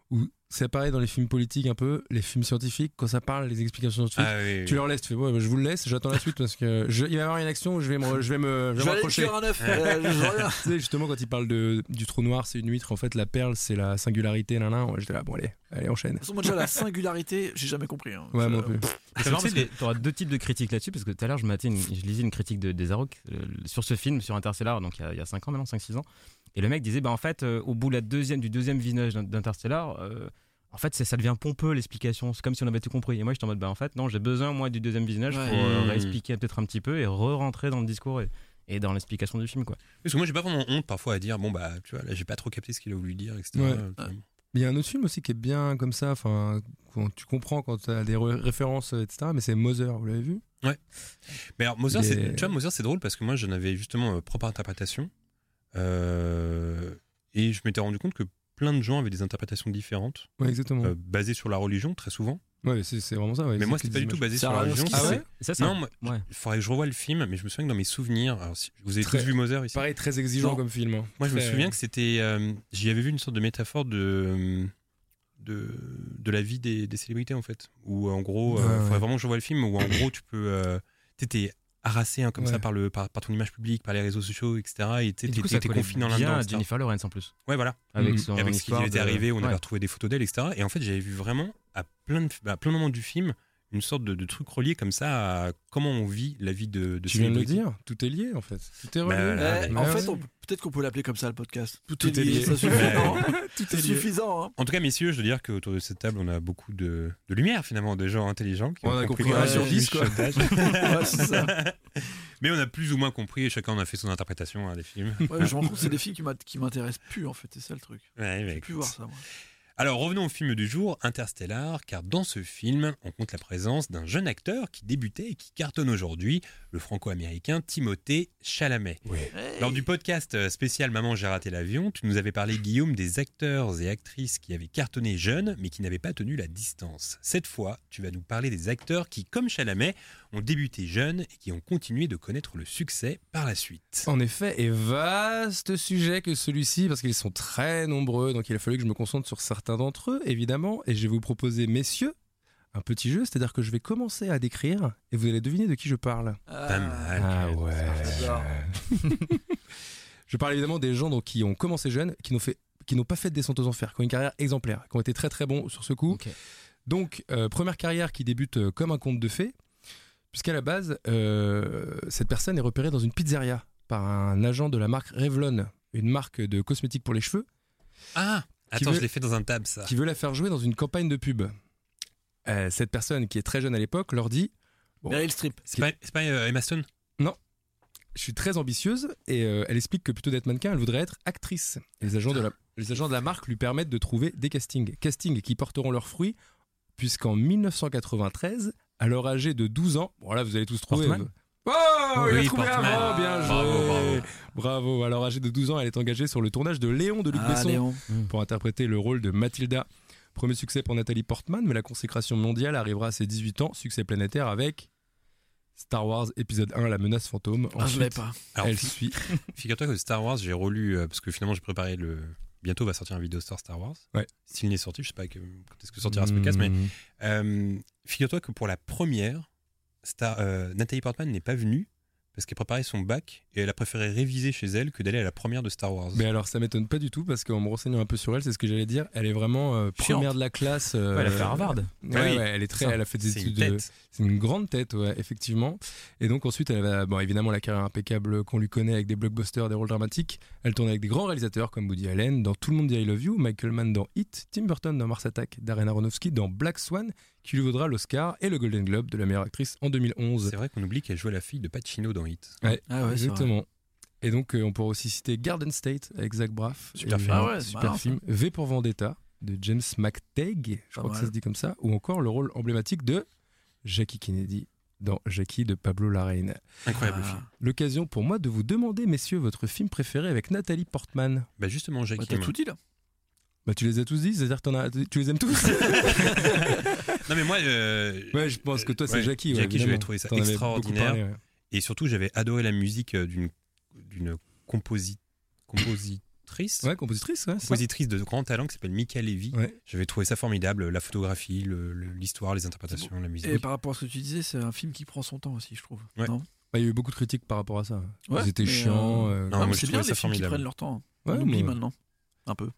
Speaker 5: où c'est pareil dans les films politiques un peu, les films scientifiques, quand ça parle, les explications scientifiques,
Speaker 4: Ah, oui, oui.
Speaker 5: tu leur laisses, tu fais ouais, bah, je vous le laisse, j'attends la suite parce que je- il va y avoir une action où je vais me, je vais me, je vais
Speaker 1: Je vais aller
Speaker 5: m'accrocher.
Speaker 1: faire un œuf. euh, je reviens.
Speaker 5: Tu sais, justement quand il parle de, du trou noir, c'est une huître, en fait la perle c'est la singularité, nan, nan. Ouais, j'étais là, bon allez, allez enchaîne.
Speaker 1: De toute façon, moi, déjà, la singularité, j'ai jamais compris. hein.
Speaker 5: Ouais,
Speaker 1: Ça-
Speaker 5: moi non plus.
Speaker 6: Mais
Speaker 4: Ça
Speaker 6: C'est
Speaker 4: me
Speaker 6: marrant parce
Speaker 4: fait
Speaker 6: que tu auras deux types de critiques là-dessus, parce que tout à l'heure, je, matais une- je lisais une critique de, des Arocs euh, sur ce film, sur Interstellar, donc il y a- il y a 5 ans maintenant, 5-6 ans. Et le mec disait, bah, en fait, euh, au bout de la deuxième, du deuxième visionnage d'In- d'Interstellar, euh, en fait, c'est- ça devient pompeux l'explication, c'est comme si on avait tout compris. Et moi, j'étais en mode, bah, en fait, non, j'ai besoin, moi, du deuxième visionnage
Speaker 1: Ouais.
Speaker 6: pour euh,
Speaker 4: Mmh.
Speaker 6: réexpliquer peut-être un petit peu et re-rentrer dans le discours et, et dans l'explication du film, quoi.
Speaker 4: Parce que moi, j'ai pas vraiment honte parfois à dire, bon, bah, tu vois, là, j'ai pas trop capté ce qu'il a voulu dire, Euh, etc.
Speaker 5: Ouais.
Speaker 4: Puis,
Speaker 5: Mais il y a un autre film aussi qui est bien comme ça, enfin quand tu comprends quand tu as des re- références, euh, etc. Mais c'est Mother, vous l'avez vu
Speaker 4: Mais alors, Mozart,
Speaker 5: Il
Speaker 4: c'est-
Speaker 5: est-
Speaker 4: tu vois, Mozart, c'est drôle parce que moi, j'en avais justement euh, propre interprétation. Euh, et je m'étais rendu compte que plein de gens avec des interprétations différentes,
Speaker 5: Ouais, exactement.
Speaker 4: euh, basées sur la religion, très souvent.
Speaker 5: Ouais, c'est c'est vraiment ça. ouais,
Speaker 4: mais moi,
Speaker 5: c'est
Speaker 4: c'était pas
Speaker 5: que des
Speaker 4: du tout
Speaker 5: images.
Speaker 4: basé
Speaker 1: C'est
Speaker 4: sur la religion.
Speaker 1: Aronofsky,
Speaker 6: Ah
Speaker 4: c'est-
Speaker 6: ouais C'est ça
Speaker 4: Non, moi,
Speaker 6: Ouais.
Speaker 4: il faudrait que je revoie le film, mais je me souviens que dans mes souvenirs, alors, si- vous avez
Speaker 5: Très-
Speaker 4: tous vu Mother ici
Speaker 5: Pareil, très exigeant
Speaker 4: Non.
Speaker 5: comme film. hein.
Speaker 4: Moi, je me
Speaker 5: Très-
Speaker 4: souviens que c'était. euh, J'y avais vu une sorte de métaphore de. De, de la vie des, des célébrités en fait où en gros euh,
Speaker 5: Ouais, ouais.
Speaker 4: faudrait vraiment que je vois le film où en gros tu peux euh, t'es- t'es harassé hein, comme
Speaker 5: Ouais.
Speaker 4: ça par, le, par, par ton image publique par les réseaux sociaux etc et t'es
Speaker 6: Et du
Speaker 4: t'es-
Speaker 6: coup, ça
Speaker 4: t'es
Speaker 6: collait
Speaker 4: confiné dans
Speaker 6: bien
Speaker 4: là-dedans
Speaker 6: à
Speaker 4: etc.
Speaker 6: Jennifer Lawrence en plus.
Speaker 4: ouais voilà Mm-hmm.
Speaker 6: Avec,
Speaker 5: Mhm.
Speaker 6: son
Speaker 4: avec ce qui lui
Speaker 6: histoire
Speaker 4: était
Speaker 6: de-
Speaker 4: arrivé, on
Speaker 6: Ouais.
Speaker 4: avait retrouvé des photos d'elle, etc. Et en fait, j'avais vu vraiment à plein de, à plein de moments du film une sorte de, de truc relié comme ça à comment on vit la vie de, de
Speaker 5: Tu viens de le
Speaker 4: célébrité.
Speaker 5: dire, tout est lié en fait. Tout est relié.
Speaker 4: Bah, voilà.
Speaker 1: Eh,
Speaker 4: mais-
Speaker 1: en
Speaker 5: Ouais,
Speaker 1: fait,
Speaker 5: ouais.
Speaker 1: on- peut-être qu'on peut l'appeler comme ça le podcast. Tout,
Speaker 5: Tout
Speaker 1: est
Speaker 5: est
Speaker 1: lié,
Speaker 5: lié.
Speaker 1: ça suffit.
Speaker 4: Ouais.
Speaker 1: non
Speaker 5: Tout
Speaker 1: hein. C'est
Speaker 5: est lié.
Speaker 1: suffisant. hein.
Speaker 4: En tout cas, messieurs, je veux dire qu'autour de cette table, on a beaucoup de, de lumière finalement, des gens intelligents qui
Speaker 5: On
Speaker 4: ont
Speaker 5: a
Speaker 4: compris
Speaker 5: compris
Speaker 4: le
Speaker 5: un sur
Speaker 4: message.
Speaker 5: dix, quoi.
Speaker 1: Ouais, c'est ça.
Speaker 4: Mais on a plus ou moins compris et chacun en a fait son interprétation hein, des films.
Speaker 1: Ouais, mais je me rends compte que c'est des films qui m'a- qui m'intéressent plus en fait, c'est ça le truc.
Speaker 4: Ouais, mais
Speaker 1: J'ai plus
Speaker 4: écoute.
Speaker 1: voir ça. Moi.
Speaker 4: Alors revenons au film du jour, Interstellar, car dans ce film, on compte la présence d'un jeune acteur qui débutait et qui cartonne aujourd'hui, le franco-américain Timothée Chalamet. Lors du podcast euh, spécial Maman j'ai raté l'avion, tu nous avais parlé Guillaume des acteurs et actrices qui avaient cartonné jeunes mais qui n'avaient pas tenu la distance. Cette fois, tu vas nous parler des acteurs qui, comme Chalamet, ont débuté jeunes et qui ont continué de connaître le succès par la suite.
Speaker 5: En effet, et vaste sujet que celui-ci, parce qu'ils sont très nombreux, donc il a fallu que je me concentre sur certains d'entre eux, évidemment, et je vais vous proposer, messieurs, un petit jeu, c'est-à-dire que je vais commencer à décrire, et vous allez deviner de qui je parle.
Speaker 4: Pas
Speaker 1: Ah,
Speaker 4: mal.
Speaker 5: ouais.
Speaker 1: j'adore.
Speaker 5: Je parle évidemment des gens donc, qui ont commencé jeunes, qui n'ont fait qui n'ont pas fait de descente aux enfers, qui ont une carrière exemplaire, qui ont été très très bons sur ce coup.
Speaker 6: Ok.
Speaker 5: Donc, euh, première carrière qui débute euh, comme un conte de fées, puisqu'à la base, euh, cette personne est repérée dans une pizzeria par un agent de la marque Revlon, une marque de cosmétiques pour les cheveux,
Speaker 4: Ah
Speaker 5: Qui
Speaker 4: Attends,
Speaker 5: veut-
Speaker 4: je l'ai fait dans un tab ça.
Speaker 5: qui veut la faire jouer dans une campagne de pub. Euh, cette personne, qui est très jeune à l'époque, leur dit Bon.
Speaker 1: Meryl Streep.
Speaker 4: C'est pas, c'est pas, euh, Emma Stone
Speaker 5: je suis très ambitieuse et euh, elle explique que plutôt d'être mannequin, elle voudrait être actrice. Et les agents, de la, les agents de la marque lui permettent de trouver des castings. Castings qui porteront leurs fruits, puisqu'en 1993, alors âgée de 12 ans, bon là vous allez tous trouver.
Speaker 4: Portman
Speaker 5: Oh, il a
Speaker 4: Oui,
Speaker 5: trouvé
Speaker 4: Portman.
Speaker 5: avant, bien joué.
Speaker 4: Bravo, bravo.
Speaker 5: Bravo. Alors âgée de 12 ans, elle est engagée sur le tournage de Léon de Luc
Speaker 1: Ah,
Speaker 5: Besson
Speaker 1: Léon.
Speaker 5: pour interpréter le rôle de Mathilda. Premier succès pour Nathalie Portman, mais la consécration mondiale arrivera à ses 18 ans, succès planétaire avec Star Wars épisode 1, la menace fantôme.
Speaker 1: Ah, je l'ai
Speaker 5: Ensuite,
Speaker 1: pas.
Speaker 4: Alors,
Speaker 5: elle
Speaker 4: fi-
Speaker 5: suit
Speaker 4: figure-toi que Star Wars, j'ai relu, euh, parce que finalement, j'ai préparé le. Bientôt va sortir un vidéo store Star Wars.
Speaker 5: Ouais.
Speaker 4: S'il n'est sorti, je sais pas que- quand est-ce que sortira ce podcast, mais
Speaker 5: Mmh.
Speaker 4: Euh, Figure-toi que pour la première, Star- euh, Nathalie Portman n'est pas venue parce qu'elle préparait son bac et elle a préféré réviser chez elle que d'aller à la première de Star Wars.
Speaker 5: Mais alors, ça m'étonne pas du tout parce qu'en me renseignant un peu sur elle, c'est ce que j'allais dire. Elle est vraiment euh,
Speaker 1: Chiante.
Speaker 5: première de la classe. euh,
Speaker 6: Ouais, elle a fait Harvard.
Speaker 5: ouais,
Speaker 4: Ah oui.
Speaker 5: ouais, elle est très.
Speaker 4: Ça,
Speaker 5: Elle a fait des
Speaker 4: C'est une
Speaker 5: études. de-
Speaker 4: tête.
Speaker 5: C'est une grande tête, ouais, effectivement. Et donc ensuite, elle a bon, évidemment la carrière impeccable qu'on lui connaît avec des blockbusters, des rôles dramatiques. Elle tourne avec des grands réalisateurs comme Woody Allen dans Tout le monde dit I Love You, Michael Mann dans Hit, Tim Burton dans Mars Attack, Darren Aronofsky dans Black Swan, qui lui vaudra l'Oscar et le Golden Globe de la meilleure actrice en 2011.
Speaker 4: C'est vrai qu'on oublie qu'elle jouait la fille de Pacino dans Hit.
Speaker 1: Ah ouais, c'est vrai.
Speaker 5: Exactement. Et donc, euh, on pourra aussi citer Garden State avec Zach Braff.
Speaker 4: Super
Speaker 5: Et-
Speaker 4: film.
Speaker 1: Ah ouais, c'est
Speaker 5: super
Speaker 1: marrant,
Speaker 5: film. V pour Vendetta de James McTagg, je
Speaker 1: Pas
Speaker 5: crois que ça
Speaker 1: mal.
Speaker 5: se dit comme ça. Ou encore le rôle emblématique de Jackie Kennedy dans Jackie de Pablo Larraine.
Speaker 4: Incroyable
Speaker 1: Ah.
Speaker 4: film.
Speaker 5: L'occasion pour moi de vous demander, messieurs, votre film préféré avec Nathalie Portman.
Speaker 4: Bah justement, Jackie.
Speaker 1: Bah, T'as
Speaker 4: moi.
Speaker 1: tout dit là.
Speaker 5: Bah, tu les as tous dit, c'est-à-dire que t'en as- tu les aimes tous
Speaker 4: Non mais moi, euh,
Speaker 5: Ouais, je pense que toi, c'est
Speaker 4: Ouais,
Speaker 5: Jackie. ouais,
Speaker 4: Jackie, je
Speaker 5: évidemment.
Speaker 4: l'ai trouvé ça
Speaker 5: T'en avais beaucoup
Speaker 4: extraordinaire.
Speaker 5: parlé, ouais.
Speaker 4: et surtout j'avais adoré la musique euh, d'une d'une composi- compositrice.
Speaker 5: Ouais, compositrice, ouais, c'est ça.
Speaker 4: Compositrice de grand talent qui s'appelle Mika Levy.
Speaker 5: Ouais.
Speaker 4: J'avais trouvé ça formidable, la photographie, le- le- l'histoire, les interprétations, la musique.
Speaker 1: Et par rapport à ce que tu disais, c'est un film qui prend son temps aussi, je trouve.
Speaker 4: Ouais.
Speaker 1: Non
Speaker 5: Bah, Il y a eu beaucoup de critiques par rapport à ça.
Speaker 1: Ouais,
Speaker 5: Ils étaient
Speaker 1: mais,
Speaker 5: chiants.
Speaker 1: euh,
Speaker 4: Non,
Speaker 5: euh,
Speaker 1: Ah, mais
Speaker 4: moi, je
Speaker 1: c'est
Speaker 4: trouvais
Speaker 1: bien
Speaker 4: ça
Speaker 1: les films qui
Speaker 4: formidable.
Speaker 1: prennent leur temps. hein.
Speaker 5: Ouais,
Speaker 1: On oublie
Speaker 5: moi-
Speaker 1: maintenant. Un peu.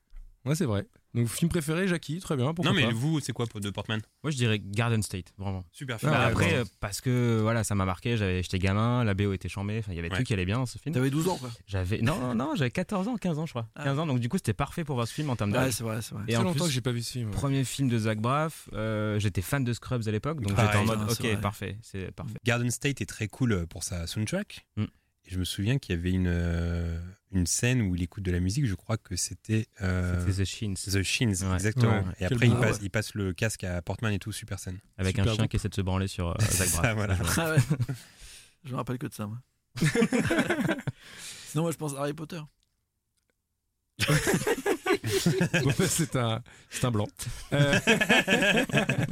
Speaker 5: Ouais, c'est vrai. Donc, film préféré, Jackie, très bien. Pourquoi
Speaker 4: non mais
Speaker 5: pas.
Speaker 4: vous, c'est quoi de Portman
Speaker 6: Moi, je dirais Garden State, vraiment.
Speaker 4: Super
Speaker 5: Ah,
Speaker 4: film.
Speaker 6: Bah,
Speaker 5: ouais,
Speaker 6: après,
Speaker 5: ouais.
Speaker 6: euh, parce que voilà, ça m'a marqué. J'avais, j'étais gamin, la BO était chambée. Enfin, il y avait des
Speaker 4: Ouais.
Speaker 6: trucs qui allaient bien dans ce film.
Speaker 1: T'avais 12 ans quoi.
Speaker 6: J'avais non, non, non, j'avais 14 ans, 15 ans, je crois.
Speaker 1: Ah.
Speaker 6: 15 ans, donc du coup, c'était parfait pour voir ce film en termes
Speaker 1: Ouais,
Speaker 6: d'âge.
Speaker 1: c'est vrai, c'est vrai.
Speaker 6: et
Speaker 5: Ça fait
Speaker 6: en
Speaker 5: longtemps
Speaker 6: plus,
Speaker 5: que j'ai pas vu ce film.
Speaker 6: Ah, premier film de Zach Braff. euh, j'étais fan de Scrubs à l'époque, donc
Speaker 4: Pareil.
Speaker 6: j'étais en mode,
Speaker 1: Ah,
Speaker 6: ok,
Speaker 1: c'est vrai.
Speaker 6: parfait, c'est parfait.
Speaker 4: Garden State est très cool euh, pour sa soundtrack.
Speaker 6: Mm.
Speaker 4: Et je me souviens qu'il y avait une, euh, une scène où il écoute de la musique, je crois que c'était euh,
Speaker 6: C'était The Shins,
Speaker 4: The Shins,
Speaker 6: Ouais.
Speaker 4: exactement.
Speaker 5: Ouais.
Speaker 4: Et
Speaker 5: Quel
Speaker 4: après, il
Speaker 5: bon-
Speaker 4: passe,
Speaker 1: Ah
Speaker 4: il passe le casque à Portman et tout, super scène.
Speaker 6: avec un
Speaker 5: super
Speaker 6: chien
Speaker 5: groupe.
Speaker 6: qui essaie de se branler sur euh, Zach
Speaker 4: Ça,
Speaker 6: Braff.
Speaker 4: voilà.
Speaker 6: Ouais.
Speaker 1: Ah ouais. je me rappelle que de ça, moi. Sinon, moi, je pense à Harry Potter.
Speaker 5: Bon, bah, c'est un, c'est un blanc. Euh,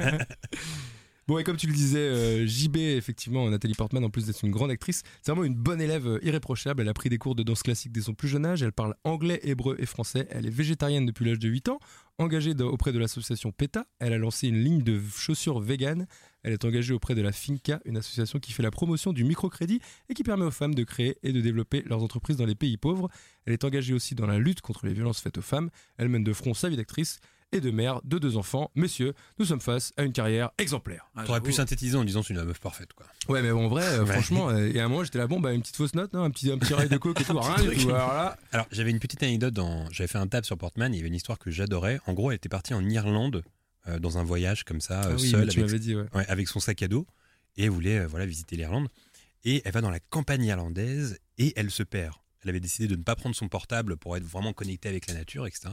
Speaker 5: bon, et comme tu le disais, euh, JB, effectivement, Nathalie Portman, en plus d'être une grande actrice, c'est vraiment une bonne élève euh, irréprochable. Elle a pris des cours de danse classique dès son plus jeune âge. Elle parle anglais, hébreu et français. Elle est végétarienne depuis l'âge de 8 ans. Engagée dans- auprès de l'association PETA, elle a lancé une ligne de chaussures vegan. Elle est engagée auprès de la Finca, une association qui fait la promotion du microcrédit et qui permet aux femmes de créer et de développer leurs entreprises dans les pays pauvres. Elle est engagée aussi dans la lutte contre les violences faites aux femmes. Elle mène de front sa vie d'actrice et de mère de deux enfants. Messieurs, nous sommes face à une carrière exemplaire.
Speaker 1: Ah,
Speaker 4: T'aurais
Speaker 1: j'avoue.
Speaker 4: pu synthétiser en disant c'est une meuf parfaite quoi.
Speaker 5: Ouais, mais bon, en vrai, euh,
Speaker 4: Ouais.
Speaker 5: franchement, euh, et à un moment, j'étais là, bon, bah, une petite fausse note, non, un petit, un petit rail de coke et tout, rien du
Speaker 1: truc.
Speaker 5: tout. Alors là,
Speaker 4: Alors j'avais une petite anecdote, dans... j'avais fait un tab sur Portman, il y avait une histoire que j'adorais. En gros elle était partie en Irlande euh, dans un voyage comme ça, euh,
Speaker 5: Ah oui,
Speaker 4: seule,
Speaker 5: mais tu
Speaker 4: avec
Speaker 5: m'avais dit, ouais.
Speaker 4: ouais, avec son sac à dos et elle voulait euh, voilà visiter l'Irlande et elle va dans la campagne irlandaise et elle se perd. Elle avait décidé de ne pas prendre son portable pour être vraiment connectée avec la nature, etc.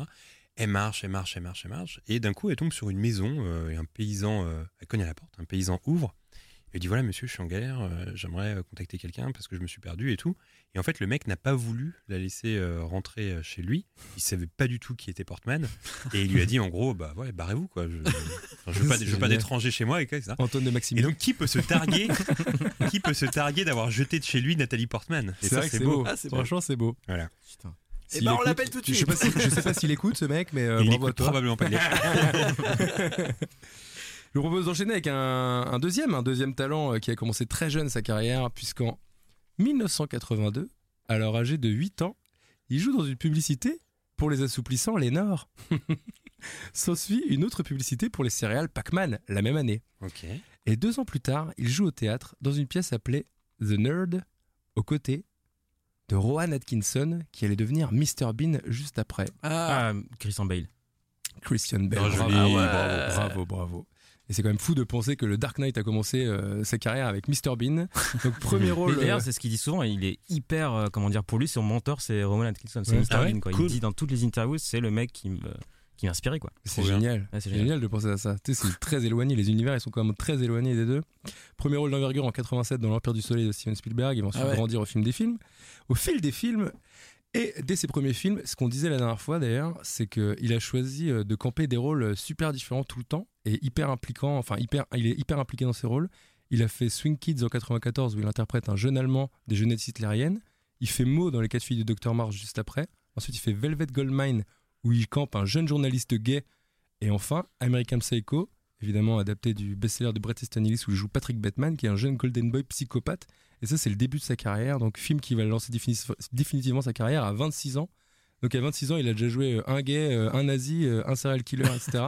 Speaker 4: Elle marche, elle marche, elle marche, elle marche et d'un coup elle tombe sur une maison euh, et un paysan euh, elle cogne à la porte, un paysan ouvre et lui dit voilà monsieur je suis en galère, euh, j'aimerais euh, contacter quelqu'un parce que je me suis perdu et tout et en fait le mec n'a pas voulu la laisser euh, rentrer euh, chez lui, il savait pas du tout qui était Portman et il lui a dit en gros bah ouais barrez-vous quoi, je, enfin, je veux pas, je veux pas d'étrangers chez moi et quoi, etc.
Speaker 5: Antoine de Maxime.
Speaker 4: Et donc qui peut se targuer qui peut se targuer d'avoir jeté de chez lui Nathalie Portman Et
Speaker 5: C'est
Speaker 4: ça
Speaker 5: vrai que c'est beau.
Speaker 1: Ah, c'est beau.
Speaker 5: Franchement, c'est beau.
Speaker 6: Putain.
Speaker 5: S'il
Speaker 1: ben, on
Speaker 5: écoute-
Speaker 1: l'appelle tout de
Speaker 5: je sais
Speaker 1: suite.
Speaker 5: pas si- Je sais pas s'il écoute ce mec, mais euh,
Speaker 4: Il
Speaker 5: bravo à
Speaker 4: n'écoute
Speaker 5: toi.
Speaker 4: probablement pas. Il est-
Speaker 5: Je vous propose d'enchaîner avec un, un deuxième, un deuxième talent euh, qui a commencé très jeune sa carrière, puisqu'en 1982, alors âgé de 8 ans, il joue dans une publicité pour les assouplissants Lénore. S'en suit une autre publicité pour les céréales Pac-Man la même année.
Speaker 4: Ok.
Speaker 5: Et deux ans plus tard, il joue au théâtre dans une pièce appelée The Nerd, aux côtés de Rowan Atkinson, qui allait devenir Mr Bean juste après.
Speaker 6: Ah, Christian Bale.
Speaker 5: Christian Bale.
Speaker 4: Ah,
Speaker 5: bravo,
Speaker 4: joli,
Speaker 5: bravo,
Speaker 4: bravo.
Speaker 5: bravo, bravo. Et c'est quand même fou de penser que le Dark Knight a commencé euh, sa carrière avec Mr Bean. Donc premier
Speaker 6: Mais
Speaker 5: rôle.
Speaker 6: D'ailleurs,
Speaker 5: euh,
Speaker 6: c'est ce qu'il dit souvent. Il est hyper, euh, comment dire, pour lui, son mentor, c'est Roman Atkinson, c'est
Speaker 5: Ouais.
Speaker 6: Mr.
Speaker 4: Ah ouais
Speaker 6: Bean, quoi.
Speaker 4: Cool.
Speaker 6: Il dit dans toutes les interviews, c'est le mec qui me- euh, qui m'a inspiré, quoi.
Speaker 5: c'est
Speaker 4: trop bien.
Speaker 5: génial.
Speaker 6: Ouais,
Speaker 5: c'est
Speaker 6: c'est
Speaker 5: génial. de penser à ça. Tu sais, c'est très éloigné. Les univers, ils sont quand même très éloignés des deux. Premier rôle d'envergure en 87 dans L'Empire du Soleil de Steven Spielberg. Il va ensuite
Speaker 1: Ah ouais.
Speaker 5: grandir au film des films. Au fil des films. Et dès ses premiers films, ce qu'on disait la dernière fois d'ailleurs, c'est qu'il a choisi euh, de camper des rôles super différents tout le temps et hyper impliquant. Enfin, hyper, il est hyper impliqué dans ses rôles. Il a fait Swing Kids en 94 où il interprète un jeune allemand des jeunettes hitlériennes. Il fait Mo dans Les quatre filles du Dr Marsh juste après. Ensuite, il fait Velvet Goldmine où il campe un jeune journaliste gay. Et enfin, American Psycho, évidemment adapté du best-seller de Bret Easton Ellis où il joue Patrick Batman qui est un jeune golden boy psychopathe. Et ça, c'est le début de sa carrière. Donc, film qui va lancer défini- définitivement sa carrière à 26 ans. Donc, à 26 ans, il a déjà joué euh, un gay, euh, un nazi, euh, un serial killer, etc.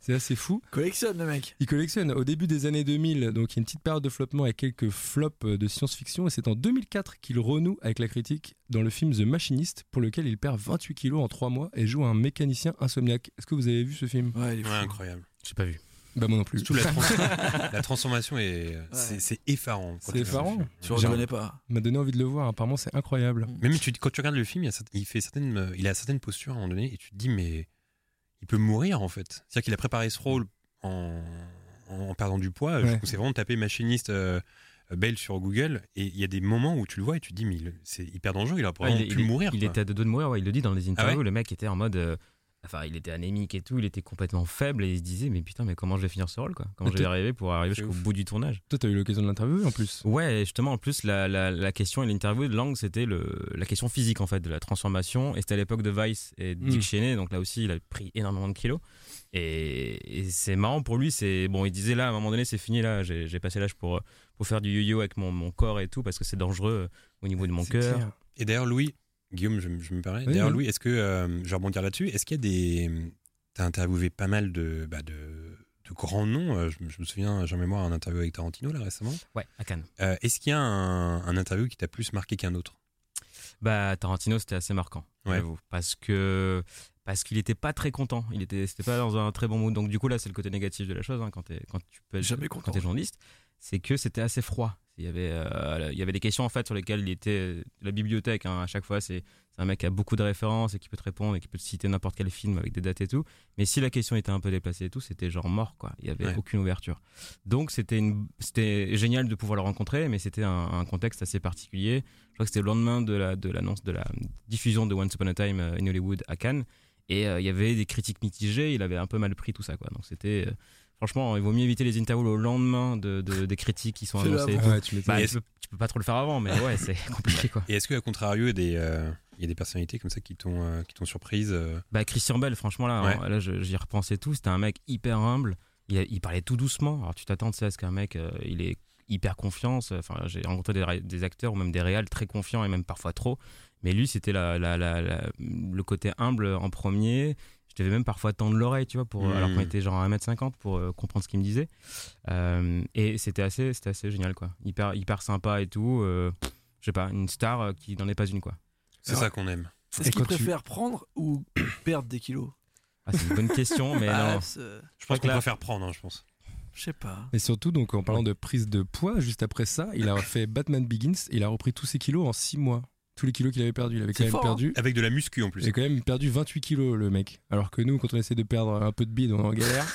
Speaker 5: C'est assez fou.
Speaker 1: Collectionne le mec.
Speaker 5: Il collectionne au début des années 2000, donc il y a une petite période de flottement avec quelques flops euh, de science-fiction, et c'est en 2004 qu'il renoue avec la critique dans le film The Machinist, pour lequel il perd 28 kilos en 3 mois et joue un mécanicien insomniaque. Est-ce que vous avez vu ce film
Speaker 1: Ouais, il est
Speaker 4: Ouais,
Speaker 1: fou.
Speaker 4: incroyable.
Speaker 6: J'ai pas vu.
Speaker 5: Bah moi non plus.
Speaker 4: Surtout la, trans- la transformation est c'est- c'est effarant. quand tu
Speaker 5: C'est
Speaker 4: regardes
Speaker 5: effarant.
Speaker 4: le film.
Speaker 1: Tu reconnais pas.
Speaker 5: m'a donné envie de le voir, apparemment c'est incroyable.
Speaker 4: Même tu, quand tu regardes le film, il, y a certaines- il fait certaines, euh, il a certaines postures à un moment donné et tu te dis mais il peut mourir en fait. C'est-à-dire qu'il a préparé ce rôle en, en perdant du poids.
Speaker 5: Ouais.
Speaker 4: C'est vraiment taper machiniste euh, Bale sur Google et il y a des moments où tu le vois et tu te dis mais il- c'est hyper dangereux. Il aurait
Speaker 6: Ah,
Speaker 4: probablement
Speaker 6: est-
Speaker 4: pu
Speaker 6: est-
Speaker 4: mourir.
Speaker 6: il
Speaker 4: quoi.
Speaker 6: était à deux doigts de mourir, ouais, il le dit dans les interviews.
Speaker 4: Ah ouais
Speaker 6: le mec était en mode. euh, Enfin, il était anémique et tout, il était complètement faible et il se disait, mais putain, mais comment je vais finir ce rôle, quoi Comment je
Speaker 5: C'est-
Speaker 6: vais y arriver pour arriver
Speaker 4: c'est
Speaker 6: jusqu'au
Speaker 4: ouf.
Speaker 6: bout du tournage
Speaker 5: Toi t'as eu l'occasion de l'interviewer en plus.
Speaker 6: Ouais, et justement, en plus, la, la, la question et l'interview de Lang, c'était le- la question physique, en fait, de la transformation. Et c'était à l'époque de Vice et de
Speaker 5: Mm.
Speaker 6: Dick Cheney, donc là aussi, il a pris énormément de kilos. Et, et c'est marrant pour lui, c'est bon, il disait là, à un moment donné, c'est fini, là, j'ai j'ai passé l'âge pour, euh, pour faire du yo-yo avec mon, mon corps et tout, parce que c'est dangereux euh, au niveau de mon
Speaker 5: C'est
Speaker 6: cœur.
Speaker 5: clair.
Speaker 4: Et d'ailleurs, Louis, Guillaume, je, me- je me permets.
Speaker 5: Oui,
Speaker 4: d'ailleurs,
Speaker 5: oui.
Speaker 4: Louis, est-ce que, euh, je vais rebondir là-dessus, est-ce qu'il y a des. T'as interviewé pas mal de, bah, de, de grands noms. euh, Je, me- je me souviens, j'ai en mémoire un interview avec Tarantino, là, récemment.
Speaker 6: Ouais, à Cannes.
Speaker 4: Euh, est-ce qu'il y a un, un interview qui t'a plus marqué qu'un autre
Speaker 6: Bah, Tarantino, c'était assez marquant,
Speaker 4: Ouais.
Speaker 6: j'avoue. Parce que. Parce qu'il était pas très content, il était, c'était pas dans un très bon mood. Donc du coup là, c'est le côté négatif de la chose hein, quand, t'es- quand tu
Speaker 5: Bah,
Speaker 6: peux être-
Speaker 1: Jamais
Speaker 6: quand
Speaker 1: content.
Speaker 6: t'es journaliste, c'est que c'était assez froid. Il y, avait, euh, il y avait des questions en fait sur lesquelles il était la bibliothèque. hein. à chaque fois, c'est c'est un mec qui a beaucoup de références et qui peut te répondre et qui peut te citer n'importe quel film avec des dates et tout. Mais si la question était un peu déplacée et tout, c'était genre mort quoi. Il y avait
Speaker 4: Ouais.
Speaker 6: aucune ouverture. Donc c'était une- c'était génial de pouvoir le rencontrer, mais c'était un, un contexte assez particulier. Je crois que c'était le lendemain de la- de l'annonce de la diffusion de Once Upon a Time euh, in Hollywood à Cannes. Et euh, il y avait des critiques mitigées, il avait un peu mal pris tout ça. Quoi. Donc c'était. euh, franchement, il vaut mieux éviter les interviews au lendemain de, de- des critiques qui sont
Speaker 1: C'est la
Speaker 6: annoncées.
Speaker 5: Ouais, tu m'étonnes.
Speaker 6: Bah,
Speaker 4: Et
Speaker 6: tu, peux, tu peux pas trop le faire avant, mais ouais, c'est compliqué quoi.
Speaker 4: Et est-ce qu'à contrario, il y a des, euh, il y a des personnalités comme ça qui t'ont euh, qui t'ont surprise euh,
Speaker 6: Bah, Christian Bell, franchement, là,
Speaker 4: Ouais.
Speaker 6: hein, là je- j'y repensais tout. C'était un mec hyper humble. Il, il parlait tout doucement. Alors, tu t'attends tu sais, à ce qu'un mec, euh, il est hyper confiance. Enfin, j'ai rencontré des, ré- des acteurs ou même des réals très confiants et même parfois trop. Mais lui, c'était la, la- la- la- le côté humble en premier. Je devais même parfois tendre l'oreille, tu vois, pour,
Speaker 4: Mhm.
Speaker 6: alors qu'on était genre à 1m50 pour euh, comprendre ce qu'il me disait. Euh, et c'était assez, c'était assez génial, quoi. Hyper, hyper sympa et tout. euh, je sais pas, une star euh, qui n'en est pas une, quoi.
Speaker 4: C'est ça qu'on aime.
Speaker 1: Est-ce
Speaker 5: Et
Speaker 1: qu'il
Speaker 5: quand tu-
Speaker 1: préfère prendre ou perdre des kilos
Speaker 6: Ah, c'est une bonne question, mais
Speaker 1: Ah,
Speaker 6: non.
Speaker 1: c'est-
Speaker 4: Je pense
Speaker 6: que
Speaker 4: qu'on
Speaker 6: là-
Speaker 4: préfère prendre, hein, je pense.
Speaker 1: Je sais pas.
Speaker 5: Et surtout, donc, en parlant de prise de poids, juste après ça, il a fait Batman Begins et il a repris tous ses kilos en 6 mois. Tous les kilos qu'il avait perdus. Il avait quand
Speaker 1: C'est
Speaker 5: même
Speaker 1: fort,
Speaker 5: perdu.
Speaker 4: Avec de la muscu en
Speaker 5: Il
Speaker 4: plus.
Speaker 5: a quand même perdu 28 kilos, le mec. Alors que nous, quand on essaie de perdre un peu de bide, on est en galère.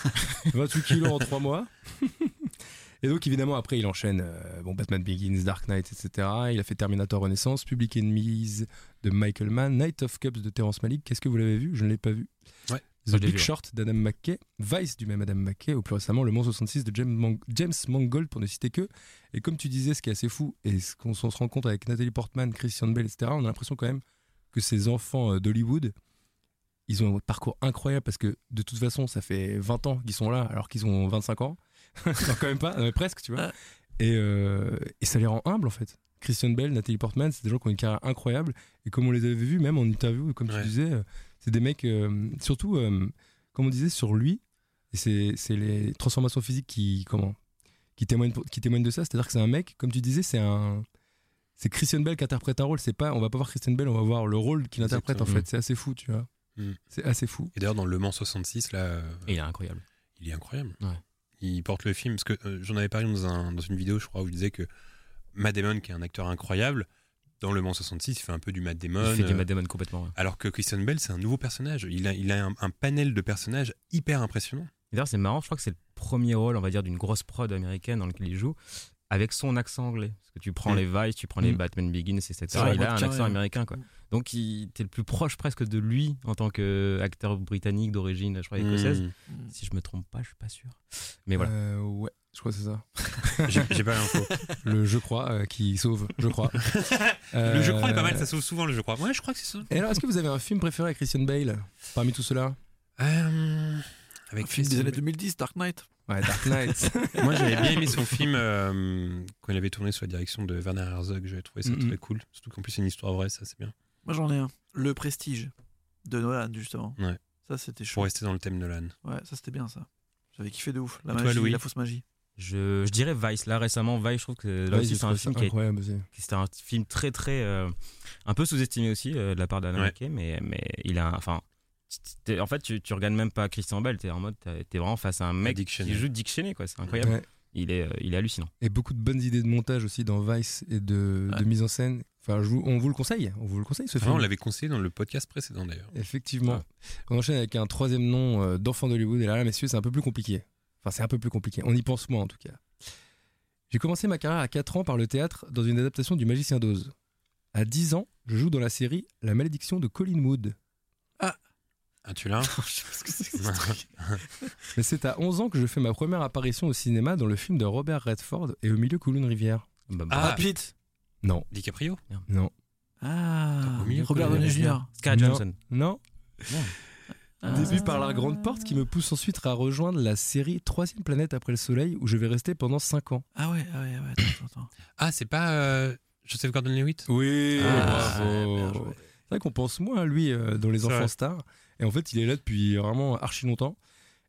Speaker 5: 28 kilos en 3 mois. Et donc, évidemment, après, il enchaîne euh, bon, Batman Begins, Dark Knight, etc. Il a fait Terminator Renaissance, Public Enemies de Michael Mann, Night of Cups de Terrence Malick. Qu'est-ce que vous l'avez vu Je ne l'ai pas vu.
Speaker 4: Ouais.
Speaker 5: The
Speaker 6: Moi, je l'ai
Speaker 5: Big
Speaker 6: vu, ouais.
Speaker 5: Short d'Adam McKay, Vice du même Adam McKay, ou plus récemment Le Mans 66 de James, Mang- James Mangold, pour ne citer que. Et comme tu disais, ce qui est assez fou, et ce qu'on s'en se rend compte avec Nathalie Portman, Christian Bell, etc., on a l'impression quand même que ces enfants euh, d'Hollywood, ils ont un parcours incroyable parce que de toute façon, ça fait 20 ans qu'ils sont là alors qu'ils ont 25 ans. Alors quand même pas, non, mais presque, tu
Speaker 4: Ah.
Speaker 5: vois. Et, euh, et ça les rend humbles en fait. Christian Bell, Nathalie Portman, c'est des gens qui ont une carrière incroyable. Et comme on les avait vus, même en interview, comme
Speaker 4: Ouais.
Speaker 5: tu disais, euh, c'est des mecs, euh, surtout, euh, comme on disait, sur lui, et c'est c'est les transformations physiques qui, comment, qui, témoignent, pour- qui témoignent de ça. C'est-à-dire que c'est un mec, comme tu disais, c'est un. C'est Christian Bell qui interprète un rôle, c'est pas, on va pas voir Christian Bell, on va voir le rôle qu'il interprète en
Speaker 4: Exactement.
Speaker 5: fait. C'est assez fou, tu vois.
Speaker 4: Mm.
Speaker 5: C'est assez fou.
Speaker 4: Et d'ailleurs, dans Le Mans 66, là, euh,
Speaker 6: Et il est incroyable.
Speaker 4: il est incroyable.
Speaker 6: Ouais.
Speaker 4: Il porte le film, parce que euh, j'en avais parlé dans, un- dans une vidéo, je crois, où il disait que Matt Damon, qui est un acteur incroyable, dans Le Mans 66, il fait un peu du Matt Damon.
Speaker 6: Il fait
Speaker 4: euh,
Speaker 6: du Matt Damon complètement. ouais.
Speaker 4: alors que Christian Bell, c'est un nouveau personnage. Il a, il a un, un panel de personnages hyper impressionnant.
Speaker 6: Et D'ailleurs, c'est marrant, je crois que c'est le premier rôle, on va dire, d'une grosse prod américaine dans lequel il joue, avec son accent anglais. Parce que tu prends
Speaker 4: Mm.
Speaker 6: les Vice, tu prends les
Speaker 5: Mm.
Speaker 6: Batman Begins, etc.
Speaker 1: vrai,
Speaker 6: Il a un
Speaker 1: carrément.
Speaker 6: accent américain, quoi. Donc, il- t'es le plus proche presque de lui en tant qu'acteur britannique d'origine, je crois, écossaise.
Speaker 4: Mmh.
Speaker 1: Hmm.
Speaker 6: Si je me trompe pas, je suis pas sûr. Mais voilà.
Speaker 5: Euh, ouais, je crois que c'est ça.
Speaker 4: J'ai j'ai pas l'info.
Speaker 5: Le je crois euh, qui sauve, je crois.
Speaker 4: Le je crois est pas mal, ça sauve souvent le je crois. Ouais, je crois que c'est ça.
Speaker 5: Euh, Et alors, est-ce que vous avez un film préféré à Christian Bale parmi tout cela
Speaker 4: Euh, avec
Speaker 1: Un film des
Speaker 4: Christian
Speaker 1: années 2010, Dark Knight.
Speaker 5: Ouais, Dark Knight.
Speaker 4: Moi, j'avais bien aimé son film euh, quand il avait tourné sous la direction de Werner Herzog. J'avais trouvé ça
Speaker 5: Mhm.
Speaker 4: très cool. Surtout qu'en plus, c'est une histoire vraie, ça, c'est bien.
Speaker 1: Moi j'en ai un. Le Prestige de Nolan, justement.
Speaker 4: Ouais.
Speaker 1: Ça c'était chaud.
Speaker 4: Pour rester dans le thème Nolan.
Speaker 1: Ouais, ça c'était bien ça. J'avais kiffé de ouf. La
Speaker 4: Et toi,
Speaker 1: magie,
Speaker 4: Louis
Speaker 1: la fausse magie.
Speaker 6: Je, je dirais Vice. Là, récemment, Vice, je trouve que là
Speaker 5: Ouais,
Speaker 6: aussi,
Speaker 5: j'ai
Speaker 6: c'est un
Speaker 5: trouvé ça
Speaker 6: film qui a
Speaker 5: incroyable. aussi.
Speaker 6: qui c'était un film très très euh, un peu sous-estimé aussi euh, de la part d'Anna
Speaker 4: Ouais.
Speaker 6: McKay mais mais il a un- enfin t'es- en fait tu, tu regardes même pas Christian Bell t'es en mode t'es t'es vraiment face à un mec
Speaker 4: Dick Cheney.
Speaker 6: qui joue Dick Cheney quoi c'est incroyable
Speaker 5: Ouais.
Speaker 6: il est euh, il est hallucinant
Speaker 5: Et beaucoup de bonnes idées de montage aussi dans Vice et de,
Speaker 1: Ouais.
Speaker 5: de mise en scène. Enfin, je vous- on vous le conseille. On vous le conseille ce
Speaker 4: Ah,
Speaker 5: film.
Speaker 4: on l'avait conseillé dans le podcast précédent, d'ailleurs.
Speaker 5: Effectivement.
Speaker 6: Ouais.
Speaker 5: On enchaîne avec un troisième nom euh, d'enfant d'Hollywood. Et là, là, messieurs, c'est un peu plus compliqué. Enfin, c'est un peu plus compliqué. On y pense moins, en tout cas. J'ai commencé ma carrière à 4 ans par le théâtre dans une adaptation du Magicien d'Oz. À 10 ans, je joue dans la série La malédiction de Colin Wood.
Speaker 4: Ah, tu l'as
Speaker 1: je sais pas ce que c'est. que ce
Speaker 4: Ouais.
Speaker 1: truc.
Speaker 5: Mais c'est à 11 ans que je fais ma première apparition au cinéma dans le film de Robert Redford et au milieu coule une rivière.
Speaker 6: Bah, bah,
Speaker 4: Ah,
Speaker 1: Rapide.
Speaker 5: Non,
Speaker 4: DiCaprio
Speaker 5: non,
Speaker 1: Ah,
Speaker 4: Au milieu,
Speaker 1: Robert
Speaker 4: quoi,
Speaker 1: Downey
Speaker 4: il y a
Speaker 1: Jr.
Speaker 6: Scarlett
Speaker 5: Non.
Speaker 6: Johansson
Speaker 5: non.
Speaker 1: Ah.
Speaker 5: Début par la grande porte qui me pousse ensuite à rejoindre la série Troisième planète après le soleil où je vais rester pendant 5 ans.
Speaker 1: Ah ouais, ah ouais, ouais, attends, attends.
Speaker 4: Ah, c'est pas euh, Joseph Gordon-Lewitt
Speaker 5: Oui,
Speaker 1: Ah, bien
Speaker 5: bravo.
Speaker 1: joué.
Speaker 5: C'est vrai qu'on pense moins à lui euh, dans Les
Speaker 4: C'est
Speaker 5: Enfants
Speaker 4: vrai.
Speaker 5: Stars. Et en fait, il est là depuis vraiment archi longtemps.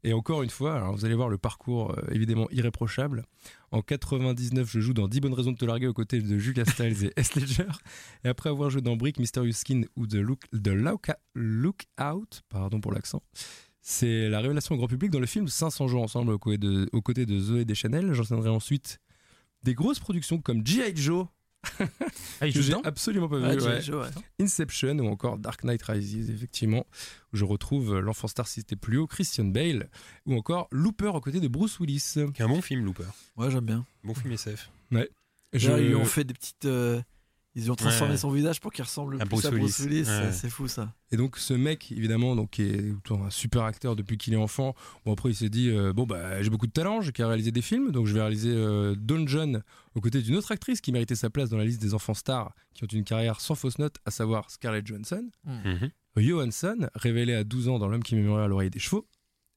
Speaker 5: Et encore une fois, alors vous allez voir le parcours euh, évidemment irréprochable. En 99, je joue dans 10 bonnes raisons de te larguer aux côtés de Julia Stiles et S. Ledger. Et après avoir joué dans Brick, Mysterious Skin ou The, Look, The Looka- Lookout, pardon pour l'accent, c'est la révélation au grand public dans le film 500 jours ensemble aux côtés de, aux côtés de Zoé Deschanel. J'enchaînerai ensuite des grosses productions comme G.I. Joe,
Speaker 6: ah il
Speaker 5: que
Speaker 6: joue
Speaker 5: j'ai
Speaker 6: dedans
Speaker 5: absolument pas
Speaker 1: Ah,
Speaker 5: vu. ouais.
Speaker 1: G.I. Joe, ouais.
Speaker 5: Inception ou encore Dark Knight Rises, effectivement, où je retrouve euh, l'enfant star si c'était plus haut, Christian Bale, ou encore Looper aux côtés de Bruce Willis.
Speaker 4: Qui est un bon film, Looper.
Speaker 1: Ouais, j'aime bien.
Speaker 4: Bon film SF.
Speaker 5: Je-
Speaker 1: Là, ils lui ont fait des petites, euh, Ils lui ont transformé
Speaker 4: Ouais.
Speaker 1: son visage pour qu'il ressemble
Speaker 4: À
Speaker 1: plus à
Speaker 4: Bruce
Speaker 1: Bruce
Speaker 4: Willis.
Speaker 1: Willis.
Speaker 4: Ouais.
Speaker 1: C'est- C'est fou ça.
Speaker 5: Et donc ce mec, évidemment, donc, qui est autant un super acteur depuis qu'il est enfant, bon après il s'est dit, euh, bon bah j'ai beaucoup de talent, j'ai qu'à réaliser des films, donc je vais réaliser euh, John aux côtés d'une autre actrice qui méritait sa place dans la liste des enfants stars qui ont une carrière sans fausse note, à savoir Scarlett Johansson.
Speaker 1: Mm-hmm.
Speaker 4: Mhm.
Speaker 5: Johansson, révélé à 12 ans dans L'homme qui mémorait à l'oreille des chevaux.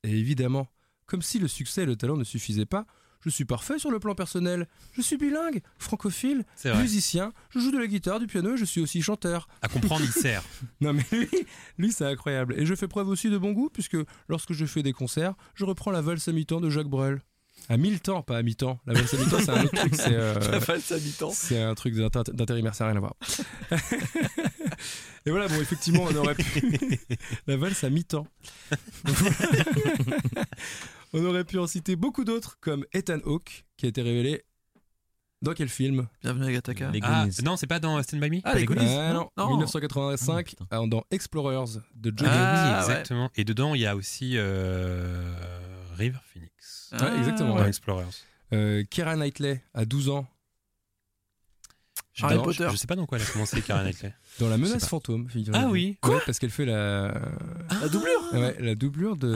Speaker 5: Et évidemment, comme si le succès et le talent ne suffisaient pas, je suis parfait sur le plan personnel, je suis bilingue, francophile,
Speaker 4: C'est vrai.
Speaker 5: musicien, je joue de la guitare, du piano et je suis aussi chanteur.
Speaker 4: À comprendre, il sert.
Speaker 5: Non mais lui, lui c'est incroyable. Et je fais preuve aussi de bon goût puisque lorsque je fais des concerts, je reprends la valse à mi-temps de Jacques Brel. À mi-temps, pas à mi-temps. La valse à mi-temps, c'est un autre truc. C'est euh, c'est un truc d'inter- d'intérimaire, ça n'a rien à voir. Et voilà, bon, effectivement, on aurait pu. La valse à mi-temps. on aurait pu en citer beaucoup d'autres, comme Ethan Hawke, qui a été révélé dans quel film
Speaker 1: Bienvenue à Gataka.
Speaker 6: Les
Speaker 4: Ah,
Speaker 6: Goonies.
Speaker 4: non, c'est pas dans Stand By Me
Speaker 1: Ah, les Goonies
Speaker 5: Ah, non,
Speaker 1: Non.
Speaker 5: 1985,
Speaker 4: Ah,
Speaker 6: Oh,
Speaker 5: dans Explorers de Johnny
Speaker 1: Ah,
Speaker 4: oui,
Speaker 1: ouais.
Speaker 4: exactement. Et dedans, il y a aussi euh, River Phoenix.
Speaker 1: Ah,
Speaker 5: Ouais, exactement.
Speaker 4: dans
Speaker 5: ouais.
Speaker 4: Explorers.
Speaker 5: Euh, Keira Knightley, à 12 ans,
Speaker 1: Harry
Speaker 4: Dans-
Speaker 1: Potter.
Speaker 4: Je, je sais pas dans quoi elle a commencé, Karen Knightley.
Speaker 5: dans La
Speaker 4: Je sais
Speaker 5: menace
Speaker 4: pas.
Speaker 5: fantôme. figurez-vous.
Speaker 4: Ah oui. Ah.
Speaker 5: Ouais, Parce qu'elle fait la...
Speaker 1: La doublure
Speaker 5: ouais, la doublure de...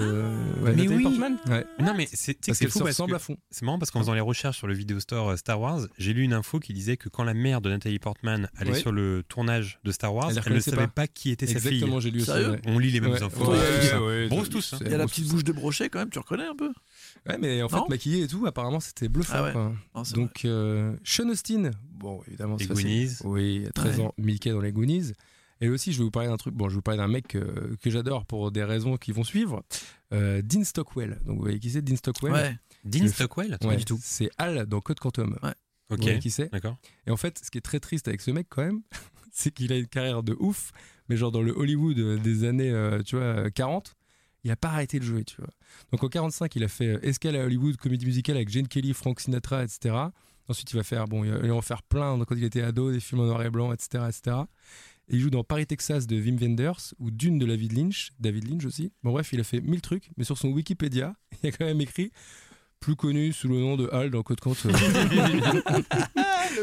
Speaker 5: ouais,
Speaker 4: Mais
Speaker 5: Nathalie
Speaker 4: oui.
Speaker 5: Portman. Ouais,
Speaker 4: Non, mais c'est tu sais que
Speaker 5: parce
Speaker 4: c'est
Speaker 5: qu'elle
Speaker 4: fou parce que
Speaker 5: se ressemble à fond.
Speaker 4: c'est marrant parce qu'en faisant les recherches sur le vidéo store euh, Star Wars, j'ai lu une info qui disait que quand la mère de Nathalie Portman allait
Speaker 5: Ouais.
Speaker 4: sur le tournage de Star Wars,
Speaker 5: Elle les
Speaker 4: elle, ne
Speaker 5: reconnaissait
Speaker 4: savait
Speaker 5: pas.
Speaker 4: pas, qui était sa fille.
Speaker 5: Exactement, j'ai lu aussi.
Speaker 1: Sérieux
Speaker 5: ouais.
Speaker 4: On lit les mêmes
Speaker 5: Ouais,
Speaker 4: infos. hein,
Speaker 5: ouais,
Speaker 4: tout ça.
Speaker 5: ouais, ouais,
Speaker 4: Bruce
Speaker 5: c'est-
Speaker 4: tous, hein.
Speaker 5: c'est-
Speaker 1: Il y a la
Speaker 5: Bruce
Speaker 1: petite
Speaker 5: tous.
Speaker 1: bouche de brochet quand même, tu reconnais un peu
Speaker 5: Ouais, mais en fait,
Speaker 1: Non
Speaker 5: maquillée et tout, apparemment, c'était bluffant.
Speaker 1: Ah ouais.
Speaker 5: quoi.
Speaker 1: Non, c'est
Speaker 5: Donc, euh, Sean Austin, bon, évidemment,
Speaker 4: Les
Speaker 5: c'est facile.
Speaker 4: Goonies.
Speaker 5: Oui, à 13
Speaker 1: Ouais.
Speaker 5: ans, Mickey dans les Goonies. Et aussi, je vais vous parler d'un truc. Bon, je vais vous parler d'un mec euh, que j'adore pour des raisons qui vont suivre. Euh, Dean Stockwell. Donc, vous voyez qui c'est Dean
Speaker 1: vrai.
Speaker 5: Stockwell
Speaker 1: Ouais.
Speaker 4: Dean
Speaker 5: Le-
Speaker 4: Stockwell
Speaker 5: Ouais, C'est Al dans Code Quantum.
Speaker 4: Ok.
Speaker 5: Vous voyez qui c'est
Speaker 4: D'accord.
Speaker 5: Et en fait, ce qui est très triste avec ce mec, quand même, c'est qu'il a une carrière de ouf, mais genre dans le Hollywood euh, des années, euh, tu vois, euh, 40, il a pas arrêté de jouer, tu vois. Donc en 45, il a fait euh, Escale à Hollywood, comédie musicale avec Jane Kelly, Frank Sinatra, etc. Ensuite, il va faire, bon, il va il va en faire plein donc, quand il était ado, des films en noir et blanc, etc., etc. Et il joue dans Paris, Texas de Wim Wenders ou Dune de David Lynch, David Lynch aussi. Bon, bref, il a fait mille trucs, mais sur son Wikipédia, il y a quand même écrit plus connu sous le nom de Hal dans Code Quantum.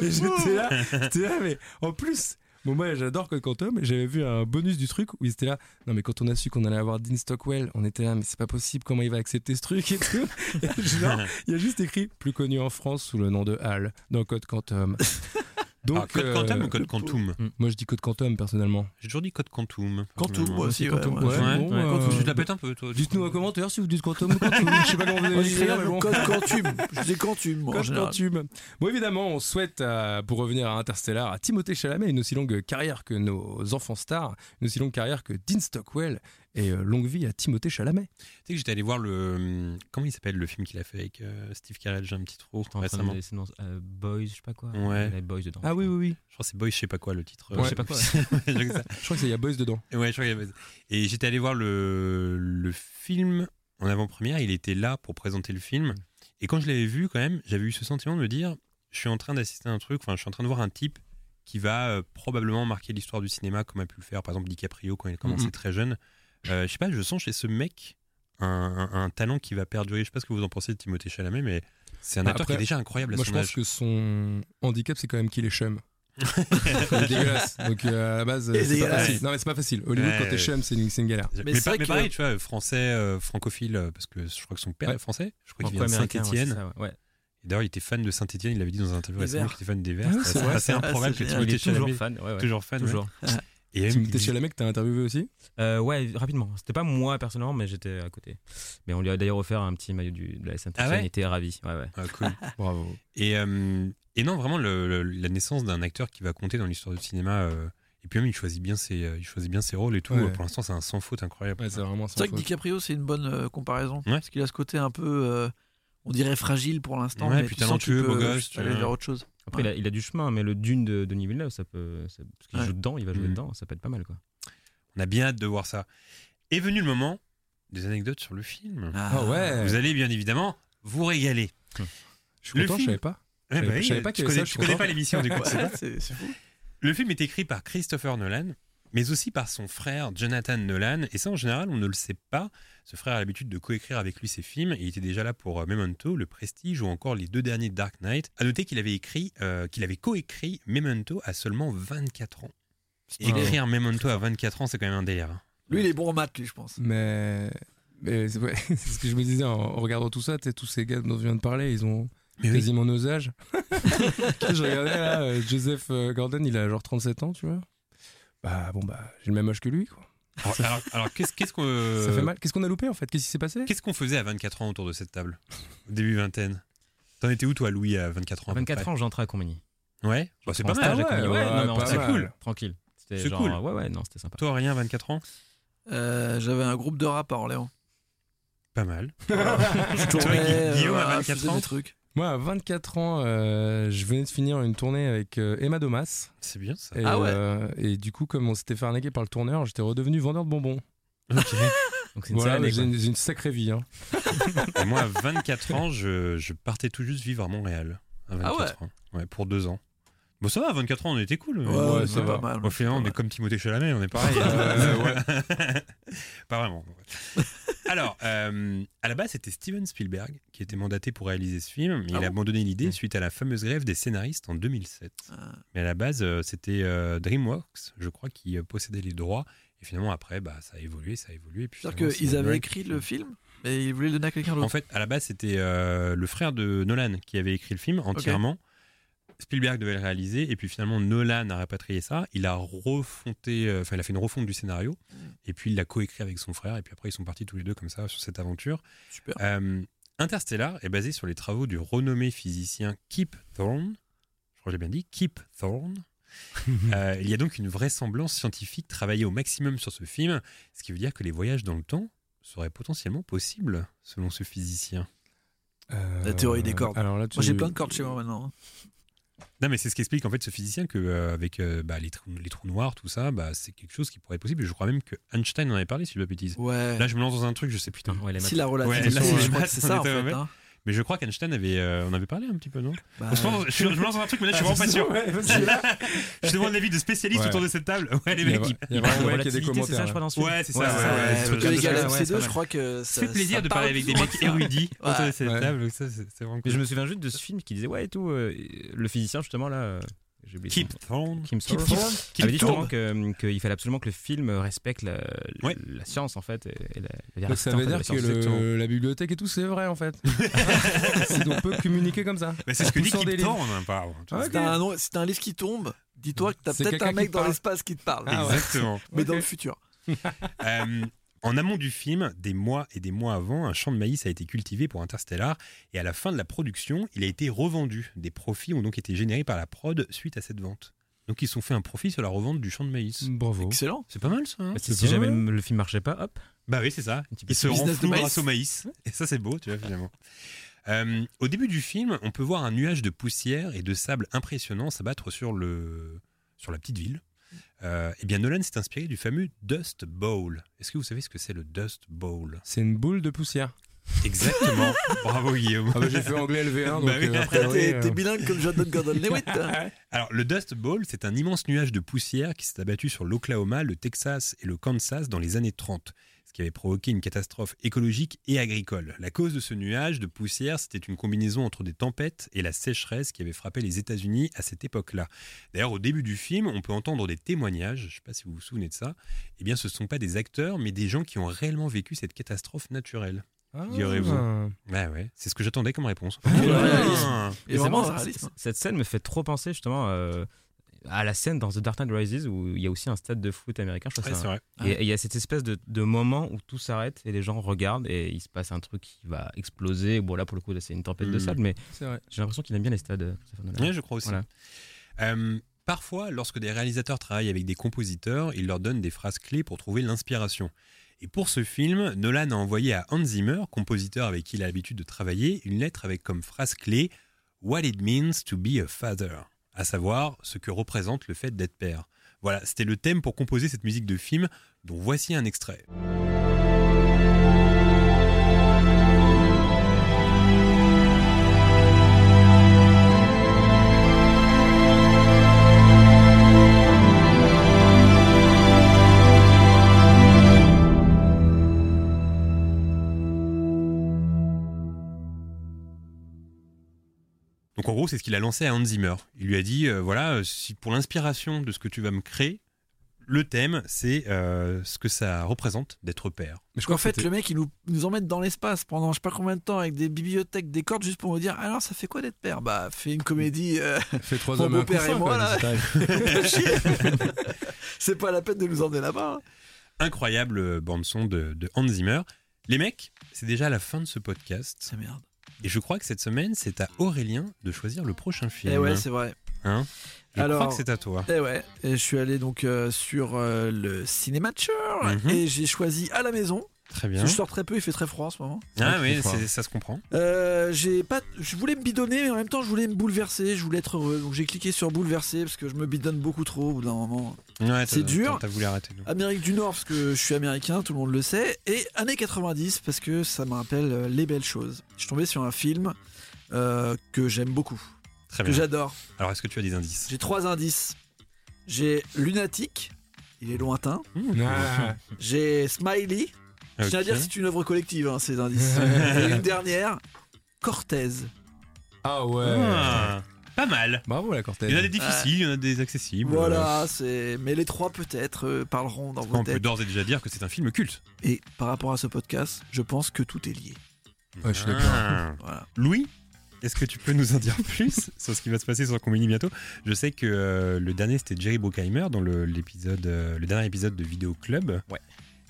Speaker 5: Et j'étais là, j'étais là, mais en plus, bon, moi j'adore Code Quantum, et j'avais vu un bonus du truc où ils étaient là. Non, mais quand on a su qu'on allait avoir Dean Stockwell, on était là, mais c'est pas possible, comment il va accepter ce truc et tout. Et genre, il y a juste écrit plus connu en France sous le nom de Hal dans Code Quantum. Donc,
Speaker 4: Alors, Ah, code
Speaker 5: euh,
Speaker 4: Quantum ou Code Quantum
Speaker 5: moi je dis Code Quantum personnellement.
Speaker 4: J'ai toujours dit Code Quantum.
Speaker 1: Quantum,
Speaker 4: personnellement.
Speaker 1: moi aussi. ouais,
Speaker 5: Quantum,
Speaker 1: moi aussi.
Speaker 4: ouais.
Speaker 5: bon,
Speaker 6: Ouais,
Speaker 5: euh,
Speaker 4: Tu te la pètes un peu, toi. tu-
Speaker 5: Dites-nous en commentaire si vous dites Quantum ou Quantum. Je sais pas comment vous allez
Speaker 1: On dit
Speaker 5: l'écrire, mais bon.
Speaker 1: même code quantum. Je dis quantum, moi, en
Speaker 5: Code
Speaker 1: général.
Speaker 5: Quantum. Bon, évidemment, on souhaite, euh, pour revenir à Interstellar, à Timothée Chalamet une aussi longue carrière que nos enfants stars, une aussi longue carrière que Dean Stockwell, et euh, longue vie à Timothée Chalamet.
Speaker 4: Tu sais que j'étais allé voir le. euh, Comment il s'appelle le film qu'il a fait avec euh, Steve Carell J'ai un petit trou
Speaker 6: Putain, en train de-
Speaker 4: récemment.
Speaker 6: c'est dans- euh, Boys, je sais pas quoi.
Speaker 4: Ouais.
Speaker 6: Il y avait Boys dedans.
Speaker 5: Ah oui, oui, oui.
Speaker 4: Je crois que c'est Boy, je sais pas quoi le titre. euh,
Speaker 6: Ouais, je sais pas quoi.
Speaker 4: je sais que ça-
Speaker 5: Je crois qu'il y a Boys dedans.
Speaker 4: Ouais, je crois qu'il y avait- Et j'étais allé voir le, le film en avant-première. Il était là pour présenter le film. Et quand je l'avais vu, quand même, j'avais eu ce sentiment de me dire je suis en train d'assister à un truc, enfin, je suis en train de voir un type qui va euh, probablement marquer l'histoire du cinéma comme a pu le faire, par exemple, DiCaprio quand il a commencé
Speaker 5: Mhm.
Speaker 4: très jeune. Euh, je sais pas, je sens chez ce mec un, un- un talent qui va perdurer. Je sais pas ce que vous en pensez de Timothée Chalamet, mais c'est un acteur
Speaker 5: Après,
Speaker 4: qui est déjà incroyable à
Speaker 5: Moi, je
Speaker 4: son
Speaker 5: pense
Speaker 4: âge.
Speaker 5: que son handicap, c'est quand même qu'il est chum. c'est dégueulasse. Donc, euh, à la base,
Speaker 1: Il est
Speaker 5: c'est pas
Speaker 1: dégueulasse.
Speaker 5: facile. Non, mais c'est pas facile. Hollywood,
Speaker 4: Ouais,
Speaker 5: quand t'es
Speaker 4: ouais.
Speaker 5: chum, c'est une, c'est une galère.
Speaker 4: Mais,
Speaker 1: Mais
Speaker 4: pas-
Speaker 1: c'est vrai
Speaker 4: mais
Speaker 1: que-
Speaker 4: pareil, tu vois, français, euh, francophile, euh, parce que je crois que son père
Speaker 5: Ouais.
Speaker 4: est français, je crois qu'il vient de
Speaker 6: Franco-américain, ouais, c'est
Speaker 4: Saint-Etienne.
Speaker 6: ça, ouais.
Speaker 4: Et D'ailleurs, il était fan de Saint-Etienne, il l'avait dit dans un interview
Speaker 1: Des
Speaker 4: récemment
Speaker 1: Verts.
Speaker 4: qu'il était fan des Verts.
Speaker 5: Ah ouais, c'est
Speaker 4: c'est
Speaker 5: vrai,
Speaker 4: assez
Speaker 1: ça.
Speaker 4: improbable
Speaker 1: Ah,
Speaker 4: que
Speaker 1: c'est
Speaker 6: Il
Speaker 4: Timothée
Speaker 6: est toujours
Speaker 4: Chalamet-
Speaker 6: fan, ouais, ouais.
Speaker 4: toujours fan. ouais.
Speaker 6: Toujours.
Speaker 4: Et même, il
Speaker 5: Timothée
Speaker 4: dit-
Speaker 5: Chalamet, que t'as interviewé aussi
Speaker 6: Euh, ouais, rapidement. C'était pas moi personnellement, mais j'étais à côté. Mais on lui a d'ailleurs offert un petit maillot du, de la saint
Speaker 4: Ah ouais
Speaker 6: Il était ravi. Ouais, ouais.
Speaker 4: Ah, cool.
Speaker 5: Bravo.
Speaker 4: et, euh, et non, vraiment, le- le- la naissance d'un acteur qui va compter dans l'histoire du cinéma. euh, et puis même, il choisit bien ses, euh, il choisit bien ses rôles et tout.
Speaker 5: Ouais.
Speaker 4: Pour l'instant, c'est un sans faute incroyable.
Speaker 5: Ouais, c'est vraiment
Speaker 1: C'est
Speaker 5: ça.
Speaker 1: vrai que DiCaprio, c'est une bonne euh, comparaison.
Speaker 4: Ouais.
Speaker 1: Parce qu'il a ce côté un peu, euh, on dirait fragile pour l'instant.
Speaker 4: Ouais,
Speaker 1: mais
Speaker 4: puis
Speaker 1: tu sens qu'il
Speaker 4: talentueux, beau
Speaker 1: peut
Speaker 4: gosse, tu
Speaker 1: aller
Speaker 4: vois.
Speaker 1: vers autre chose.
Speaker 6: Après, il, a, il a du chemin, mais le dune de Denis Villeneuve, ça peut. ça- parce qu'il
Speaker 1: Ouais.
Speaker 6: joue dedans, il va jouer
Speaker 4: Mhm.
Speaker 6: dedans, ça peut être pas mal, quoi.
Speaker 4: On a bien hâte de voir ça. Est venu le moment des anecdotes sur le film.
Speaker 5: Ah ouais.
Speaker 4: Vous allez bien évidemment vous régaler.
Speaker 5: Je suis
Speaker 4: Le
Speaker 5: content, je
Speaker 4: film-
Speaker 5: savais pas.
Speaker 4: Ouais,
Speaker 5: Je
Speaker 4: bah oui,
Speaker 5: savais pas
Speaker 4: tu
Speaker 5: qu'il y avait
Speaker 4: connais,
Speaker 5: ça, je
Speaker 4: tu
Speaker 5: suis
Speaker 4: connais
Speaker 5: content.
Speaker 4: pas l'émission du coup. c'est
Speaker 1: Ouais,
Speaker 4: ça
Speaker 1: c'est c'est fou.
Speaker 4: Le film est écrit par Christopher Nolan, mais aussi par son frère Jonathan Nolan. Et ça, en général, on ne le sait pas. Ce frère a l'habitude de coécrire avec lui ses films et il était déjà là pour euh, Memento, Le Prestige ou encore les deux derniers Dark Knight. À noter qu'il avait écrit, euh, qu'il avait coécrit Memento à seulement 24 ans.
Speaker 5: pas vrai.
Speaker 4: Écrire Memento à 24 ans, c'est quand même un délire. hein.
Speaker 1: Lui, il est bon en maths, lui, je pense.
Speaker 5: Mais, mais c'est ouais, c'est ce que je me disais en, en regardant tout ça. tu sais, Tous ces gars dont je viens de parler, ils ont
Speaker 4: Mais oui.
Speaker 5: quasiment nos âges. je regardais là, euh, Joseph euh, Gordon, il a genre 37 ans, tu vois. Bah bon, bah j'ai le même âge que lui, quoi.
Speaker 4: Alors, alors- alors, qu'est-ce qu'est-ce qu'on
Speaker 5: Ça fait mal. Qu'est-ce qu'on a loupé en fait Qu'est-ce qui s'est passé
Speaker 4: Euh. Qu'est-ce qu'on faisait à 24 ans autour de cette table Au Début vingtaine. T'en étais où toi, Louis, à 24 ans
Speaker 6: À 24 ans, j'entrais à Combini.
Speaker 4: ans. Ouais. Bah, c'est
Speaker 6: Pour
Speaker 4: Ah, bah, pas
Speaker 6: un
Speaker 4: mal.
Speaker 6: stage à
Speaker 5: ouais,
Speaker 6: Combini.
Speaker 5: ouais,
Speaker 6: non, mais en
Speaker 5: pas
Speaker 6: stage,
Speaker 5: mal.
Speaker 6: cool, tranquille. C'était
Speaker 4: C'est
Speaker 6: genre,
Speaker 4: cool.
Speaker 6: Ouais, ouais, non, c'était sympa.
Speaker 4: Toi, rien, 24 ans.
Speaker 1: Euh, J'avais un groupe de rap à Orléans.
Speaker 4: Pas mal.
Speaker 1: Je
Speaker 4: Guillaume, à
Speaker 1: euh, voilà,
Speaker 4: 24
Speaker 1: je faisais
Speaker 4: ans.
Speaker 1: des trucs.
Speaker 5: Moi, à 24 ans, euh, je venais de finir une tournée avec euh, Emma Domas.
Speaker 4: C'est bien ça.
Speaker 5: Et,
Speaker 1: Ah ouais.
Speaker 5: euh, et du coup, comme on s'était fait arnaquer par le tourneur, j'étais redevenu vendeur de bonbons.
Speaker 4: Ok.
Speaker 6: Donc c'est une
Speaker 5: Voilà,
Speaker 6: sale
Speaker 5: mais
Speaker 6: année,
Speaker 5: j'ai
Speaker 6: quoi.
Speaker 5: une, j'ai une sacrée vie. hein.
Speaker 4: Et moi, à 24 ans, je, je partais tout juste vivre à Montréal.
Speaker 1: Ah
Speaker 4: À 24 ans. Ouais, pour deux ans. Bon, ça va, à 24 ans, on était cool.
Speaker 1: Ouais,
Speaker 5: ouais, ça
Speaker 1: c'est pas
Speaker 5: va.
Speaker 1: mal.
Speaker 4: Au final, on est comme Timothée Chalamet, on est pareil. hein.
Speaker 5: Euh,
Speaker 4: Pas vraiment. ouais. Alors, euh, à la base, c'était Steven Spielberg qui était mandaté pour réaliser ce film, mais
Speaker 1: Ah
Speaker 4: il
Speaker 1: bon
Speaker 4: a abandonné l'idée
Speaker 6: Mm.
Speaker 4: suite à la fameuse grève des scénaristes en 2007.
Speaker 1: Ah.
Speaker 4: Mais à la base, euh, c'était euh, DreamWorks, je crois, qui euh, possédait les droits. Et finalement, après, bah, ça a évolué, ça a évolué. et puis
Speaker 1: C'est-à-dire
Speaker 4: finalement, c'est
Speaker 1: qu'ils avaient
Speaker 4: Nolan
Speaker 1: écrit
Speaker 4: qui-
Speaker 1: le film, mais ils voulaient le donner à quelqu'un
Speaker 4: en
Speaker 1: d'autre.
Speaker 4: fait, à la base, c'était euh, le frère de Nolan qui avait écrit le film entièrement. Spielberg devait le réaliser et puis finalement Nolan a rapatrié ça. Il a refonté, euh, enfin il a fait une refonte du scénario
Speaker 1: Hmm.
Speaker 4: et puis il l'a coécrit avec son frère et puis après ils sont partis tous les deux comme ça sur cette aventure.
Speaker 1: Super.
Speaker 4: Euh, Interstellar est basé sur les travaux du renommé physicien Kip Thorne. Je crois que j'ai bien dit Kip Thorne. Euh, il y a donc une vraisemblance scientifique travaillée au maximum sur ce film, ce qui veut dire que les voyages dans le temps seraient potentiellement possibles, selon ce physicien.
Speaker 5: Euh,
Speaker 1: La théorie des cordes.
Speaker 5: Alors là, tu-
Speaker 1: Moi, j'ai plein de cordes chez moi maintenant. hein.
Speaker 4: Non, mais c'est ce qu'explique en fait ce physicien que euh, avec euh, bah, les, trous, les trous noirs, tout ça, bah, c'est quelque chose qui pourrait être possible. Et Je crois même que Einstein en avait parlé, si je ne dis pas bêtise.
Speaker 1: Ouais.
Speaker 4: Là, je me lance dans un truc, je sais plus.
Speaker 6: Putain, ouais, les
Speaker 1: Si
Speaker 6: maths.
Speaker 1: la relativité,
Speaker 4: Ouais,
Speaker 5: là, c'est-
Speaker 1: je crois que c'est ça en
Speaker 4: ouais.
Speaker 1: fait. hein.
Speaker 4: Mais je crois qu'Einstein avait, euh, on avait parlé un petit peu, non
Speaker 1: Bah,
Speaker 4: On se Ah, lance- je, suis- je me lance dans un truc, mais là, je suis vraiment pas sûr. Je demande l'avis de spécialistes
Speaker 5: Ouais.
Speaker 4: autour de cette table. Ouais, les
Speaker 5: Il y a
Speaker 4: mecs,
Speaker 5: vra-
Speaker 4: ils-
Speaker 5: il y a
Speaker 6: Il parle de
Speaker 5: vraiment ouais, qu'il y a des
Speaker 6: relativité, c'est ça,
Speaker 5: commentaires.
Speaker 6: je crois, dans ce film
Speaker 4: Ouais, c'est ça.
Speaker 6: Ouais,
Speaker 4: ouais,
Speaker 6: c'est ça,
Speaker 4: ouais,
Speaker 6: ouais,
Speaker 4: c'est
Speaker 1: parce que
Speaker 4: ça,
Speaker 1: les gars,
Speaker 4: c'est
Speaker 1: avec
Speaker 4: ça,
Speaker 1: ces
Speaker 4: c'est
Speaker 1: deux,
Speaker 4: pas
Speaker 1: je
Speaker 4: mal.
Speaker 1: crois que
Speaker 4: Ça
Speaker 1: ça
Speaker 4: fait plaisir
Speaker 1: ça
Speaker 4: de
Speaker 1: parle
Speaker 4: parler avec des
Speaker 1: plus ou
Speaker 4: mecs
Speaker 1: moins de ça.
Speaker 4: érudits autour de cette
Speaker 5: Ouais.
Speaker 4: table. Ça, c'est c'est vraiment
Speaker 6: Mais je
Speaker 4: cool.
Speaker 6: me souviens juste de ce film qui disait ouais et tout euh, le physicien justement là euh, j'ai oublié
Speaker 4: Keep
Speaker 6: son
Speaker 4: Thorne.
Speaker 6: nom. Kim
Speaker 1: Keep
Speaker 6: Thorne
Speaker 1: Thorne.
Speaker 6: avait dit
Speaker 1: Keep
Speaker 6: justement que- euh, qu'il fallait absolument que le film respecte la, la-
Speaker 4: Ouais.
Speaker 6: la science en fait et et la, la
Speaker 5: Donc
Speaker 6: véracité,
Speaker 5: ça
Speaker 6: en
Speaker 5: veut
Speaker 6: fait, de la
Speaker 5: dire que
Speaker 6: science.
Speaker 5: le- Hein, la bibliothèque et tout, c'est vrai en fait. C'est- on peut communiquer comme ça.
Speaker 4: Mais c'est ce que
Speaker 5: Tous
Speaker 4: dit
Speaker 5: sans
Speaker 4: Keep
Speaker 5: délire.
Speaker 4: Thorne, hein, par
Speaker 5: Ah,
Speaker 1: Si t'as un, nom- si t'as un livre qui tombe, dis-toi que t'as
Speaker 5: C'est
Speaker 1: peut-être
Speaker 5: quelqu'un
Speaker 1: un
Speaker 5: qui
Speaker 1: mec dans
Speaker 5: parle.
Speaker 1: l'espace qui te parle.
Speaker 5: Ah ouais.
Speaker 4: Exactement.
Speaker 1: Mais dans
Speaker 5: Ok.
Speaker 1: le futur.
Speaker 4: Euh, en amont du film, des mois et des mois avant, un champ de maïs a été cultivé pour Interstellar et à la fin de la production, il a été revendu. Des profits ont donc été générés par la prod suite à cette vente. Donc ils se sont fait un profit sur la revente du champ de maïs.
Speaker 5: Bravo.
Speaker 1: Excellent.
Speaker 4: C'est pas mal ça. hein
Speaker 6: Bah, si
Speaker 5: C'est
Speaker 6: si
Speaker 5: pas
Speaker 6: jamais
Speaker 5: mal.
Speaker 6: le, le film marchait pas hop
Speaker 4: bah oui, c'est ça.
Speaker 6: Un petit peu
Speaker 4: Ils se
Speaker 1: de business
Speaker 4: renflouent
Speaker 1: de maïs.
Speaker 4: grâce au maïs. Et ça, c'est beau, tu vois, finalement. Euh, au début du film, on peut voir un nuage de poussière et de sable impressionnant s'abattre sur, le... sur la petite ville. Euh, eh bien, Nolan s'est inspiré du fameux Dust Bowl. Est-ce que vous savez ce que c'est le Dust Bowl
Speaker 5: C'est une boule de poussière.
Speaker 4: Exactement. Bravo, Guillaume.
Speaker 5: Ah bah j'ai fait anglais LV1, donc
Speaker 4: Bah oui.
Speaker 5: euh, a
Speaker 1: T'es
Speaker 5: priori, euh,
Speaker 1: t'es bilingue comme Jordan Gordon-Lewitt. hein.
Speaker 4: Alors, le Dust Bowl, c'est un immense nuage de poussière qui s'est abattu sur l'Oklahoma, le Texas et le Kansas dans les années 30, ce qui avait provoqué une catastrophe écologique et agricole. La cause de ce nuage de poussière, c'était une combinaison entre des tempêtes et la sécheresse qui avait frappé les États-Unis à cette époque-là. D'ailleurs, au début du film, on peut entendre des témoignages, je ne sais pas si vous vous souvenez de ça, eh bien, ce ne sont pas des acteurs, mais des gens qui ont réellement vécu cette catastrophe naturelle.
Speaker 5: ah.
Speaker 4: Figurez-vous. Ouais, ouais, c'est ce que j'attendais comme réponse.
Speaker 1: réalisme.
Speaker 4: Ah.
Speaker 1: Et
Speaker 6: Et c'est
Speaker 1: vraiment,
Speaker 6: marrant,
Speaker 1: un
Speaker 6: c-
Speaker 1: réalisme.
Speaker 6: c- cette scène me fait trop penser justement euh, à la scène dans The Dark Knight Rises où il y a aussi un stade de foot américain je crois que
Speaker 4: Ouais,
Speaker 6: c'est
Speaker 4: c'est
Speaker 6: un-
Speaker 4: vrai.
Speaker 6: et et il y a cette espèce de, de moment où tout s'arrête et les gens regardent et il se passe un truc qui va exploser bon là pour le coup là, c'est une tempête de
Speaker 4: Mm.
Speaker 6: sable mais
Speaker 5: C'est vrai.
Speaker 6: J'ai l'impression qu'il aime bien les stades. euh, Christopher Nolan.
Speaker 4: Oui, je crois aussi.
Speaker 6: Voilà.
Speaker 4: Euh, parfois, lorsque des réalisateurs travaillent avec des compositeurs, ils leur donnent des phrases clés pour trouver l'inspiration. Et pour ce film, Nolan a envoyé à Hans Zimmer, compositeur avec qui il a l'habitude de travailler, une lettre avec comme phrase clé What it means to be a father, à savoir ce que représente le fait d'être père. Voilà, c'était le thème pour composer cette musique de film, dont voici un extrait. Donc en gros, c'est ce qu'il a lancé à Hans Zimmer. Il lui a dit euh, voilà, euh, si pour l'inspiration de ce que tu vas me créer, le thème, c'est euh, ce que ça représente d'être père.
Speaker 5: Mais je
Speaker 1: Parce qu'en
Speaker 5: crois que
Speaker 1: fait,
Speaker 5: c'était-
Speaker 1: le mec, il nous, nous emmène dans l'espace pendant je sais pas combien de temps avec des bibliothèques, des cordes, juste pour nous dire alors ça fait quoi d'être père Bah, fais une comédie. euh,
Speaker 5: fait trois
Speaker 1: mon
Speaker 5: hommes et un
Speaker 1: beau-père et
Speaker 5: couffin, quoi,
Speaker 1: moi, là.
Speaker 5: c'est pareil.
Speaker 1: c'est pas la peine de nous emmener là-bas. hein.
Speaker 4: Incroyable euh, bande-son de, de Hans Zimmer. Les mecs, c'est déjà la fin de ce podcast.
Speaker 1: C'est merde.
Speaker 4: Et je crois que cette semaine, c'est à Aurélien de choisir le prochain film.
Speaker 1: Eh ouais, c'est vrai.
Speaker 4: je
Speaker 1: alors-
Speaker 4: crois que c'est à toi.
Speaker 1: Et Eh ouais, et je suis allé donc euh, sur euh, le Cinémature
Speaker 4: Mhm.
Speaker 1: et j'ai choisi à la maison.
Speaker 4: Très bien.
Speaker 1: Parce que je sors très peu, il fait très froid en ce moment.
Speaker 4: Ah
Speaker 5: Ah,
Speaker 4: oui,
Speaker 5: je crois.
Speaker 4: c'est- ça se comprend.
Speaker 1: Euh, j'ai pas, je voulais me bidonner, mais en même temps, je voulais me bouleverser, je voulais être heureux. Donc j'ai cliqué sur bouleverser parce que je me bidonne beaucoup trop au bout d'un moment.
Speaker 4: Ouais, t'as-
Speaker 1: C'est dur.
Speaker 4: t'as- T'as voulu arrêter nous.
Speaker 1: Amérique du Nord parce que je suis américain, tout le monde le sait, et années 90 parce que ça me rappelle euh, les belles choses. Je suis tombé sur un film euh, que j'aime beaucoup,
Speaker 4: Très
Speaker 1: que
Speaker 4: bien.
Speaker 1: j'adore.
Speaker 4: Alors, est-ce que tu as des indices
Speaker 1: J'ai trois indices. J'ai lunatique, il est lointain.
Speaker 5: Ah,
Speaker 1: J'ai Smiley. Je tiens
Speaker 4: Hmm
Speaker 1: à
Speaker 4: Ok.
Speaker 1: dire que c'est une œuvre collective, hein, ces indices. Et une dernière, Cortez.
Speaker 5: Ah ouais.
Speaker 4: Ah, Pas mal.
Speaker 5: Bravo la
Speaker 4: Il y en a des
Speaker 5: Cortez.
Speaker 4: difficiles, il y en a des accessibles.
Speaker 1: Voilà, c'est. Mais les trois peut-être euh, parleront dans
Speaker 4: On
Speaker 1: vos
Speaker 4: peut
Speaker 1: têtes.
Speaker 4: d'ores et déjà dire que c'est un film culte.
Speaker 1: Et par rapport à ce podcast, je pense que tout est lié.
Speaker 5: Ouais, je suis d'accord.
Speaker 4: Ah.
Speaker 1: Voilà.
Speaker 4: Louis, est-ce que tu peux nous en dire plus sur ce qui va se passer sur Combini bientôt Je sais que euh, le dernier c'était Jerry Bruckheimer dans le, l'épisode, euh, le dernier épisode de Vidéo Club.
Speaker 6: Ouais.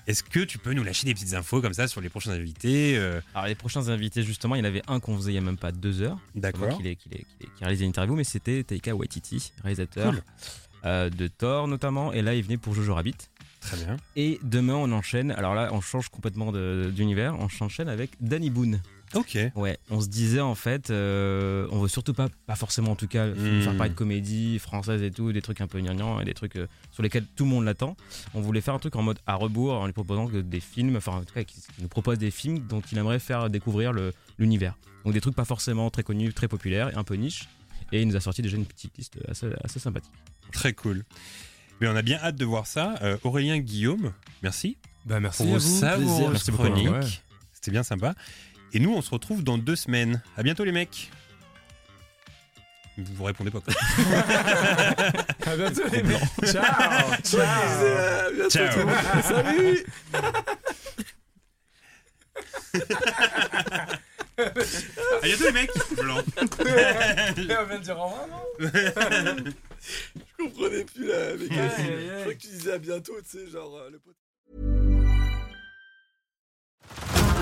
Speaker 4: Est-ce que tu peux nous lâcher des petites infos comme ça sur les prochains invités euh,
Speaker 6: Alors, les prochains invités, justement, il y en avait un qu'on faisait il y a même pas deux heures. C'est moi
Speaker 4: D'accord.
Speaker 6: qui l'ai- qui l'ai- qui l'ai- qui a réalisé l'interview, mais c'était Taika Waititi, réalisateur
Speaker 4: Cool.
Speaker 6: euh, de Thor notamment. Et là, il venait pour Jojo Rabbit.
Speaker 4: Très bien.
Speaker 6: Et demain, on enchaîne. Alors là, on change complètement de- d'univers. On enchaîne avec Danny Boone.
Speaker 4: Ok.
Speaker 6: Ouais, on se disait en fait, euh, on veut surtout pas, pas forcément en tout cas,
Speaker 4: Hmm.
Speaker 6: faire parler de comédie française et tout, des trucs un peu gnangnang et des trucs euh, sur lesquels tout le monde l'attend. On voulait faire un truc en mode à rebours en lui proposant que des films, enfin en tout cas, qui qui nous propose des films dont il aimerait faire découvrir le- l'univers. Donc des trucs pas forcément très connus, très populaires et un peu niche. Et il nous a sorti déjà une petite liste assez, assez sympathique.
Speaker 4: Très cool. Mais on a bien hâte de voir ça. Euh, Aurélien Guillaume, merci
Speaker 5: Bah merci
Speaker 4: pour vos
Speaker 5: à vous.
Speaker 4: savoureuses
Speaker 6: Merci beaucoup.
Speaker 4: chroniques.
Speaker 5: Ouais.
Speaker 4: C'était bien sympa. Et nous, on se retrouve dans deux semaines. À bientôt, les mecs. Vous vous répondez pas. quoi.
Speaker 1: Ah,
Speaker 5: À
Speaker 1: bah,
Speaker 5: bientôt les mecs. Ciao. Ciao.
Speaker 1: Euh, bientôt,
Speaker 4: Ciao.
Speaker 1: tout le monde. Salut
Speaker 4: à bientôt, les mecs. Blanc.
Speaker 8: On vient de dire au revoir, non
Speaker 1: Je comprenais plus la mécanique. Je crois que tu disais à bientôt, tu sais, genre euh, le podcast.